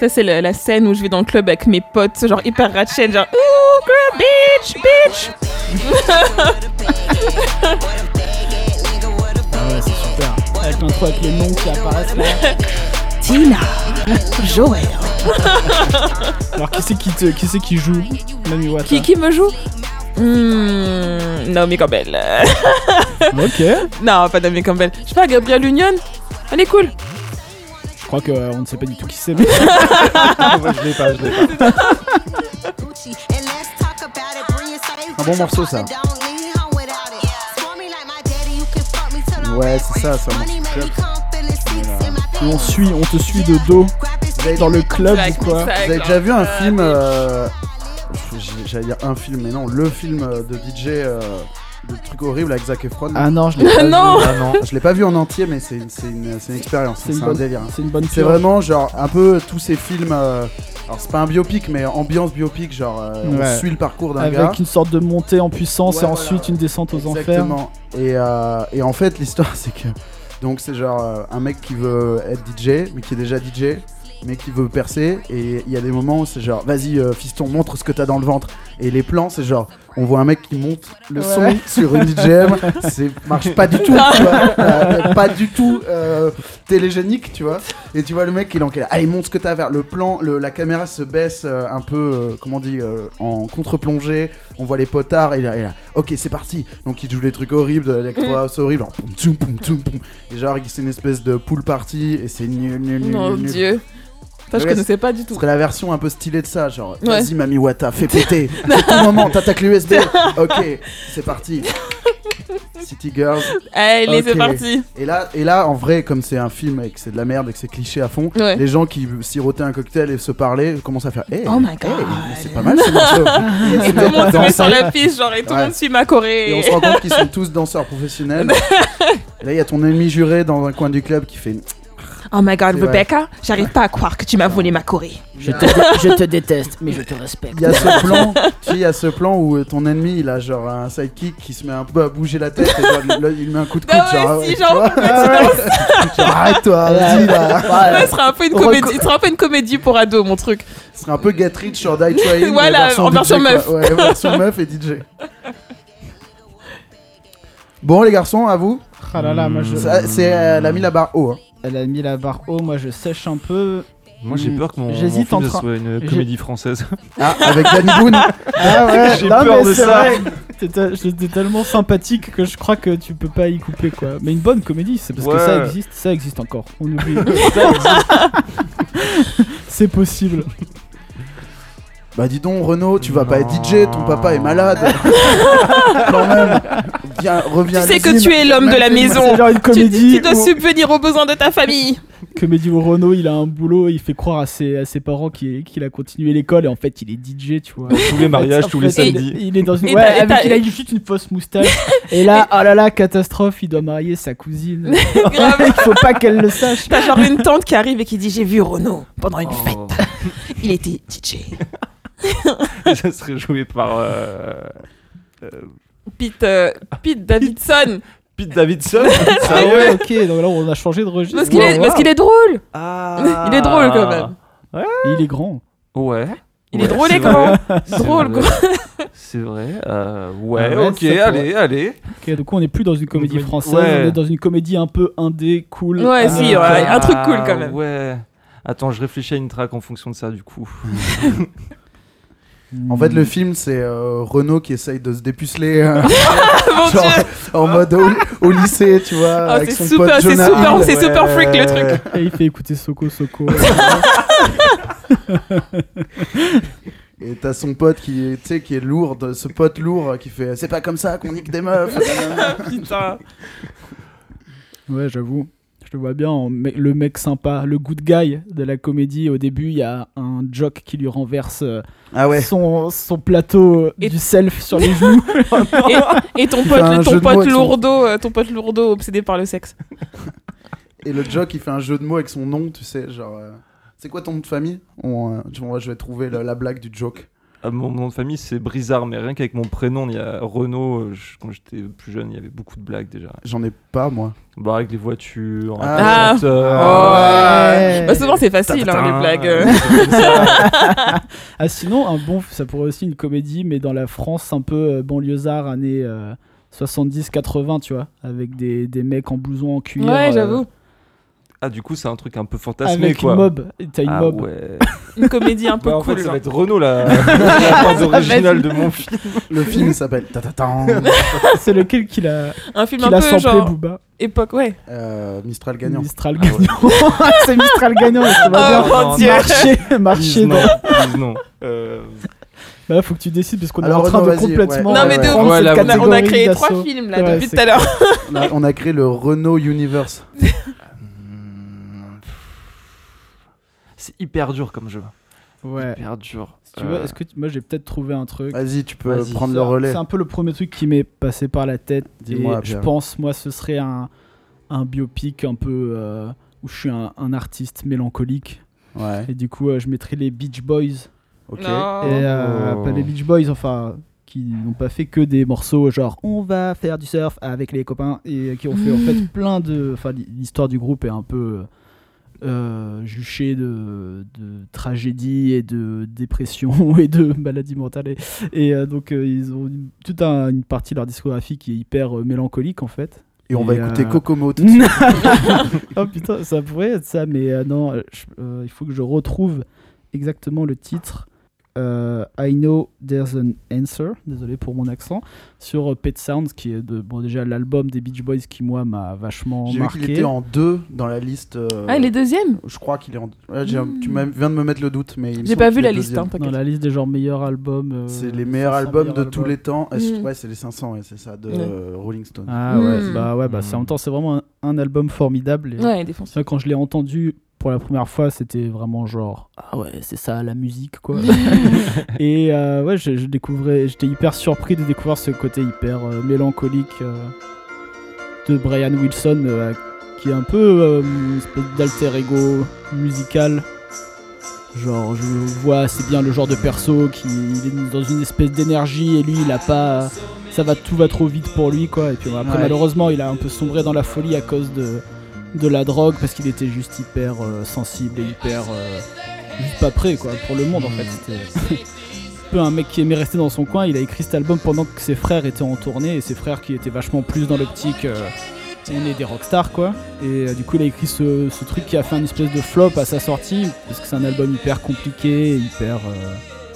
Ça, c'est la, la scène où je vais dans le club avec mes potes, genre hyper ratchet, genre Ouh, girl, bitch, bitch! Ah ouais, c'est super. Avec l'intro avec les noms qui apparaissent là. Tina! Joël! Alors qui c'est qui, te- qui, c'est qui joue Mami Wata. Qui, qui me joue? Hmm, Naomi Campbell. Ok, je non, pas Naomi Campbell. Je sais pas, Gabrielle Union? Elle est cool! crois qu'on on ne sait pas du tout qui c'est. mais- je l'ai pas, je l'ai pas. Un bon morceau ça. Ouais, c'est ça, c'est un morceau de club. Et on suit, on te suit de dos dans le club Direct, ou quoi. ça, Vous avez genre, déjà vu un euh, film euh, j'ai- J'allais dire un film, mais non, le film euh, de DJ, euh, le truc horrible avec Zac Efron. Ah non, je l'ai pas vu. Non Ah non. Je l'ai pas vu en entier, mais c'est une, c'est une- c'est une expérience, C'est c'est une un bonne- délire. hein. C'est une bonne C'est purge. vraiment genre un peu tous ces films. euh, alors c'est pas un biopic, mais ambiance biopic, genre euh, Ouais. on suit le parcours d'un Avec gars. une sorte de montée en puissance Ouais, et voilà, ensuite ouais. une descente aux enfers. Exactement. Et, euh, et en fait, l'histoire, c'est que. Donc, c'est genre euh, un mec qui veut être DJ, mais qui est déjà DJ, mais qui veut percer. Et il y a des moments où c'est genre, vas-y, euh, fiston, montre ce que t'as dans le ventre. Et les plans, c'est genre, on voit un mec qui monte le son Ouais. sur une DJM. c'est marche pas du tout, tu vois. Euh, pas du tout euh, télégénique, tu vois. Et tu vois le mec, il est en Allez, montre ce que t'as à faire. Le plan, le- la caméra se baisse euh, un peu, euh, comment on dit, euh, en contre-plongée on voit les potards, et il est là, ok c'est parti Donc il joue les trucs horribles, de Mm. l'électro house horrible, genre, poum, tchoum, poum, tchoum, poum. et genre c'est une espèce de pool party, et c'est nul, nul, nul, Euh, Mon nul, nul. dieu. Ça, je Ouais, connaissais pas du Ce tout. serait la version un peu stylée de ça, genre Ouais. vas-y Mami Wata, fais péter, c'est ton moment, t'attaques l'USB, ok, c'est parti. City Girls. Allez, Ok. c'est parti. Et là, et là, en vrai, comme c'est un film et que c'est de la merde et que c'est cliché à fond, Ouais. les gens qui sirotaient un cocktail et se parlaient commencent à faire Hey, Oh my hey, God. c'est pas mal ce morceau. Et tout le monde se met sur Danser. la piste, genre, et tout le Ouais. monde suit ma Et on Corée. se rend compte qu'ils sont tous danseurs professionnels. Et là, il y a ton ami juré dans un coin du club qui fait. Oh my god, C'est vrai. Rebecca, j'arrive pas à croire que tu m'as volé ma Corée. Je te, je te déteste, mais je te respecte. Il y a ce plan, tu sais, il y a ce plan où euh, ton ennemi, il a genre un sidekick qui se met un peu à bouger la tête et genre, le- il met un coup de coude. Ah ouais, genre, si, tu genre, vois Genre, arrête-toi, vas-y là. Ça sera un peu une Reco- comédie, ce sera un peu une comédie pour ados, mon truc. Ce serait un peu Get Rich or Die Trying. mais Voilà, en DJ, version quoi. meuf. Ouais, version meuf et DJ. Bon, les garçons, à vous. Ah là là, moi je... Ça, C'est, euh, elle a mis la barre haut. hein. Elle a mis la barre haut, moi je sèche un peu. Moi j'ai Hmm. peur que mon, mon J'hésite film entre un- soit une euh, J'ai- comédie française. Ah, avec Danny Boone. Ah ouais, J'ai non, peur mais de c'est ça. vrai. T'es te- J'étais tellement sympathique que je crois que tu peux pas y couper quoi. Mais une bonne comédie, c'est parce Ouais. que ça existe, ça existe encore. On oublie. c'est possible. Bah dis donc Renaud, tu vas pas être Non. DJ, ton papa est malade. Quand même. Viens, reviens. Tu sais que tu es l'homme de la maison. C'est genre une Tu, comédie. tu dois où- subvenir aux besoins de ta famille. comédie où Renaud il a un boulot, il fait croire à ses, à ses parents qu'il qu'il a continué l'école et en fait il est DJ, tu vois. Tous les mariages, En tous fait, les il- samedis. Il est dans une. Et Ouais, t'as- et avec, t'as- il a eu juste une fausse moustache. bah, et là, oh là là, catastrophe, il doit marier sa cousine. Grave. il faut pas qu'elle le sache. T'as genre une tante qui arrive et qui dit J'ai vu Renaud pendant une fête. Oh. Il était DJ. ça serait joué par euh, euh, Pete, euh, Pete Davidson. Pete Davidson. Ah Sérieux ouais, ok, donc là on a changé de registre. Parce qu'il Wow, est, wow. parce qu'il est drôle. Ah. Il est drôle, quand même. Et il est grand. Ouais. Il Ouais, est drôle c'est et grand. vrai. Drôle, C'est quoi. vrai. C'est vrai. euh, ouais, Ah ouais, ok, ça pourrait. allez, allez. Ok, donc on n'est plus dans une comédie Ouais. française, on est dans une comédie un peu indé, cool. Ah. Ouais, Ah si, ouais, américaine. un truc cool, quand même. Euh, Ouais. Attends, je réfléchis à une track en fonction de ça du coup. En fait, le film, c'est euh, Renaud qui essaye de se dépuceler euh, Mon genre, dieu. en mode au, au lycée, tu vois, Oh, avec c'est son super- pote c'est Jonah super- Hill. c'est super freak, le truc. Et il fait écouter Soko Soko. Et t'as son pote qui, est- tu sais, qui est lourd, de- ce pote lourd qui fait, c'est pas comme ça qu'on nique des meufs. Putain. Ouais, j'avoue. Je le vois bien, en me- le mec sympa, le good guy de la comédie. Au début, il y a un jock qui lui renverse euh, ah ouais. son, son plateau euh, Et- du self sur les genoux. Et, et ton pote, un jeu ton de mots pote avec son- lourdeau, euh, ton pote lourdeau obsédé par le sexe. Et le jock, il fait un jeu de mots avec son nom, tu sais, genre. euh, C'est quoi ton nom de famille On, euh, tu vois, Je vais trouver la- la blague du joke. Ah, Mon nom de famille c'est Brizard, mais rien qu'avec mon prénom, il y a Renault. euh, je- Quand j'étais plus jeune, il y avait beaucoup de blagues déjà. J'en ai pas, moi. Bah avec les voitures, Ah. un Oh, chanteur. ouais. ouais. Bah, souvent, c'est facile, hein, les blagues. euh. Ah, sinon, un bon, ça pourrait aussi une comédie, mais dans la France un peu euh, banlieusard, années 70-80, tu vois, avec des, des mecs en blouson en cuir. Ouais, euh, j'avoue. Ah du coup c'est un truc un peu fantasmé Avec quoi. une mob. Et T'as une ah mob. ouais. Une comédie un peu Bah, en cool. hein. fait ça genre. va être Renault la, la bande originale de mon film. Le film s'appelle Tatatan. C'est lequel qu'il a, Un film qu'il un a peu samplé genre Booba époque, ouais. Euh, Mistral gagnant. Mistral Ah gagnant. C'est Mistral gagnant, ça va Oh bien. mon non, dieu. Marcher, Lise, marcher non. dans Lise, non. Euh, Bah là, faut que tu décides parce qu'on est Alors, en train non, de vas-y, complètement. euh, ouais. Non, mais de ouais. ouf, Ouais, cette là, on, a, on a catégorie créé d'assaut. trois films là Ouais, depuis c'est tout à l'heure. On a, on a créé le Renault Universe. hmm, C'est hyper dur comme jeu. Ouais. Hyper dur. Si tu veux, Euh, est-ce que tu- moi j'ai peut-être trouvé un truc Vas-y, tu peux Vas-y. prendre C'est le un- relais. C'est un peu le premier truc qui m'est passé par la tête. Dis-moi, et je Pierre. pense, moi, ce serait un, un biopic un peu euh, où je suis un, un artiste mélancolique. Ouais, Et du coup, euh, je mettrais les Beach Boys. ok. Non. Et euh, Oh. pas les Beach Boys, enfin, qui n'ont pas fait que des morceaux genre on va faire du surf avec les copains et qui ont fait en fait plein de. Enfin, l'hi- l'histoire du groupe est un peu euh, juchée de, de tragédie et de dépression et de maladies mentales. Et, et, euh, donc, euh, ils ont une- toute un- une partie de leur discographie qui est hyper euh, mélancolique en fait. Et on va Et, écouter euh, Kokomo tout de suite. Non. oh putain, ça pourrait être ça, mais euh, non, euh, je- euh, il faut que je retrouve exactement le titre. Euh, I know there's an answer, désolé pour mon accent, sur euh, Pet Sounds, qui est de, bon, déjà l'album des Beach Boys qui, moi, m'a vachement J'ai vu qu'il marqué. était en deux dans la liste. euh, Ah, il est deuxième Je crois qu'il est en. ouais, j'ai- Mm. Tu m'as- viens de me mettre le doute, mais. il me J'ai semble pas qu'il vu est la liste, deuxième. hein, t'inquiète. dans la liste des genre meilleurs albums. euh, C'est les meilleurs 500 albums de meilleurs tous les temps. Est-ce- Mm. Ouais, c'est les 500, ouais, c'est ça, de Ouais. euh, Rolling Stone. Ah ouais, Mm. bah ouais, bah c'est en même temps, c'est vraiment un, un album formidable. et- Ouais, défense. Ça, quand je l'ai entendu pour la première fois, c'était vraiment genre ah ouais, c'est ça la musique quoi. et euh, ouais, je, je découvrais, j'étais hyper surpris de découvrir ce côté hyper euh, mélancolique euh, de Brian Wilson, euh, qui est un peu euh, une espèce d'alter ego musical. Genre, je vois assez bien le genre de perso qui il est dans une espèce d'énergie et lui, il a pas. Ça va, tout va trop vite pour lui, quoi. Et puis bon, après, Ouais. malheureusement, il a un peu sombré dans la folie à cause de, de la drogue parce qu'il était juste hyper euh, sensible et hyper. euh, juste pas prêt, quoi, pour le monde en fait. C'était un peu un mec qui aimait rester dans son coin. Il a écrit cet album pendant que ses frères étaient en tournée et ses frères qui étaient vachement plus dans l'optique. euh, on est des rockstars quoi. Et euh, du coup, il a écrit ce, ce truc qui a fait une espèce de flop à sa sortie, parce que c'est un album hyper compliqué, hyper. euh,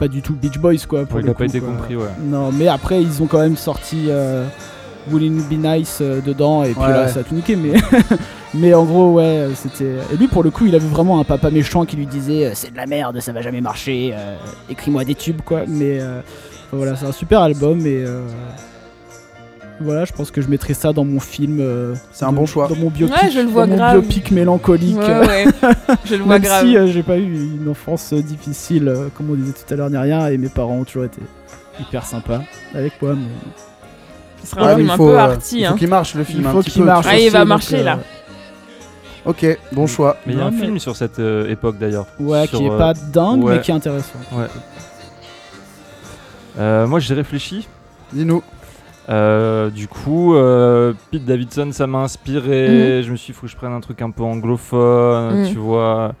pas du tout Beach Boys quoi. Pour Ouais, il le a pas coup, été quoi. compris, ouais. Non, mais après, ils ont quand même sorti euh, Wouldn't It Be Nice euh, dedans, et puis Ouais, là, ouais. ça a tout niqué, mais. Mais en gros, ouais, euh, c'était. Et lui, pour le coup, il avait vraiment un papa méchant qui lui disait euh, C'est de la merde, ça va jamais marcher, euh, écris-moi des tubes, quoi. Mais euh, voilà, c'est un super album, et. euh, Voilà, je pense que je mettrai ça dans mon film. euh, C'est un de- bon choix. Dans mon biopic, Ouais, je le vois dans mon grave. biopic mélancolique. euh, Ouais, ouais. Je le vois Même grave. si euh, j'ai pas eu une enfance euh, difficile, euh, comme on disait tout à l'heure, ni rien, et mes parents ont toujours été hyper sympas avec moi. Mais... Ce sera un Ouais, mais film Ah, un faut, peu euh, arty. il faut Hein. qu'il marche le film Il un faut petit qu'il peu. marche. Ah, il aussi, va donc, marcher, euh, là. Ok, bon choix. Mais il y a un Non, mais- film sur cette euh, époque d'ailleurs. Ouais, Sur, qui est euh, pas dingue, ouais. mais qui est intéressant. Ouais. Euh, moi, j'ai réfléchi. Dis-nous. Euh, du coup, euh, Pete Davidson, ça m'a inspiré. Mhm. Je me suis dit, faut que je prenne un truc un peu anglophone, Mhm. tu vois.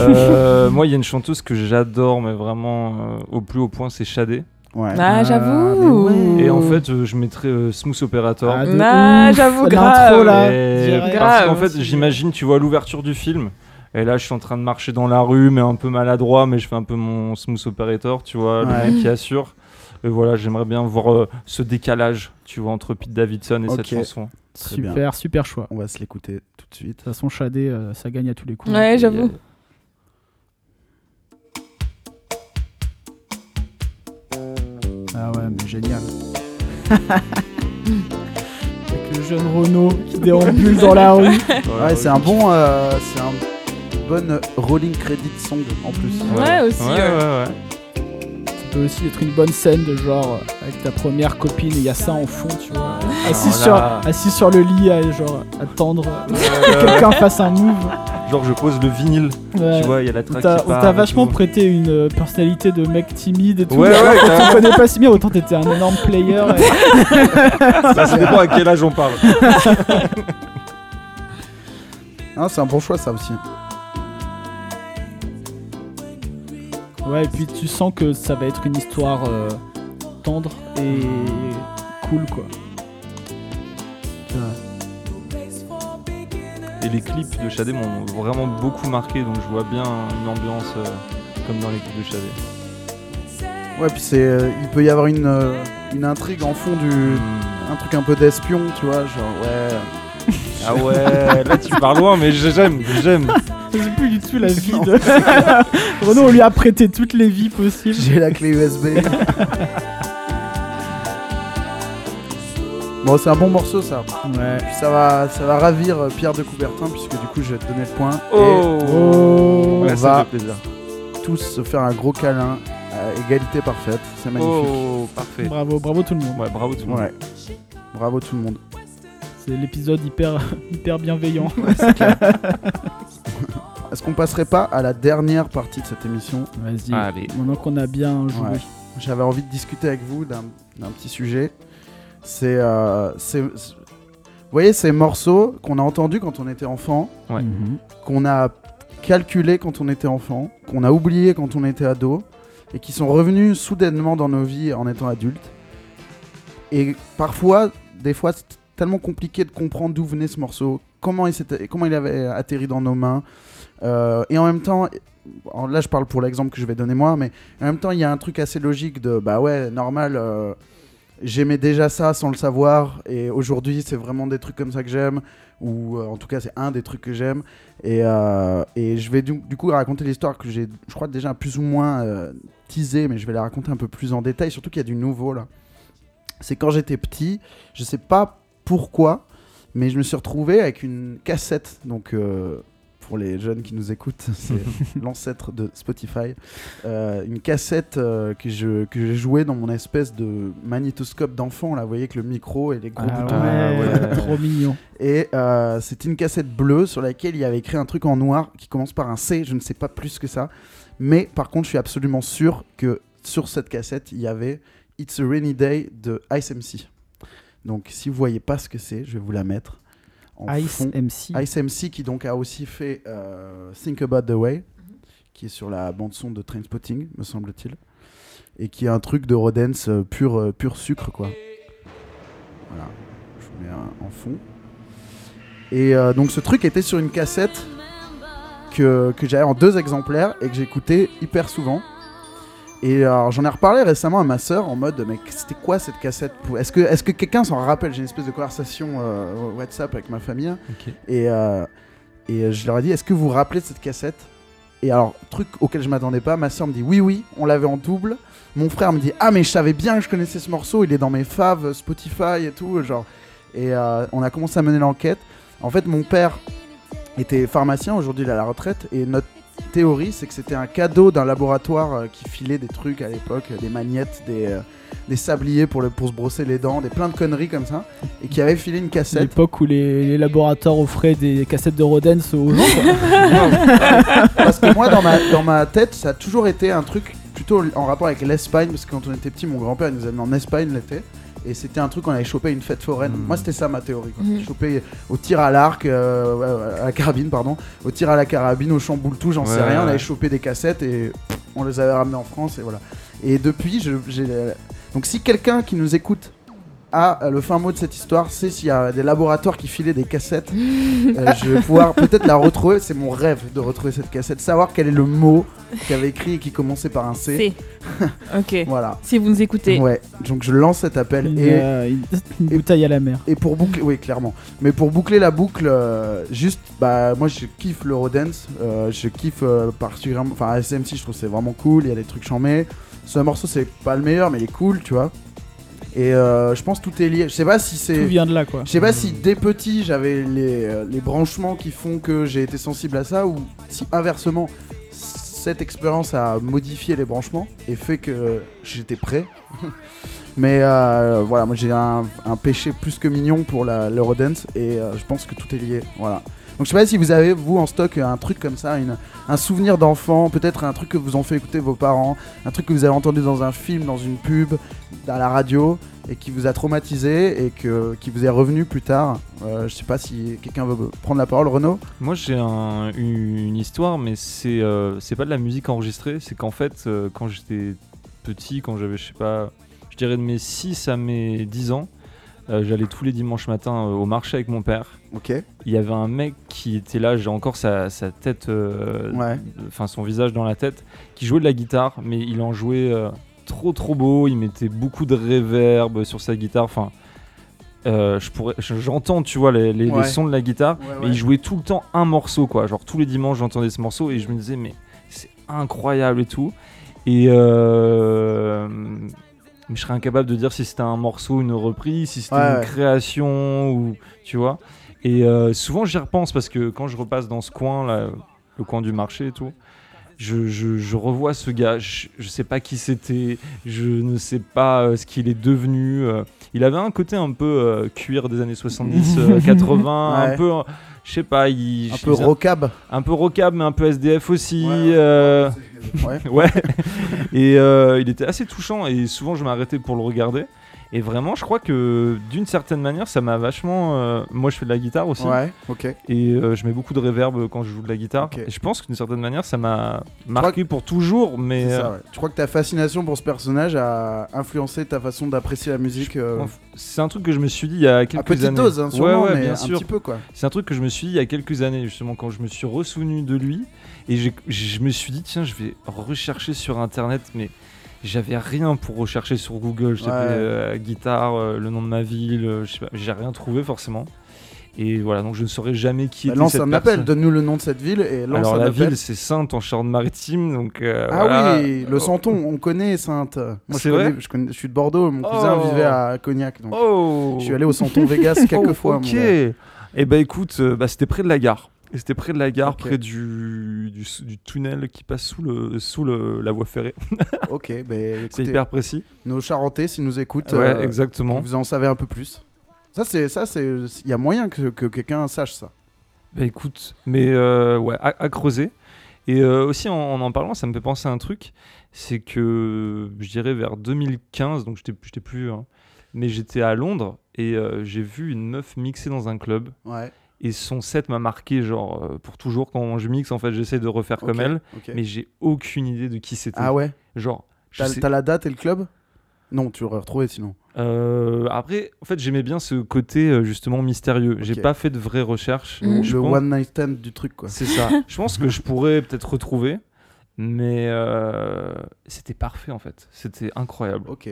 Euh, moi, il y a une chanteuse que j'adore, mais vraiment euh, au plus haut point, c'est Shadé. Ouais. Ah, j'avoue. mais ouais. Et en Mmh. fait, euh, je mettrais euh, Smooth Operator. Ah, de Ah, ouf, j'avoue, l'intro, grave. là. Et direct. Ah, parce Grave. qu'en fait, j'imagine, tu vois, l'ouverture du film. Et là, je suis en train de marcher dans la rue, mais un peu maladroit, mais je fais un peu mon smooth operator, tu vois, Ouais. le mec qui assure. Et voilà, j'aimerais bien voir euh, ce décalage, tu vois, entre Pete Davidson et Ok. cette chanson. Très bien. Super, super choix. On va se l'écouter tout de suite. De toute façon, Shadé, euh, ça gagne à tous les coups. Ouais, j'avoue. Ah ouais, mais génial. Avec le jeune Renaud qui déambule dans la rue. Voilà, Ouais, c'est un bon. euh, c'est un bon rolling credit song en plus. Ouais, aussi. Ouais, ouais. ouais, ouais. Ça peut aussi être une bonne scène de genre euh, avec ta première copine et il y a ça en fond, tu vois. Assis, Alors sur, là- assis sur le lit à genre attendre euh, Ouais, que ouais, quelqu'un fasse un move. ouais. Genre, je pose le vinyle, Ouais. tu vois, il y a la On track t'a qui on t'a part et vachement tout. prêté une euh, personnalité de mec timide et tout. Ouais, alors ouais, que tu carrément. connais pas si bien, autant t'étais un énorme player. et- Ça, ça dépend à quel âge on parle. Hein, c'est un bon choix ça aussi. Ouais, et puis tu sens que ça va être une histoire euh, tendre et cool, quoi. Et les clips de Shadé m'ont vraiment beaucoup marqué, donc je vois bien une ambiance euh, comme dans les clips de Shadé. Ouais, puis c'est. euh, il peut y avoir une, euh, une intrigue en fond du. Un truc un peu d'espion, tu vois, genre ouais. Ah ouais, là tu pars loin, mais j'aime, j'aime. J'ai plus du tout la vie de. Renaud, on lui a prêté toutes les vies possibles. J'ai la clé USB. bon, c'est un bon morceau ça. Ouais. Oh. Puis ça va, ça va ravir euh, Pierre de Coubertin puisque du coup je vais te donner le point. Et Oh, Oh. on Ouais, ça va me fait plaisir. tous se faire un gros câlin à égalité parfaite. C'est magnifique. Oh, parfait. Bravo, bravo tout le monde. Ouais, bravo tout le monde. Ouais. Bravo tout le monde. C'est l'épisode hyper, hyper bienveillant. Est-ce qu'on passerait pas à la dernière partie de cette émission Vas-y. Ah, Allez. Maintenant qu'on a bien joué. Ouais. J'avais envie de discuter avec vous d'un d'un petit sujet. C'est. euh, c'est- c'est- vous voyez ces morceaux qu'on a entendus quand on était enfant, Ouais. Mhm. qu'on a calculés quand on était enfant, qu'on a oubliés quand on était ado, et qui sont revenus soudainement dans nos vies en étant adultes. Et parfois, des fois, c'est tellement compliqué de comprendre d'où venait ce morceau, comment il, s'était- comment il avait atterri dans nos mains. Euh, et en même temps, en- là je parle pour l'exemple que je vais donner moi, mais en même temps, il y a un truc assez logique de bah ouais, normal, euh, j'aimais déjà ça sans le savoir, et aujourd'hui, c'est vraiment des trucs comme ça que j'aime, ou euh, en tout cas, c'est un des trucs que j'aime. Et, euh, et je vais du, du coup raconter l'histoire que j'ai, je crois, déjà plus ou moins euh, teasée, mais je vais la raconter un peu plus en détail, surtout qu'il y a du nouveau là. C'est quand j'étais petit, je sais pas pourquoi, mais je me suis retrouvé avec une cassette, donc. euh, pour les jeunes qui nous écoutent, c'est l'ancêtre de Spotify euh, une cassette euh, que je que j'ai jouée dans mon espèce de magnétoscope d'enfant là vous voyez que le micro et les gros Ah boutons ouais, ouais. trop mignon. et euh, c'était une cassette bleue sur laquelle il y avait écrit un truc en noir qui commence par un C je ne sais pas plus que ça mais par contre je suis absolument sûr que sur cette cassette il y avait It's a Rainy Day de Ice MC donc si vous voyez pas ce que c'est je vais vous la mettre en Ice fond. MC. Ice MC qui donc a aussi fait euh, Think About the Way, qui est sur la bande son de Trainspotting, me semble-t-il, et qui est un truc de Rodens euh, pur, euh, pur sucre quoi. Voilà, je vous mets un- en fond. Et euh, donc ce truc était sur une cassette que, que j'avais en deux exemplaires et que j'écoutais hyper souvent. Et alors j'en ai reparlé récemment à ma sœur en mode mais c'était quoi cette cassette pour- Est-ce que, est que quelqu'un s'en rappelle J'ai une espèce de conversation euh, WhatsApp avec ma famille et, euh, et je leur ai dit, est-ce que vous vous rappelez de cette cassette Et alors, truc auquel je m'attendais pas, ma soeur me dit, oui, oui, on l'avait en double. Mon frère me dit, ah, mais je savais bien que je connaissais ce morceau, il est dans mes faves, Spotify et tout. Genre. Et euh, on a commencé à mener l'enquête. En fait, mon père était pharmacien, aujourd'hui il est à la retraite, et notre théorie, c'est que c'était un cadeau d'un laboratoire euh, qui filait des trucs à l'époque, euh, des magnettes, des, euh, des sabliers pour, le, pour se brosser les dents, des plein de conneries comme ça, et qui avait filé une C'est cassette. l'époque où les, les laboratoires offraient des cassettes de Rodens aux gens. Parce que moi, dans ma, dans ma tête, ça a toujours été un truc plutôt en rapport avec l'Espagne, parce que quand on était petit, mon grand-père il nous amenait en Espagne l'été. Et c'était un truc, on avait chopé une fête foraine. Mm. Moi, c'était ça ma théorie. quoi. Mm. Chopé au tir à l'arc, euh, à la carabine, pardon. Au tir à la carabine, au chamboule tout, j'en sais Ouais, rien. On ouais. avait chopé des cassettes et pff, on les avait ramenées en France. Et voilà. Et depuis, je- j'ai. Donc, si quelqu'un qui nous écoute a euh, le fin mot de cette histoire, c'est s'il y a des laboratoires qui filaient des cassettes euh, je vais pouvoir peut-être la retrouver. C'est mon rêve de retrouver cette cassette. Savoir quel est le mot qu'avait écrit et qui commençait par un C. C'est. Ok. Voilà. Si vous nous écoutez, Ouais. Donc je lance cet appel. Une, et, euh, une- une bouteille à la mer. et pour boucler, oui, clairement. Mais pour boucler la boucle, euh, juste, bah, moi je kiffe l'Eurodance. Euh, je kiffe euh, particulièrement. Enfin, SMC, je trouve que c'est vraiment cool. Il y a des trucs chambés. Ce morceau, c'est pas le meilleur, mais il est cool, tu vois. Et euh, je pense que tout est lié. Je sais pas si c'est. Tout vient de là, quoi. Je sais pas si dès petit j'avais les, euh, les branchements qui font que j'ai été sensible à ça ou si inversement cette expérience a modifié les branchements et fait que j'étais prêt. Mais euh, voilà, moi j'ai un, un péché plus que mignon pour la- l'Eurodance et euh, je pense que tout est lié. Voilà. Donc je sais pas si vous avez vous en stock un truc comme ça, une, un souvenir d'enfant, peut-être un truc que vous ont fait écouter vos parents, un truc que vous avez entendu dans un film, dans une pub, à la radio et qui vous a traumatisé et que, qui vous est revenu plus tard. Euh, je sais pas si quelqu'un veut prendre la parole, Renaud. Moi, j'ai un- une histoire, mais c'est euh, c'est pas de la musique enregistrée. C'est qu'en fait, euh, quand j'étais petit, quand j'avais, je sais pas, je dirais de mes 6 à mes 10 ans, euh, j'allais tous les dimanches matins euh, au marché avec mon père. Ok. Il y avait un mec qui était là, j'ai encore sa, sa tête, euh, Ouais. enfin son visage dans la tête, qui jouait de la guitare, mais il en jouait euh, trop trop beau. Il mettait beaucoup de réverb sur sa guitare. Enfin, euh, je pourrais, j'entends, tu vois, les- les- Ouais. les sons de la guitare. Ouais, Et il jouait tout le temps un morceau, quoi. Genre tous les dimanches, j'entendais ce morceau et je me disais, mais c'est incroyable et tout. Et euh, mais je serais incapable de dire si c'était un morceau, une reprise, si c'était Ouais, une ouais. création ou tu vois. Et euh, souvent j'y repense parce que quand je repasse dans ce coin là, le coin du marché et tout. Je, je- je revois ce gars, je, je sais pas qui c'était, je ne sais pas euh, ce qu'il est devenu. euh. il avait un côté un peu euh, cuir des années 70, euh, 80, Ouais. un peu, euh, je sais pas, il, Un je- peu il- rocab. un peu rockable, mais un peu SDF aussi. Ouais, ouais, euh, Ouais. Ouais. Et euh, il était assez touchant et souvent je m'arrêtais pour le regarder. Et vraiment, je crois que d'une certaine manière, ça m'a vachement. euh, Moi, je fais de la guitare aussi. Ouais, ok. Et euh, je mets beaucoup de reverb quand je joue de la guitare. Ok. Et je pense que d'une certaine manière, ça m'a crois marqué pour toujours. Mais C'est euh, ça, ouais. Je crois que ta fascination pour ce personnage a influencé ta façon d'apprécier la musique euh, bon, c'est un truc que je me suis dit il y a à quelques petite années. dose, hein, ouais, sûrement, ouais, mais bien un sûr. petit peu quoi. C'est un truc que je me suis dit il y a quelques années, justement, quand je me suis ressouvenu de lui. Et j'ai- je me suis dit, tiens, je vais rechercher sur Internet, mais j'avais rien pour rechercher sur Google. Je tapais, Ouais. euh, guitare, euh, le nom de ma ville, euh, je sais pas, j'ai rien trouvé forcément. Et voilà, donc je ne saurais jamais qui Bah, était lance cette un personne. appel, donne-nous le nom de cette ville et lance Alors un la appel. ville, c'est Sainte en Charente-Maritime, donc... euh, ah voilà. oui, le Santon, on connaît Sainte. Moi, je C'est connais- vrai je, connais- je suis de Bordeaux, mon cousin Oh. vivait à Cognac, donc Oh je suis allé au Santon Vegas quelques fois. Ok. Ah, mon gars. Et bah écoute, euh, bah, c'était près de la gare. Et C'était près de la gare, Ok. près du, du, du tunnel qui passe sous, le, sous le, la voie ferrée. Ok, ben C'est écoutez, hyper précis. nos Charentais, s'ils nous écoutent, ouais, euh, exactement. vous en savez un peu plus. Ça, c'est, ça, c'est, il y a moyen que, que quelqu'un sache ça. Bah écoute, mais euh, ouais, à, à creuser. Et euh, aussi en en, en parlant, ça me fait penser à un truc, c'est que je dirais vers 2015, donc j'étais j'étais plus, hein, mais j'étais à Londres et euh, j'ai vu une meuf mixer dans un club. Ouais. Et son set m'a marqué, genre, euh, pour toujours. Quand je mixe, en fait, j'essaie de refaire comme elle, ok. mais j'ai aucune idée de qui c'était. Ah ouais. Genre, je T'as, sais- t'as la date et le club Non, tu l'aurais retrouvé sinon. Euh, après, en fait, j'aimais bien ce côté, euh, justement, mystérieux. J'ai Ok. pas fait de vraies recherches. Mhm. Mm. Je le pense- one night stand du truc quoi. C'est ça. je pense que je pourrais peut-être retrouver, mais euh, c'était parfait en fait. C'était incroyable. Ok.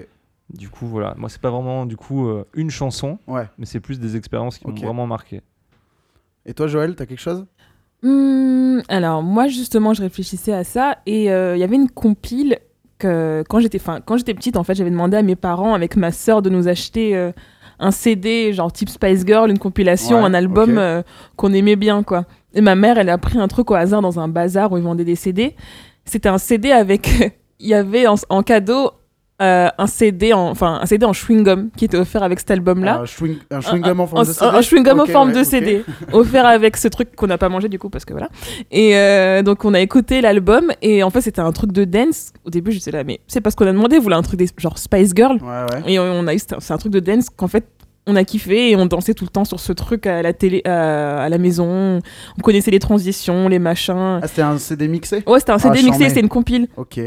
Du coup, voilà. Moi, c'est pas vraiment du coup euh, une chanson, Ouais. mais c'est plus des expériences qui Ok. m'ont vraiment marqué. Et toi, Joël, t'as quelque chose Hmm, alors moi justement je réfléchissais à ça et euh, il y avait une compile que quand j'étais enfin, quand j'étais petite en fait j'avais demandé à mes parents avec ma sœur de nous acheter euh, un CD genre type Spice Girl une compilation Ouais, un album ok. euh, qu'on aimait bien quoi et ma mère elle a pris un truc au hasard dans un bazar où ils vendaient des CD c'était un CD avec il y avait en, en cadeau euh, un CD en- enfin un CD en chewing gum qui était offert avec cet album là Un chewing, un chewing gum en forme un, de CD. un chewing-gum Ok, en forme ouais, de ok. CD, offert avec ce truc qu'on n'a pas mangé du coup, parce que voilà. Et euh, donc on a écouté l'album, et en fait c'était un truc de dance. Au début j'étais là, mais c'est pas ce qu'on a demandé, vous voulez un truc des, genre Spice Girl Ouais, ouais. Et on- on a eu, c'est un- c'est un truc de dance qu'en fait on a kiffé et on dansait tout le temps sur ce truc à la télé, à, à la maison. On connaissait les transitions, les machins. Ah, c'était un CD mixé Ouais, c'était un CD Ah, mixé, charmé. c'était une compile. Ok.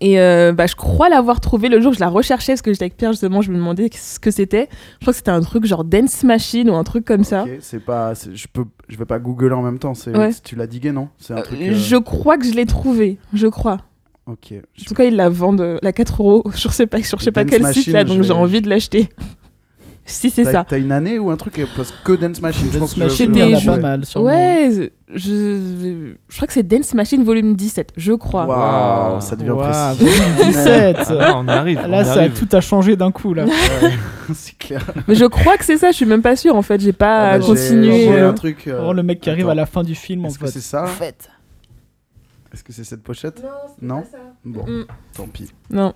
Et euh, bah, je crois l'avoir trouvé le jour où je la recherchais, parce que j'étais avec Pierre justement, je me demandais ce que c'était. Je crois que c'était un truc genre Dance Machine ou un truc comme ça. Ok, c'est pas, c'est- je peux, je vais pas googler en même temps. C'est, Ouais. tu l'as digué non C'est un truc. Euh, euh, Je crois que je l'ai trouvé, je crois. Ok. Je- En tout cas, ils la vendent euh, la 4 euros sur, sais pas, sur je sais pas Dance quel site Machine, là, je donc vais- j'ai envie de l'acheter. si c'est t'as- ça. T'as une année ou un truc parce que Dance Machine. je pense que- Machine, Ouais. il y en a pas Ouais. mal. sûrement. Ouais, je, je- je crois que c'est Dance Machine volume 17, je crois. Waouh, ça devient Waouh, précis. 2017. Ah, là, on y arrive. on Là, y ça, arrive. tout a changé d'un coup. Là. c'est clair. Mais je crois que c'est ça, je suis même pas sûre en fait, j'ai pas Ah bah, j'ai- continué. j'ai euh, un truc. euh, Oh, le mec qui arrive attends. à la fin du film, en Est-ce que fait. c'est ça En fait, Est-ce que c'est cette pochette Non. Bon, Mm. tant pis. Non.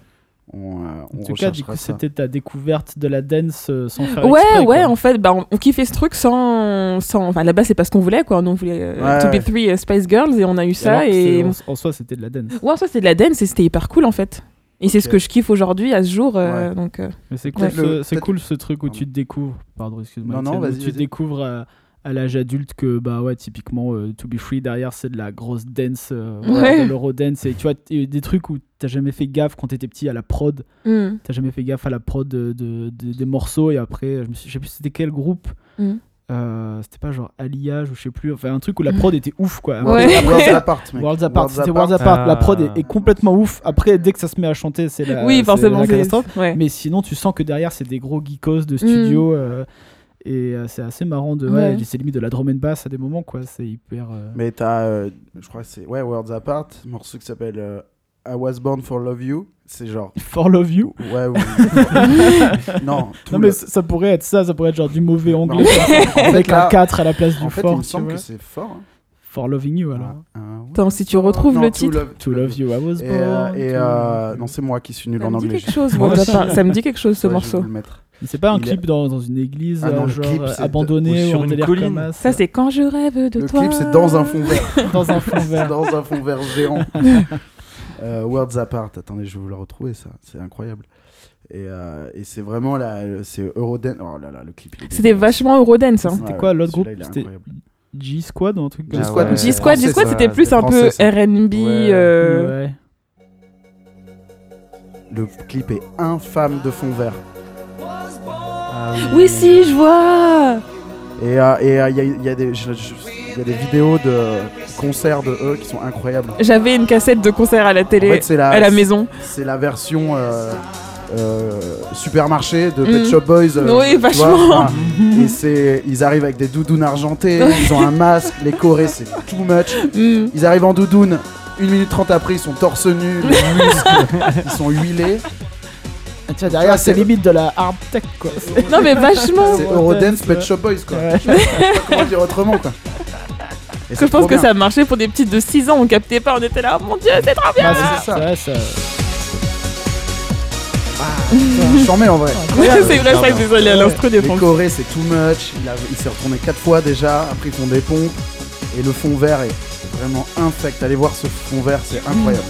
On, euh, on En tout cas, du recherchera coup, ça. c'était ta découverte de la dance euh, sans faire Ouais, exprès, ouais, quoi. en fait, bah, on, on kiffait ce truc sans. sans enfin, là-bas, c'est pas ce qu'on voulait, quoi. Nous, on voulait euh, Ouais, To ouais. Be Three euh, Spice Girls et on a eu alors ça. que c'est- Et, en, en soi, c'était de la dance. Ouais, ça, c'était de la dance et c'était hyper cool en fait. Et c'est ce Ok. que je kiffe aujourd'hui à ce jour. euh, Donc, euh, Mais c'est cool, Peut-être ce, le- c'est peut-être- cool ce truc où tu te découvres. Pardon, excuse-moi. Non, non, Étienne, où vas-y, Tu vas-y. te découvres à, à l'âge adulte que, bah ouais, typiquement, euh, To Be Free derrière, c'est de la grosse dance, euh, voilà, Ouais. de l'eurodance. Et tu vois, t- et des trucs où t'as jamais fait gaffe quand t'étais petit à la prod. hmm. T'as jamais fait gaffe à la prod de, de- de- des morceaux. Et après, je, me suis, je sais plus c'était quel groupe. Mhm. Euh, c'était pas genre Alliage ou je sais plus. Enfin, un truc où la prod était ouf, quoi. Après, Mm. Ouais. Worlds Apart, mec. Worlds Apart, c'était Worlds Apart. Apart. La prod est, est Ah. complètement ouf. Après, dès que ça se met à chanter, c'est la, Euh, Euh, oui, c'est forcément, la c'est. catastrophe. ouais. Mm. Mais sinon, tu sens que derrière, c'est des gros geekos de studio. euh, et euh, c'est assez marrant. de ouais, Ouais. C'est limite de la drum and bass à des moments, quoi. C'est hyper. euh, Mais t'as, euh, je crois que c'est ouais, Worlds Apart, un morceau qui s'appelle euh, I Was Born for Love You. C'est genre, For Love You. ouais, oui. non, tout non, mais le- c- ça pourrait être ça. Ça pourrait être genre du mauvais anglais. Non, en fait, avec là- un 4 à la place du en fait, fort. il me tu semble vois. que c'est fort. hein. Ah, For Loving You, alors. Attends, si tu retrouves Non, le To titre. Love- To Love You, I Was Et, Born. euh, et, to- euh, non, c'est moi qui suis nul Ça en me dit anglais. Bah, quelque chose, Moi moi, aussi. ça me dit quelque chose ce Ouais, je vais morceau. vous le mettre. C'est pas un il est- clip dans, dans une église, Ah non, euh, le genre clip, euh, c'est de- abandonnée ou ou sur un une délire colline. comme Ça, c'est quand je rêve de Le toi. clip, c'est dans un fond vert. dans un fond C'est vert. dans un fond vert géant. Euh, Words Apart. Attendez, je vais vous le retrouver, ça. C'est incroyable. Et, euh, et c'est vraiment la. C'est Eurodance. Oh là là, le clip. il est C'était dégueulasse. vachement Eurodance. hein. C'était Ouais, quoi l'autre groupe celui-là, il est C'était incroyable. G-Squad ou un truc comme ça G-Squad, ouais. c'est G-Squad, français, G-Squad, ça. c'était plus C'est un français, peu ça. RB. Ouais. euh, Ouais. Le clip est infâme de fond vert. Oui, si, je vois. Et euh, et, euh, il y, a- il y a des je- je- il y a des vidéos de concerts de eux qui sont incroyables. J'avais une cassette de concert à la En télé, fait, c'est la, à la maison. C'est la version euh, euh, supermarché de Pet Mm. Shop Boys. euh, Oui, tu vachement. enfin, et c'est, ils arrivent avec des doudounes argentées, ils ont un masque, les Corées, c'est too much. Mm. Ils arrivent en doudoune, 1 minute 30 après, ils sont torse nus, les muscles, ils sont huilés. Tu vois, derrière, c'est limite de la hard tech, quoi. Non, mais vachement. C'est Ouais, Eurodance ouais. Pet Shop Boys, quoi. Ouais. Je sais pas comment dire autrement, quoi. Et Parce c'est que je pense trop que bien. ça marchait pour des petites de 6 ans, on captait pas, on était là, oh mon dieu, c'est trop bien. Ah, Ah, c'est c'est ça. ça, ça. Je t'en mets en vrai. c'est vrai, ça, désolé, à l'instru des Les Franck. Corées, c'est too much. Il, a- il s'est retourné 4 fois déjà. Après, ils font des pompes. Et le fond vert est vraiment infect. Allez voir ce fond vert, c'est incroyable.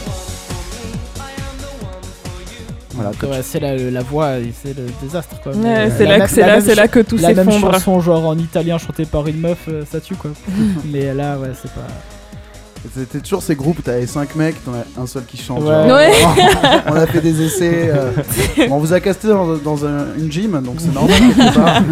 Voilà, toi, Ouais, c'est la, la voix, et c'est le désastre quoi. Mais, Ouais, euh, C'est la là, même- que- c'est la là, même c'est là que tout la même s'effondre. chanson genre en italien chantée par une meuf, euh, ça tue quoi. Mais là ouais c'est pas. tu- C'était toujours ces groupes, t'avais 5 mecs, t'en as un seul qui chante. Ouais. genre. Ouais. on a fait des essais. euh, on vous a casté dans, dans un- une gym, donc c'est normal. quelque part.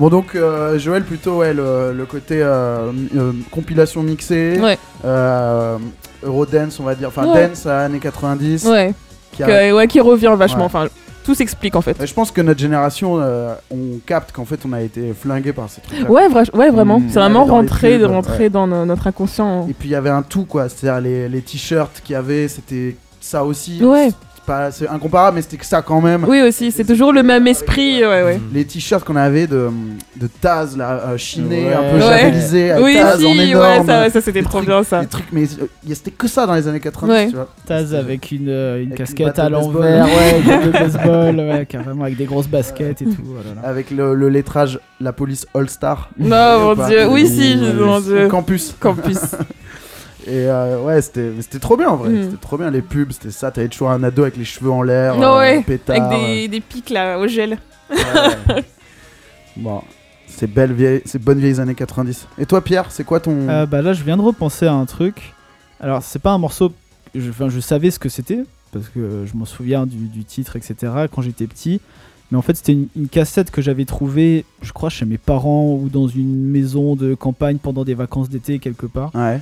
Bon donc euh, Joël plutôt ouais, le, le côté euh, mi- euh, compilation mixée, Ouais. euh, Eurodance on va dire, enfin Ouais. dance à années 90, Ouais, qui a- que- ouais, qui revient vachement. Ouais. Enfin, tout s'explique en fait. Et Je pense que notre génération, euh, on capte qu'en fait on a été flingué par ces trucs. Ouais, vra- ouais vraiment. Mm. C'est vraiment Ouais, dans les rentré, pubs, rentré dans no- notre inconscient. Et puis il y avait un tout quoi, c'est-à-dire les, les t-shirts qu'il y avait, c'était ça aussi. Ouais. C'est pas- C'est incomparable mais c'était que ça quand même. Oui, aussi, c'est toujours le même esprit. Ouais, ouais. Mm. Les t-shirts qu'on avait de, de Taz, là, euh, chinés, un peu Ouais. javelisés, avec Oui, Taz en si, ouais, énorme. ça, ouais, ça c'était Des trop trucs- bien ça. Des trucs, mais euh, y a- c'était que ça dans les années 90, Ouais. tu vois. Taz C'était- avec une, euh, une Avec une casquette batte de à baseball. l'envers, ouais, une batte de baseball, ouais, carrément avec des grosses baskets et tout. oh là là. Avec le, le lettrage La police All-Star. Non, Ou Oh, mon pas. dieu. Oui, Ou- si, ou- mon ou dieu. Campus. Campus. Et euh, ouais, c'était mais c'était trop bien en vrai. Mm. C'était trop bien les pubs, c'était ça. T'avais toujours un ado avec les cheveux en l'air, Non, euh, ouais, pétard. Avec des, des pics là, au gel. euh, ouais. bon, c'est belle vieille, c'est bonne vieille années 90. Et toi, Pierre, c'est quoi ton. Euh, bah là, je viens de repenser à un truc. Alors, c'est pas un morceau. Je, enfin, je savais ce que c'était, parce que euh, je m'en souviens du, du titre, etc., quand j'étais petit. Mais en fait, c'était une, une cassette que j'avais trouvée, je crois, chez mes parents ou dans une maison de campagne pendant des vacances d'été, quelque part. Ouais,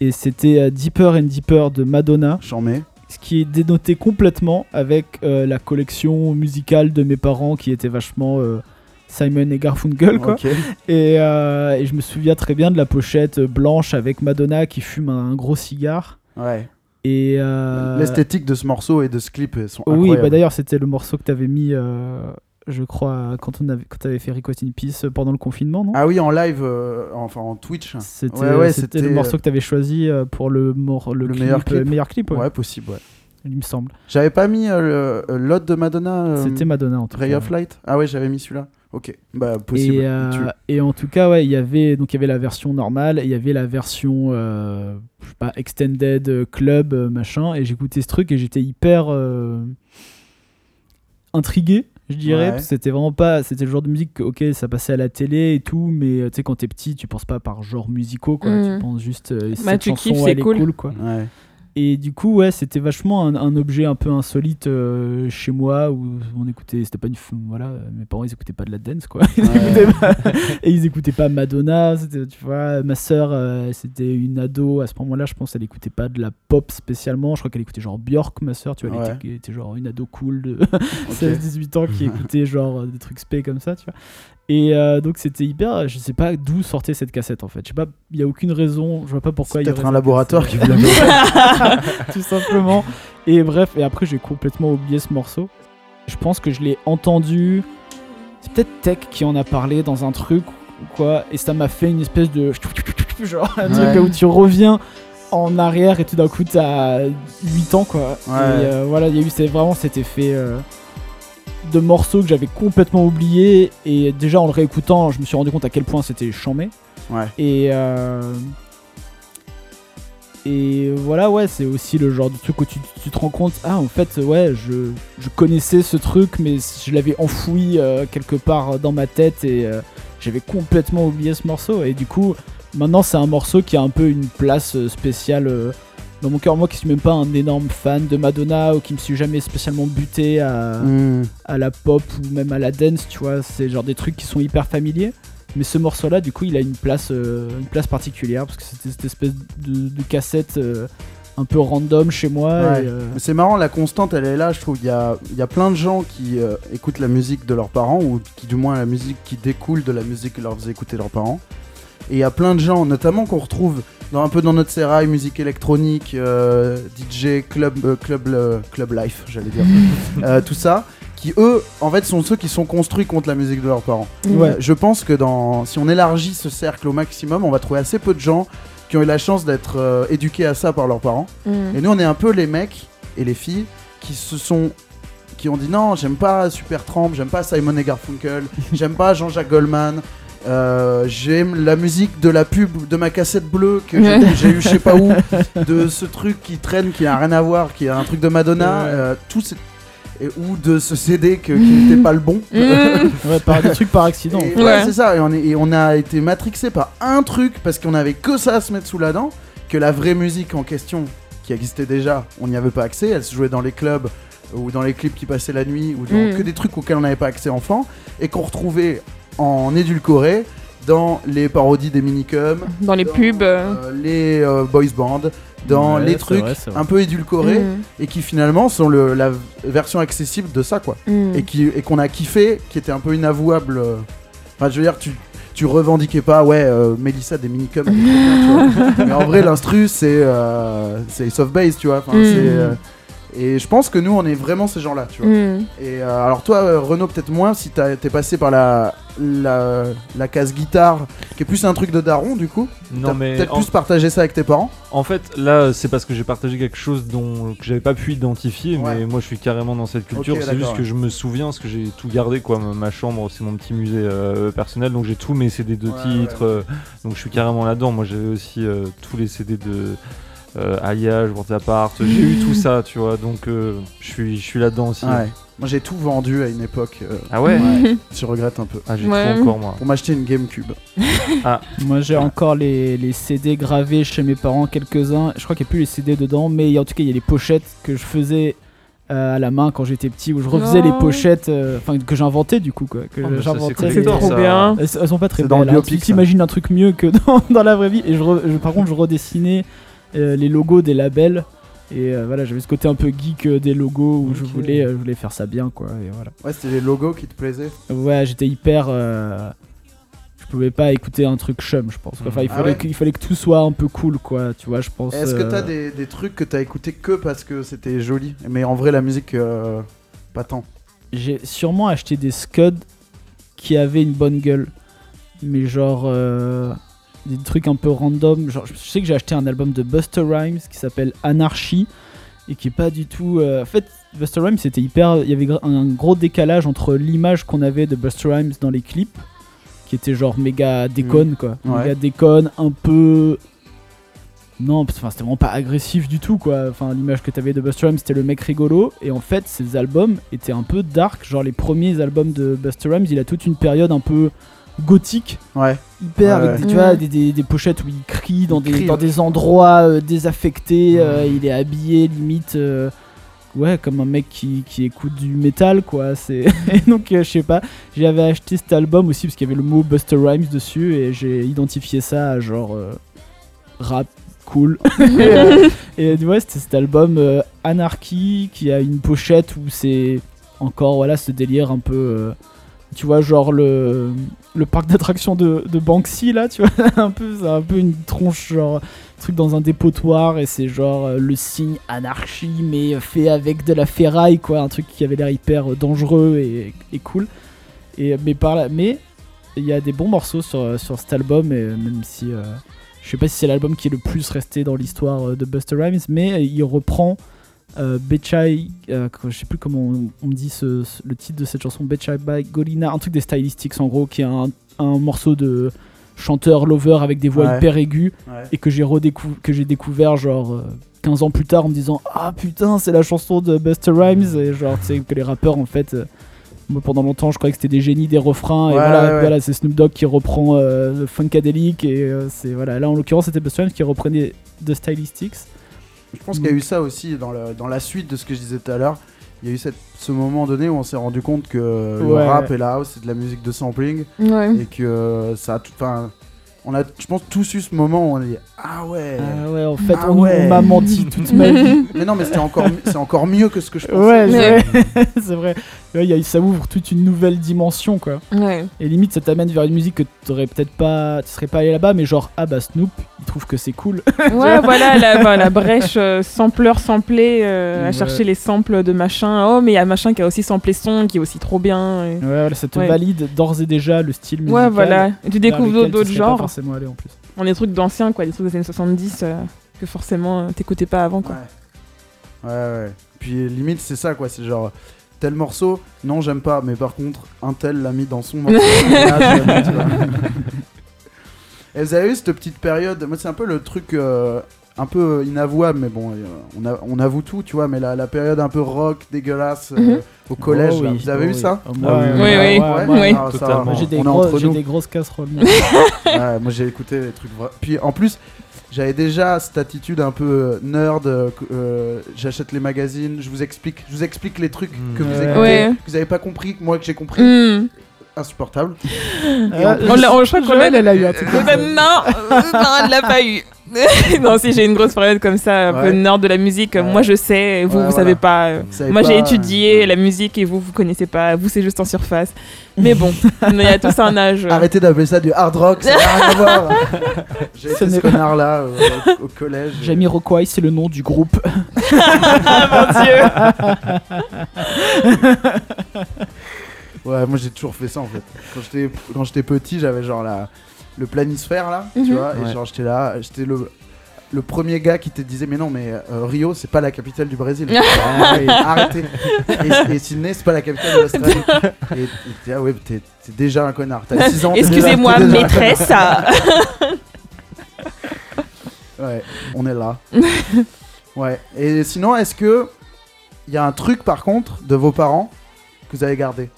Et c'était euh, Deeper and Deeper de Madonna, j'en mets. ce qui est dénoté complètement avec euh, la collection musicale de mes parents qui était vachement euh, Simon et Garfunkel, quoi. Ok. Et, euh, et je me souviens très bien de la pochette blanche avec Madonna qui fume un gros cigare. Ouais. Et euh, L'esthétique de ce morceau et de ce clip elles sont oui, bah incroyables. d'ailleurs c'était le morceau que t'avais mis, euh, je crois, quand on avait quand t'avais fait Ricotin Peace euh, pendant le confinement, non ah oui, en live, euh, enfin en Twitch. C'était ouais, ouais, c'était c'était, le morceau que t'avais choisi euh, pour le mor- le, le clip, meilleur clip. le meilleur clip, ouais, Ouais, possible, ouais. il me semble. J'avais pas mis euh, le- euh, l'autre de Madonna. euh, C'était Madonna en tout Ray cas. of Light Ah ouais, j'avais mis celui-là. Ok, bah possible. Et, Il euh, tue. et en tout cas, ouais, il y avait donc il y avait la version normale, et il y avait la version euh, je sais pas extended euh, club euh, machin. Et j'écoutais ce truc et j'étais hyper euh, intrigué, je dirais. Ouais. parce que C'était vraiment pas, c'était le genre de musique que ok, ça passait à la télé et tout, mais euh, tu sais quand t'es petit, tu penses pas par genre musicaux quoi. Mm. Tu penses juste euh, cette tu chanson, kiffes, c'est elle est cool. cool quoi. Ouais. Et du coup, ouais, c'était vachement un, un objet un peu insolite euh, chez moi où on écoutait, c'était pas une. f- Voilà, euh, mes parents ils écoutaient pas de la dance quoi. Ils Ouais. écoutaient pas- et ils écoutaient pas Madonna, c'était, tu vois. Ma sœur, euh, c'était une ado à ce moment-là, je pense, elle écoutait pas de la pop spécialement. Je crois qu'elle écoutait genre Björk, ma sœur, tu vois. Elle Ouais. était, elle était genre une ado cool de ok. Mhm. 16-18 ans qui écoutait genre euh, des trucs spé comme ça, tu vois. Et euh, donc c'était hyper. Je sais pas d'où sortait cette cassette en fait. Je sais pas, il y a aucune raison, je vois pas pourquoi. C'est il y aurait peut-être un cette laboratoire qui cassette vous l'a mis. tout simplement. Et bref, et après j'ai complètement oublié ce morceau. Je pense que je l'ai entendu. C'est peut-être Tech qui en a parlé dans un truc ou quoi, et ça m'a fait une espèce de genre un truc où tu reviens en arrière et tout d'un coup t'as 8 ans quoi. Ouais. Et, euh, voilà, il y a eu c'est vraiment cet effet euh, de morceaux que j'avais complètement oublié et déjà en le réécoutant je me suis rendu compte à quel point c'était chambé. Ouais. Et euh, et voilà ouais c'est aussi le genre de truc où tu, tu te rends compte ah en fait ouais je, je connaissais ce truc mais je l'avais enfoui euh, quelque part dans ma tête et euh, j'avais complètement oublié ce morceau et du coup maintenant c'est un morceau qui a un peu une place euh, spéciale euh, dans mon cœur moi qui suis même pas un énorme fan de Madonna ou qui me suis jamais spécialement buté à, Hmm. à la pop ou même à la dance, tu vois, c'est genre des trucs qui sont hyper familiers. Mais ce morceau-là, du coup, il a une place, euh, une place particulière parce que c'était cette espèce de, de cassette euh, un peu random chez moi. Ouais. et, euh, Mais C'est marrant, la constante, elle est là, je trouve. Il y a, il y a plein de gens qui euh, écoutent la musique de leurs parents, ou qui du moins la musique qui découle de la musique que leur faisaient écouter leurs parents. Et il y a plein de gens, notamment qu'on retrouve dans, un peu dans notre sérail, musique électronique, euh, DJ, club, euh, club, euh, club life, j'allais dire, Euh, tout ça, qui eux, en fait, sont ceux qui sont construits contre la musique de leurs parents. ouais. Euh, Je pense que dans, si on élargit ce cercle au maximum, on va trouver assez peu de gens qui ont eu la chance d'être euh, éduqués à ça par leurs parents. Mm. Et nous, on est un peu les mecs et les filles qui se sont. qui ont dit non, j'aime pas Super j'aime pas Simon et Garfunkel, j'aime pas Jean-Jacques Goldman. euh, j'aime la musique de la pub de ma cassette bleue que j'ai- Ouais. j'ai eu je sais pas où de ce truc qui traîne qui a rien à voir qui est un truc de Madonna Ouais. euh, tout ce- et- ou de ce CD que- qui n'était pas le bon Mm. Ouais, par, des trucs par accident. et- Ouais. ouais, c'est ça. Et on, est- et on a été matrixé par un truc parce qu'on avait que ça à se mettre sous la dent, que la vraie musique en question, qui existait déjà, on n'y avait pas accès. Elle se jouait dans les clubs euh, ou dans les clips qui passaient la nuit ou dans Mm. que des trucs auxquels on n'avait pas accès enfant et qu'on retrouvait en édulcoré dans les parodies des minicums, Dans les dans, pubs. euh, euh, les euh, boys bands, dans Ouais, les c'est trucs vrai, c'est vrai. un peu édulcorés Mm. et qui finalement sont le- la v- version accessible de ça quoi mm, et qui- et qu'on a kiffé, qui était un peu inavouable. euh. Enfin, je veux dire, tu, tu revendiquais pas, ouais, euh, Mélissa des minicums. elle est trop bien, tu vois. Mais en vrai, l'instru, c'est euh, c'est soft bass, tu vois. Enfin, Mm. c'est, euh, et je pense que nous, on est vraiment ces gens-là, tu vois. mm. Et euh, alors toi, euh, Renaud, peut-être moins, si t'as- t'es passé par la, la, la case guitare, qui est plus un truc de daron, du coup. Non, T'as mais peut-être en, plus partagé ça avec tes parents. en fait, là, c'est parce que j'ai partagé quelque chose dont, que j'avais pas pu identifier, Ouais. mais moi je suis carrément dans cette culture. Ok, c'est juste d'accord, que je me souviens, parce que j'ai tout gardé, quoi. Ma, ma chambre, c'est mon petit musée euh, personnel, donc j'ai tous mes CD de Ouais, titres, ouais. euh, donc je suis carrément là-dedans. Moi j'avais aussi euh, tous les CD de. Euh, Aya, je appart, j'ai eu tout ça, tu vois, donc euh, je suis, je suis là-dedans aussi. Ouais. Moi, j'ai tout vendu à une époque. euh, Ah ouais, je regrette un peu. Ah, j'ai Ouais. tout encore moi. Pour m'acheter une GameCube. Moi, j'ai encore les, les CD gravés chez mes parents, quelques-uns. Je crois qu'il n'y a plus les CD dedans, mais en tout cas, il y a les pochettes que je faisais euh, à la main quand j'étais petit, où je refaisais Non. les pochettes, euh, enfin, que j'inventais du coup, quoi. Que Oh, mais ça, c'est j'inventais les- C'est collector, trop ça. bien. Elles, elles sont pas très C'est dans le belles. hein. biopic, Tu ça. t'imagines un truc mieux que dans, dans la vraie vie. Et je, re- je- par contre, je redessinais euh, les logos des labels. Et euh, voilà, j'avais ce côté un peu geek euh, des logos où je Ok. voulais, euh, je voulais faire ça bien, quoi. Et voilà. Ouais, c'était les logos qui te plaisaient. Ouais, j'étais hyper. euh, je pouvais pas écouter un truc chum, je pense. quoi. Enfin, il Ah fallait, ouais. que- il fallait que tout soit un peu cool, quoi. Tu vois, je pense. Est-ce que euh, t'as des, des trucs que t'as écouté que parce que c'était joli Mais en vrai, la musique, euh, pas tant. J'ai sûrement acheté des Scuds qui avaient une bonne gueule. Mais genre. euh, des trucs un peu random. Genre, je sais que j'ai acheté un album de Buster Rhymes qui s'appelle Anarchy. Et qui est pas du tout. euh, en fait, Buster Rhymes, c'était hyper. Il y avait gra- un gros décalage entre l'image qu'on avait de Buster Rhymes dans les clips. Qui était genre méga déconne, quoi. Ouais. Méga déconne, un peu. Non, parce- enfin, c'était vraiment pas agressif du tout, quoi. Enfin, l'image que t'avais de Buster Rhymes, c'était le mec rigolo. Et en fait, ses albums étaient un peu dark. Genre, les premiers albums de Buster Rhymes, il a toute une période un peu gothique, Ouais. hyper, Ouais, avec des, ouais. tu vois, Mhm. des, des- des pochettes où il crie dans, Il des, crie, dans ouais. des endroits euh, désaffectés. euh, il est habillé limite. euh, Ouais, comme un mec qui, qui écoute du métal, quoi. C'est et donc, euh, je sais pas. J'avais acheté cet album aussi parce qu'il y avait le mot Buster Rhymes dessus et j'ai identifié ça à genre euh, rap cool. et, euh, et, ouais, c'était cet album euh, Anarchy qui a une pochette où c'est encore voilà ce délire un peu. euh, tu vois, genre le, le parc d'attractions de, de Banksy, là, tu vois, un peu, c'est un peu une tronche, genre, truc dans un dépotoir, et c'est genre euh, le signe anarchie, mais euh, fait avec de la ferraille, quoi, un truc qui avait l'air hyper euh, dangereux et, et cool. Et, mais par là, mais il y a des bons morceaux sur, sur cet album, et, euh, même si euh, Je sais pas si c'est l'album qui est le plus resté dans l'histoire euh, de Buster Rhymes, mais euh, il reprend euh, Betchai, euh, que- je sais plus comment on, on dit ce- ce- le titre de cette chanson, Betchai by Golina, un truc des stylistics en gros, qui est un, un morceau de chanteur lover avec des voix Ouais. hyper aiguës Ouais. et que j'ai redécou- que j'ai découvert genre euh, 15 ans plus tard en me disant ah putain c'est la chanson de Buster Mm. Rhymes et genre tu sais que les rappeurs en fait euh, moi pendant longtemps je croyais que c'était des génies des refrains et Ouais, voilà, ouais, ouais. voilà, c'est Snoop Dogg qui reprend euh, le Funkadelic et euh, c'est voilà là en l'occurrence c'était Buster Rhymes qui reprenait The Stylistics Je pense qu'il y a eu ça aussi dans, le- dans la suite de ce que je disais tout à l'heure. Il y a eu cette- ce moment donné où on s'est rendu compte que le Ouais. rap et la house c'est de la musique de sampling Ouais. et que ça a tout. Enfin, on a, je pense, tous eu ce moment où on a dit Ah ouais Ah ouais en fait Ah on, on ouais. m'a menti toute ma vie Mais non, mais c'était encore, mi- c'est encore mieux que ce que je pensais. ouais Ouais. c'est- c'est vrai Ouais, il y a- ça ouvre toute une nouvelle dimension quoi ouais. Et limite, ça t'amène vers une musique que t'aurais peut-être pas, tu serais pas allé là-bas, mais genre, ah bah Snoop, il trouve que c'est cool. Ouais, voilà la, enfin, la brèche euh, sampleur samplé euh, à Ouais. chercher les samples de machin. Oh, mais il y a machin qui a aussi samplé son, qui est aussi trop bien. et- Ouais, voilà, ça te Ouais. valide d'ores et déjà le style musical. Ouais, voilà. Et tu vers découvres lequel tu d'autres serais pas genres, forcément allé en plus. on des trucs d'anciens, quoi, des trucs des années 70 euh, que forcément euh, t'écoutais pas avant, quoi. Ouais, ouais. Puis limite, c'est ça quoi. C'est genre tel morceau, non, j'aime pas, mais par contre, un tel l'a mis dans son morceau. Là, j'aime, tu vois. Et vous avez eu cette petite période, moi c'est un peu le truc euh, un peu inavouable, mais bon, euh, on, a- on avoue tout, tu vois, mais la, la période un peu rock dégueulasse euh, Mhm. au collège, Oh là. oui, vous avez oh eu oui. ça Oh, moi, oui, euh, oui. Ah Oui, ouais, oui. moi, Oui. ça va. Totalement. J'ai des, on est grosses- entre j'ai nous. des grosses casseroles. moi. Ouais, moi j'ai écouté les trucs vrais. Puis en plus, j'avais déjà cette attitude un peu euh, nerd. euh, que, euh, J'achète les magazines, je vous explique, je vous explique les trucs Mm. que vous Ouais. écoutez, Ouais. que vous avez pas compris, que moi que j'ai compris. Hmm. Insupportable. Euh, On l'a- on- je crois qu'on l'a- Eh ben, Joël, elle a eu un truc. comme ça. non, non, elle l'a pas eu. non, si j'ai une grosse période comme ça, un Ouais. peu nord de la musique, Ouais. moi je sais, vous, Ouais, voilà. vous savez pas. euh. Vous savez Moi pas, j'ai euh, étudié la musique et vous, vous connaissez pas, vous c'est juste en surface. Mais bon, il y a tous un âge. euh, euh. Arrêtez d'appeler ça du hard rock, ça n'a rien à voir. J'ai Ce été ce n'est- connard là au, au collège. Jamiroquai, c'est le nom du groupe. Ah mon dieu! Ouais, moi j'ai toujours fait ça en fait. Quand j'étais quand j'étais petit, j'avais genre la le planisphère là, tu Mhm. vois, et Ouais. genre j'étais là, j'étais le le premier gars qui te disait mais non mais euh, Rio c'est pas la capitale du Brésil Ah ouais, arrêtez et, et Sydney c'est pas la capitale de l'Australie et, et t'es- ah ouais t'es t'es déjà un connard t'as 6 ans t'es déjà- Excusez-moi, t'es déjà- maîtresse. ah. ouais on est là ouais et sinon est-ce que il y a un truc par contre de vos parents que vous avez gardé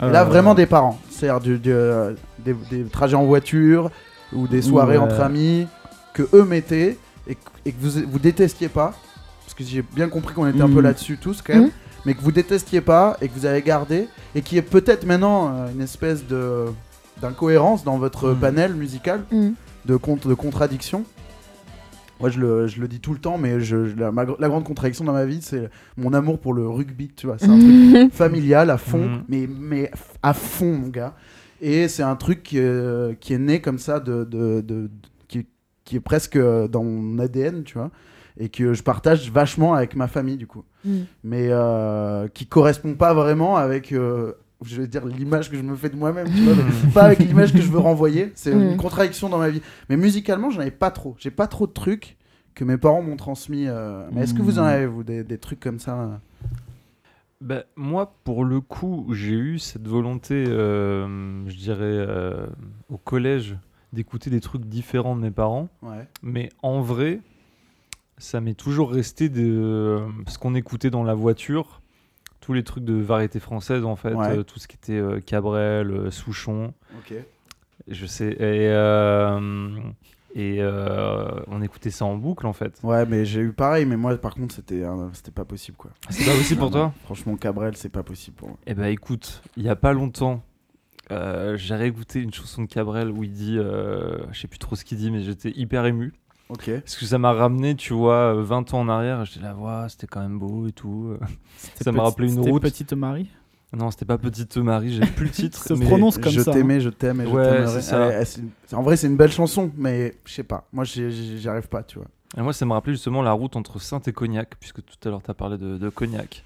Ah Et Là, Euh, vraiment des parents. C'est-à-dire du- du, euh, des, des trajets en voiture ou des soirées Ouais. entre amis que eux mettaient et, que- et que vous, vous détestiez pas. Parce que j'ai bien compris qu'on était un peu Mhm. là-dessus tous quand même. Mhm. Mais que vous détestiez pas et que vous avez gardé. Et qui est peut-être maintenant euh, une espèce de d'incohérence dans votre Mhm. panel musical Mhm. de, compte de contradiction. Moi, je le, je le dis tout le temps, mais je, je- la, ma gr- la grande contradiction dans ma vie, c'est mon amour pour le rugby, tu vois. C'est un truc familial à fond, Mhm. mais, mais f- à fond, mon gars. Et c'est un truc qui, euh, qui est né comme ça, de, de- de- qui, est- qui est presque euh, dans mon ADN, tu vois. Et que je partage vachement avec ma famille, du coup. Mhm. Mais euh, qui correspond pas vraiment avec, euh, je vais dire, l'image que je me fais de moi-même, tu vois. mais pas avec l'image que je veux renvoyer. C'est une Mhm. contradiction dans ma vie. Mais musicalement, j'en avais pas trop. J'ai pas trop de trucs que mes parents m'ont transmis. euh, Mais est-ce que vous en avez, vous, des, des trucs comme ça euh Bah, moi, pour le coup, j'ai eu cette volonté, euh, je dirais, euh, au collège, d'écouter des trucs différents de mes parents. Ouais. Mais en vrai, ça m'est toujours resté de euh, ce qu'on écoutait dans la voiture. Tous les trucs de variété française, en fait. Ouais. euh, tout ce qui était euh, Cabrel, euh, Souchon. Ok. Je sais. Et, euh, et euh, on écoutait ça en boucle, en fait. Ouais, mais j'ai eu pareil, mais moi par contre, c'était euh, c'était pas possible quoi. C'est pas aussi pour Non, non, toi Franchement, Cabrel, c'est pas possible pour moi. Eh ben écoute, il y a pas longtemps, euh, j'ai réécouté une chanson de Cabrel où il dit, euh, je sais plus trop ce qu'il dit, mais j'étais hyper ému. Ok. Parce que ça m'a ramené, tu vois, 20 ans en arrière, j'étais là, Ouah, c'était quand même beau et tout. Ça m'a Petit- rappelé une c'était route. Petite Marie. Non, c'était pas Petite Marie, j'ai plus le titre. Se mais- prononce. comme je ça, hein. t'aimais, je t'aime et hein. Ouais, je t'aimerai. c'est ça. Ouais, c'est- c'est- en vrai, c'est une belle chanson, mais je sais pas. Moi, j'ai- j'ai- j'y arrive pas, tu vois. Et moi, ça me rappelait justement la route entre Saint et Cognac, puisque tout à l'heure, tu as parlé de, de Cognac.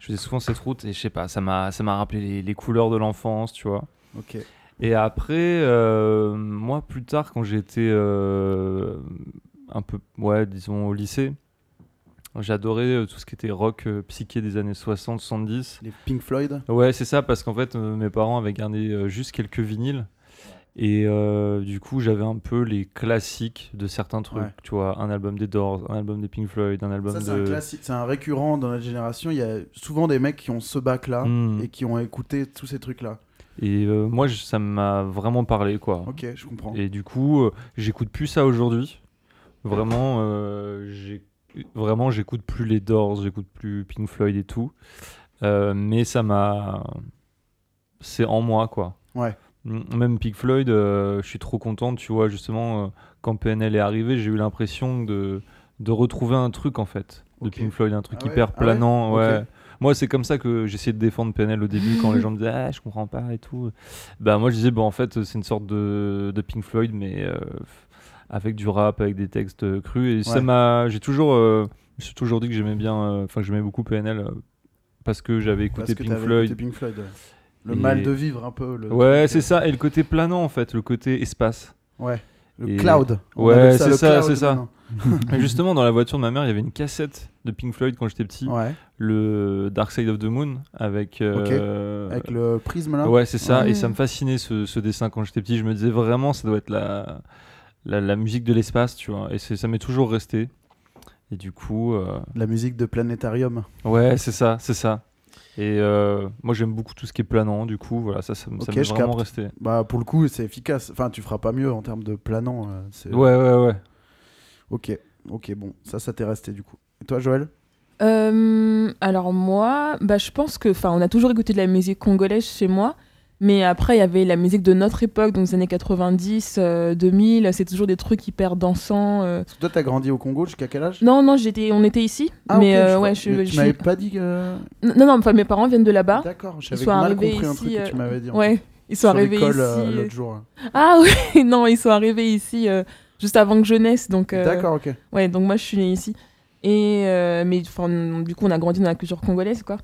Je faisais souvent cette route et je sais pas, ça m'a ça m'a rappelé les, les couleurs de l'enfance, tu vois. Ok. Et après, euh, moi, plus tard, quand j'étais euh, un peu, ouais, disons au lycée, j'adorais euh, tout ce qui était rock euh, psyché des années 60, 70. Les Pink Floyd. Ouais, c'est ça, parce qu'en fait, euh, mes parents avaient gardé euh, juste quelques vinyles. Et euh, du coup, j'avais un peu les classiques de certains trucs. Ouais. Tu vois, un album des Doors, un album des Pink Floyd, un album Ça, c'est un de. classique, c'est un récurrent dans notre génération. Il y a souvent des mecs qui ont ce bac-là Hmm. hein. et qui ont écouté tous ces trucs-là. Et euh, moi, je- ça m'a vraiment parlé, quoi. Ok, je comprends. Et du coup, euh, j'écoute plus ça aujourd'hui. Vraiment, euh, j'ai- vraiment, j'écoute plus les Doors, j'écoute plus Pink Floyd et tout. Euh, mais ça m'a, c'est en moi quoi. Ouais. Mm, Même Pink Floyd, euh, je suis trop content, tu vois. Justement, euh, quand PNL est arrivé, j'ai eu l'impression de de retrouver un truc en fait de Ok. Pink Floyd, un truc Ah ouais, hyper ah ouais, planant. ok. ouais. Moi, c'est comme ça que j'essayais de défendre PNL au début quand les gens me disaient ah je comprends pas et tout. Bah moi je disais bon en fait c'est une sorte de, de Pink Floyd mais euh, avec du rap, avec des textes euh, crus et ça Ouais. m'a j'ai toujours euh, je me suis toujours dit que j'aimais bien euh, enfin que j'aimais beaucoup PNL euh, parce que j'avais Parce écouté que Pink t'avais Floyd. écouté Pink Floyd. ouais. Le Et- mal de vivre un peu. Le Ouais, truc, c'est euh, ça et le côté planant en fait, le côté espace. Ouais. Le Et- cloud. On Ouais, appelle c'est le ça, cloud c'est ça. maintenant. Et Justement dans la voiture de ma mère, il y avait une cassette de Pink Floyd quand j'étais petit, Ouais. le Dark Side of the Moon avec euh, Avec le prisme là. Ouais, c'est ça. Ouais. Et ça me fascinait ce, ce dessin quand j'étais petit. Je me disais vraiment, ça doit être la, la, la musique de l'espace, tu vois. Et c'est- ça m'est toujours resté. Et du coup, euh, La musique de Planétarium. ouais, c'est ça, c'est ça. Et euh, moi, j'aime beaucoup tout ce qui est planant. Du coup, voilà, ça, ça, m- ça Ok, m'est je vraiment capte. resté. Bah pour le coup, c'est efficace. Enfin, tu feras pas mieux en termes de planant. euh, c'est- Ouais, ouais, ouais. Ok, ok, bon, ça, ça t'est resté du coup. Et toi, Joël Euh, alors moi, bah, je pense que, enfin, on a toujours écouté de la musique congolaise chez moi, mais après il y avait la musique de notre époque, donc les années 90, euh, 2000, c'est toujours des trucs hyper dansants. euh. Parce que toi, t'as grandi au Congo jusqu'à quel âge Non, non, j'étais, on était ici, Ah, mais ok, euh, je ouais, crois- je, mais je tu suis- m'avais pas dit que. non, non, enfin mes parents viennent de là-bas. D'accord, Bah, sont j'avais mal arrivés compris un truc ici, que tu euh, m'avais dit. en fait, Ouais, ils sont sur arrivés ici. l'école, euh, euh. l'autre jour. hein. Ah oui, non, ils sont arrivés ici euh, juste avant que je naisse, donc. euh, D'accord, ok. Ouais, donc moi je suis née ici. Et euh, mais enfin, du coup, on a grandi dans la culture congolaise, quoi.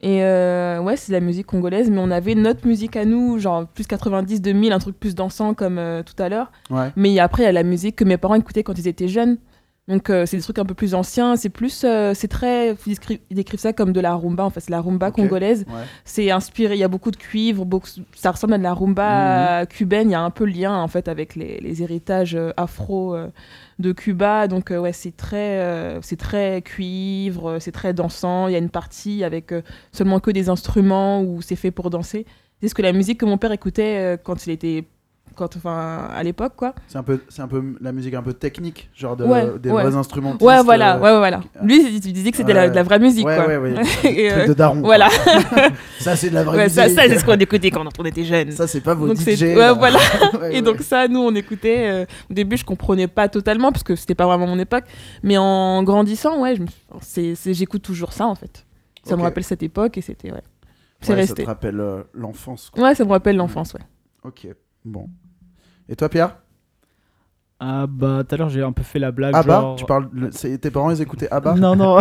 Et euh, ouais, c'est de la musique congolaise, mais on avait notre musique à nous, genre plus 90, 2000, un truc plus dansant comme euh, tout à l'heure. Ouais. Mais après, il y a la musique que mes parents écoutaient quand ils étaient jeunes. Donc euh, c'est des trucs un peu plus anciens, c'est plus, euh, c'est très, ils décrivent, ils décrivent ça comme de la rumba, en fait, c'est la rumba Ok. congolaise. Ouais. C'est inspiré, il y a beaucoup de cuivre, beaucoup- ça ressemble à de la rumba Mhm. euh, cubaine, il y a un peu le lien en fait avec les, les héritages euh, afro euh, de Cuba. Donc euh, ouais, c'est très, euh, c'est très cuivre, euh, c'est très dansant. Il y a une partie avec euh, seulement que des instruments où c'est fait pour danser. C'est ce que la musique que mon père écoutait euh, quand il était, quand enfin à l'époque quoi. C'est un peu, c'est un peu la musique un peu technique, genre de, Ouais, des ouais. vrais instrumentistes. Ouais, voilà, euh, ouais, ouais, voilà. Lui, il il disait que c'était de la- Ouais, de la vraie musique Ouais, quoi. ouais, ouais. Et, Truc euh, de daron. quoi. voilà. Ça, c'est de la vraie Ouais, musique. ça, ça, c'est ce qu'on écoutait quand on était jeune. Ça, c'est pas vos Donc, c'est- DJ. ouais, là. voilà. Ouais, Et ouais. donc ça, nous, on écoutait. euh, au début, je comprenais pas totalement parce que c'était pas vraiment mon époque. Mais en grandissant, ouais, je me- oh, c'est- c'est- j'écoute toujours ça en fait. Ça me Ok. rappelle cette époque et c'était ouais, c'est Ouais, Ça resté. te rappelle euh, l'enfance. quoi. Ouais, ça me rappelle l'enfance, ouais. Ok, bon. Et toi, Pierre Ah bah, tout à l'heure j'ai un peu fait la blague. Abba genre- Ah bah, Tu parles. le- c'est- Tes parents, ils écoutaient Abba Non, non.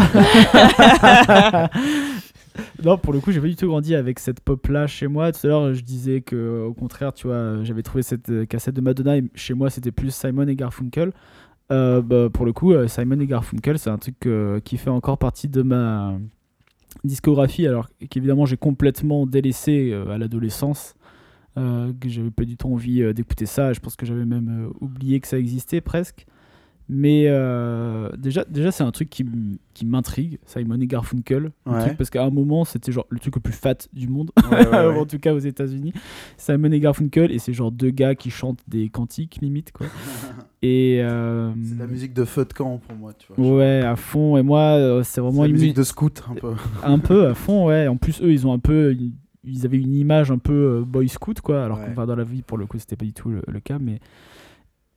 non, pour le coup, j'ai pas du tout grandi avec cette pop-là chez moi. Tout à l'heure, je disais que, au contraire, tu vois, j'avais trouvé cette euh, cassette de Madonna et chez moi, c'était plus Simon et Garfunkel. Euh, bah, pour le coup, euh, Simon et Garfunkel, c'est un truc euh, qui fait encore partie de ma discographie, alors qu'évidemment, j'ai complètement délaissé euh, à l'adolescence. euh, que j'avais pas du tout envie euh, d'écouter ça, je pense que j'avais même euh, oublié que ça existait presque. Mais euh, déjà, déjà c'est un truc qui, m- qui m'intrigue, Simon et Garfunkel. Le Ouais. truc, parce qu'à un moment, c'était genre le truc le plus fat du monde, Ouais, ouais, ouais. en tout cas aux États-Unis. Simon et Garfunkel, et c'est genre deux gars qui chantent des cantiques limite. Quoi. et. euh, C'est de la musique de feu de camp pour moi, tu vois. Ouais, à fond. Et moi, euh, c'est C'est vraiment la une musique de scout un peu. un peu à fond, ouais. En plus, eux, ils ont un peu, ils- ils avaient une image un peu euh, boy scout, quoi. Alors Ouais. qu'on va dans la vie, pour le coup, c'était pas du tout le, le cas, mais.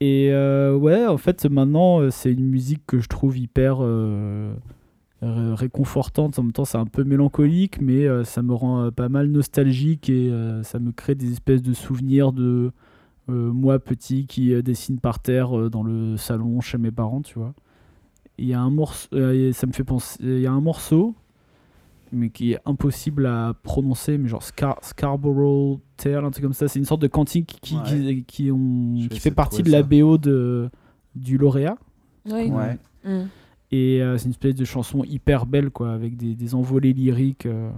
Et euh, ouais, en fait, maintenant, euh, c'est une musique que je trouve hyper euh, ré- réconfortante. En même temps, c'est un peu mélancolique, mais euh, ça me rend euh, pas mal nostalgique et euh, ça me crée des espèces de souvenirs de euh, moi petit qui euh, dessine par terre euh, dans le salon chez mes parents, tu vois. Il y a un morceau, euh, et ça me fait penser. Il y a un morceau mais qui est impossible à prononcer, mais genre Scar Scarborough Tale, un truc comme ça. C'est une sorte de cantique qui, qui, qui ont- Je vais qui essayer fait de partie de trouver la ça. BO de, du lauréat. Oui. Ouais. Mm. Et euh, c'est une espèce de chanson hyper belle, quoi, avec des, des envolées lyriques. euh.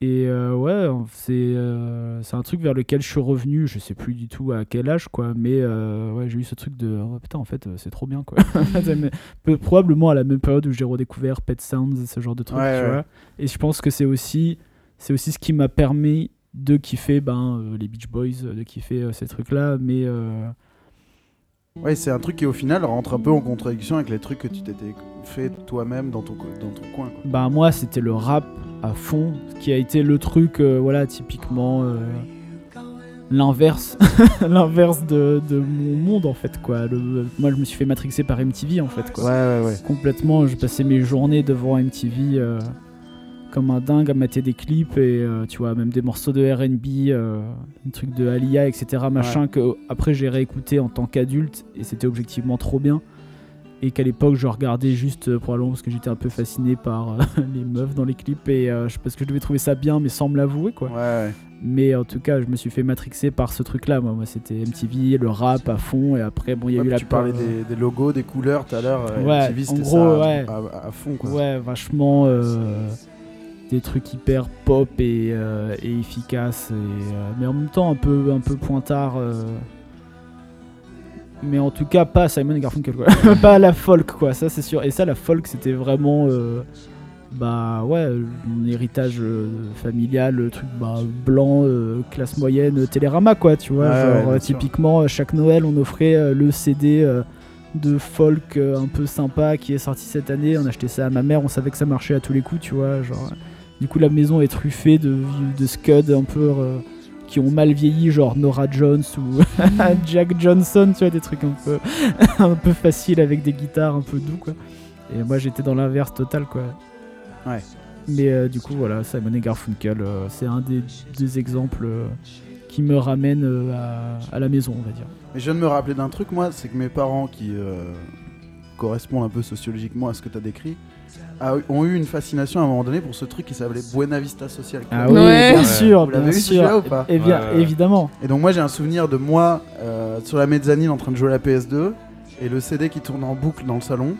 Et euh, ouais, c'est euh, c'est un truc vers lequel je suis revenu, je sais plus du tout à quel âge, quoi, mais euh, ouais, j'ai eu ce truc de oh, putain, en fait, euh, c'est trop bien, quoi. Ça me- peu- probablement à la même période où j'ai redécouvert Pet Sounds, ce genre de truc, Ouais, tu ouais. vois. Et je pense que c'est aussi, c'est aussi ce qui m'a permis de kiffer ben, euh, les Beach Boys, euh, de kiffer euh, ces trucs-là, mais. euh, Ouais, c'est un truc qui au final rentre un peu en contradiction avec les trucs que tu t'étais fait toi-même dans ton, co- dans ton coin. Quoi. bah moi c'était le rap à fond ce qui a été le truc euh, voilà typiquement euh, l'inverse l'inverse de, de mon monde en fait quoi Le- moi je me suis fait matrixer par MTV en fait quoi Ouais, ouais, ouais. complètement je passais mes journées devant MTV euh, comme un dingue à mater des clips et euh, tu vois même des morceaux de R&B euh, un truc de Alia etc machin que après j'ai réécouté en tant qu'adulte et c'était objectivement trop bien et qu'à l'époque je regardais juste euh, probablement parce que j'étais un peu fasciné par euh, les meufs dans les clips et euh, je- parce que je devais trouver ça bien mais sans me l'avouer quoi Ouais, ouais. mais en tout cas je me suis fait matrixer par ce truc là moi, Moi, c'était MTV le rap à fond et après bon il y a Ouais, eu puis la tu parlais peur- euh. des, des logos, des couleurs tout à l'heure. euh, Ouais, MTV, en c'était gros, ça, ouais. à, à fond. Quoi. Ouais, vachement euh, des trucs hyper pop et, euh, et efficaces, et, euh, mais en même temps un peu, un peu pointard. euh. mais en tout cas, pas Simon et Garfunkel, quoi. pas la folk, quoi, ça c'est sûr. Et ça, la folk, c'était vraiment. euh, bah ouais, mon héritage euh, familial, le truc bah, blanc, euh, classe moyenne, Télérama quoi, tu vois. Ouais, genre, ouais, bien euh, sûr. typiquement, euh, chaque Noël, on offrait euh, le CD euh, de folk euh, un peu sympa qui est sorti cette année. On achetait ça à ma mère, on savait que ça marchait à tous les coups, tu vois. Genre, euh, du coup, la maison est truffée de, de scuds un peu euh, qui ont mal vieilli, genre Nora Jones ou Jack Johnson, tu vois, des trucs un peu, un peu faciles avec des guitares un peu doux, quoi. Et moi, j'étais dans l'inverse total, quoi. Ouais. Mais euh, du coup, voilà, Simon et Garfunkel, euh, c'est un des, des exemples euh, qui me ramène euh, à, à la maison, on va dire. Mais je viens de me rappeler d'un truc, moi, c'est que mes parents, qui euh, correspondent un peu sociologiquement à ce que tu as décrit, a- ont eu une fascination à un moment donné pour ce truc qui s'appelait Buena Vista Social Club. Ah oui, Ouais. bien Ouais. sûr, Vous l'avez bien vu, sûr. celui-là, ou pas Eh bien, Ouais, ouais, ouais. évidemment. Et donc moi j'ai un souvenir de moi euh, sur la mezzanine en train de jouer à la PS2 et le CD qui tourne en boucle dans le salon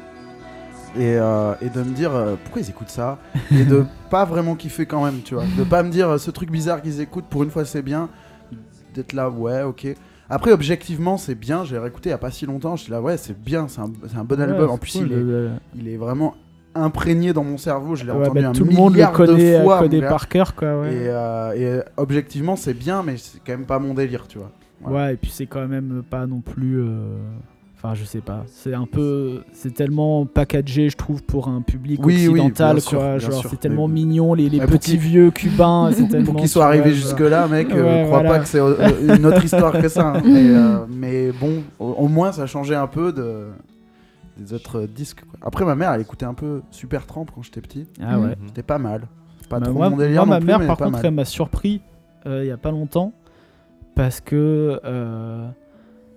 et, euh, et de me dire euh, pourquoi ils écoutent ça et de pas vraiment kiffer quand même tu vois de pas me dire euh, ce truc bizarre qu'ils écoutent pour une fois c'est bien d'être là ouais ok après objectivement c'est bien j'ai réécouté il y a pas si longtemps je suis là ouais c'est bien c'est un, c'est un bon album Ouais, en plus cool, il, est, le- il est vraiment imprégné dans mon cerveau je l'ai Ouais, entendu bah, un tout le monde le milliard connaît, euh, de fois connaît mon gars. par cœur, quoi. Ouais. Et, euh, et, euh, objectivement c'est bien mais c'est quand même pas mon délire tu vois voilà. Ouais, et puis c'est quand même pas non plus. euh, Enfin, je sais pas. C'est un peu. C'est tellement packagé, je trouve, pour un public Oui, oui, occidental, bien sûr, quoi. bien Genre, sûr, c'est tellement mais- mignon, les, les Mais pour petits qu'il- vieux cubains. c'est pour tellement, qu'ils soient tu arrivés vois, genre- jusque-là, mec, euh, bah. Ouais, je crois voilà. pas que c'est euh, une autre histoire que ça. hein. Mais, euh, mais bon, au, au moins, ça changeait un peu de, des autres disques. quoi. Après, ma mère, elle écoutait un peu Super Tramp quand j'étais petit. Ah ouais. Mhm. C'était pas mal. C'est Pas Bah, trop moi, mon délire moi, non ma plus, mère, mais par pas contre, mal. elle m'a surpris euh, il y a pas longtemps parce que euh,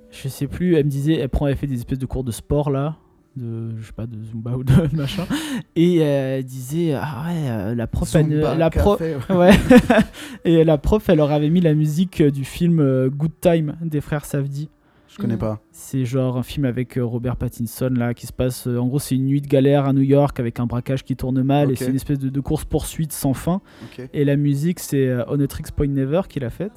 je sais plus, elle me disait, elle prend, elle fait des espèces de cours de sport là, de je sais pas, de zumba ou de machin, et euh, elle disait ah ouais, euh, la prof, elle ne- Zumba, la prof, café, ouais. ouais, et la prof, elle leur avait mis la musique euh, du film euh, Good Time des frères Safdie. Je connais pas. C'est genre un film avec euh, Robert Pattinson là qui se passe. euh, En gros, c'est une nuit de galère à New York avec un braquage qui tourne mal et Ok. c'est une espèce de, de course poursuite sans fin. Ok. Et la musique, c'est euh, On a Tricks Point Never qui l'a faite.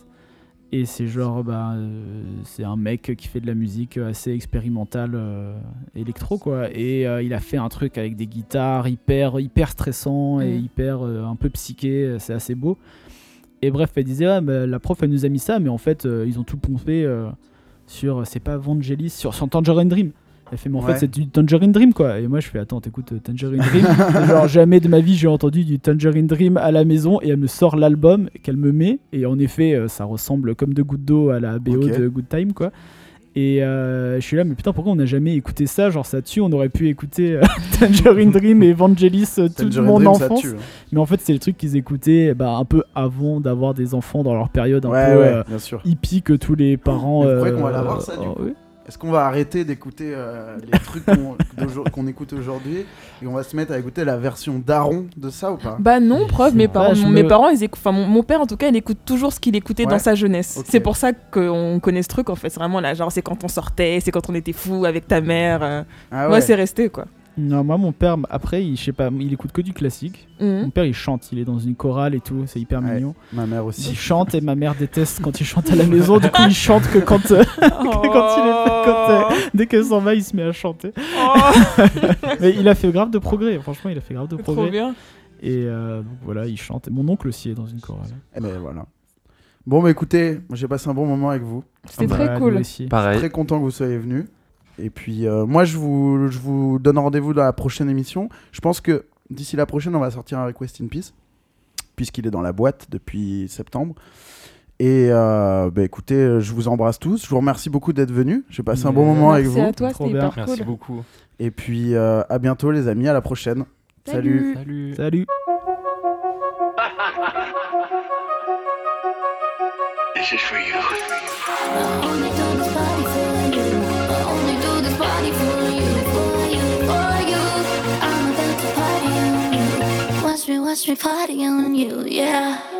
Et c'est genre, bah, euh, c'est un mec qui fait de la musique euh, assez expérimentale, euh, électro quoi. Et euh, il a fait un truc avec des guitares hyper, hyper stressant et Mm. hyper euh, un peu psyché. euh, C'est assez beau. Et bref, elle disait, ah, bah, la prof, elle nous a mis ça, mais en fait, euh, ils ont tout pompé euh, sur, euh, c'est pas Vangelis, sur, sur Tangerine Dream. Elle fait, mais en Ouais. fait, c'est du Tangerine Dream, quoi. Et moi, je fais, attends, t'écoutes euh, Tangerine Dream. Genre, jamais de ma vie, j'ai entendu du Tangerine Dream à la maison, et elle me sort l'album qu'elle me met, et en effet, euh, ça ressemble comme de gouttes d'eau à la BO Ok. de Good Time, quoi. Et euh, je suis là, mais putain, pourquoi on n'a jamais écouté ça Genre, ça tue, on aurait pu écouter euh, Tangerine Dream et Vangelis euh, toute Tangerine mon Dream, ça enfance. tue, hein. Mais en fait, c'est le truc qu'ils écoutaient bah, un peu avant d'avoir des enfants dans leur période un Ouais, peu ouais, euh, bien sûr. hippie que tous les parents. Mais vous croyez qu'on va euh, Ah l'avoir, ça, du euh, coup oui. Est-ce qu'on va arrêter d'écouter euh, les trucs qu'on d'aujourd'hui- qu'on écoute aujourd'hui et on va se mettre à écouter la version daron de ça ou pas Bah non, preuve, mes parents, je mon- mes me- parents ils écoutent, enfin mon, mon père en tout cas, il écoute toujours ce qu'il écoutait Ouais. dans sa jeunesse. Ok. C'est pour ça qu'on connaît ce truc en fait, c'est vraiment là, genre c'est quand on sortait, c'est quand on était fou avec ta mère. euh. Ah Moi c'est resté quoi. Non, moi, mon père, après, il, je sais pas, il écoute que du classique. Mhm. Mon père, il chante, il est dans une chorale et tout, c'est hyper Ouais. mignon. Ma mère aussi. Il chante et ma mère déteste quand il chante à la maison, du coup, il chante que quand, euh, que quand il est- quand, euh, dès qu'elle s'en va, il se met à chanter. Oh. Mais il a fait grave de progrès, franchement, il a fait grave de Oh, trop progrès. bien. Et euh, donc voilà, il chante. Mon oncle aussi est dans une chorale. Mais Eh ben, voilà. Bon, bah écoutez, moi, j'ai passé un bon moment avec vous. C'était Ah bah, très cool. nous aussi. Pareil. Très content que vous soyez venus. Et puis, euh, moi, je vous, je vous donne rendez-vous dans la prochaine émission. Je pense que d'ici la prochaine, on va sortir un Request in Peace, puisqu'il est dans la boîte depuis septembre. Et euh, bah, écoutez, je vous embrasse tous. Je vous remercie beaucoup d'être venus. J'ai passé un bon Ouais. moment avec Merci vous. à toi, Euh, Trop c'était bien. hyper Merci cool. beaucoup. Et puis, euh, à bientôt, les amis. À la prochaine. Salut. Salut. Salut. This is for you. I only do this body for you. I only do this body for you, for you, for you. I'm about to party on you. Watch me, watch me party on you, yeah.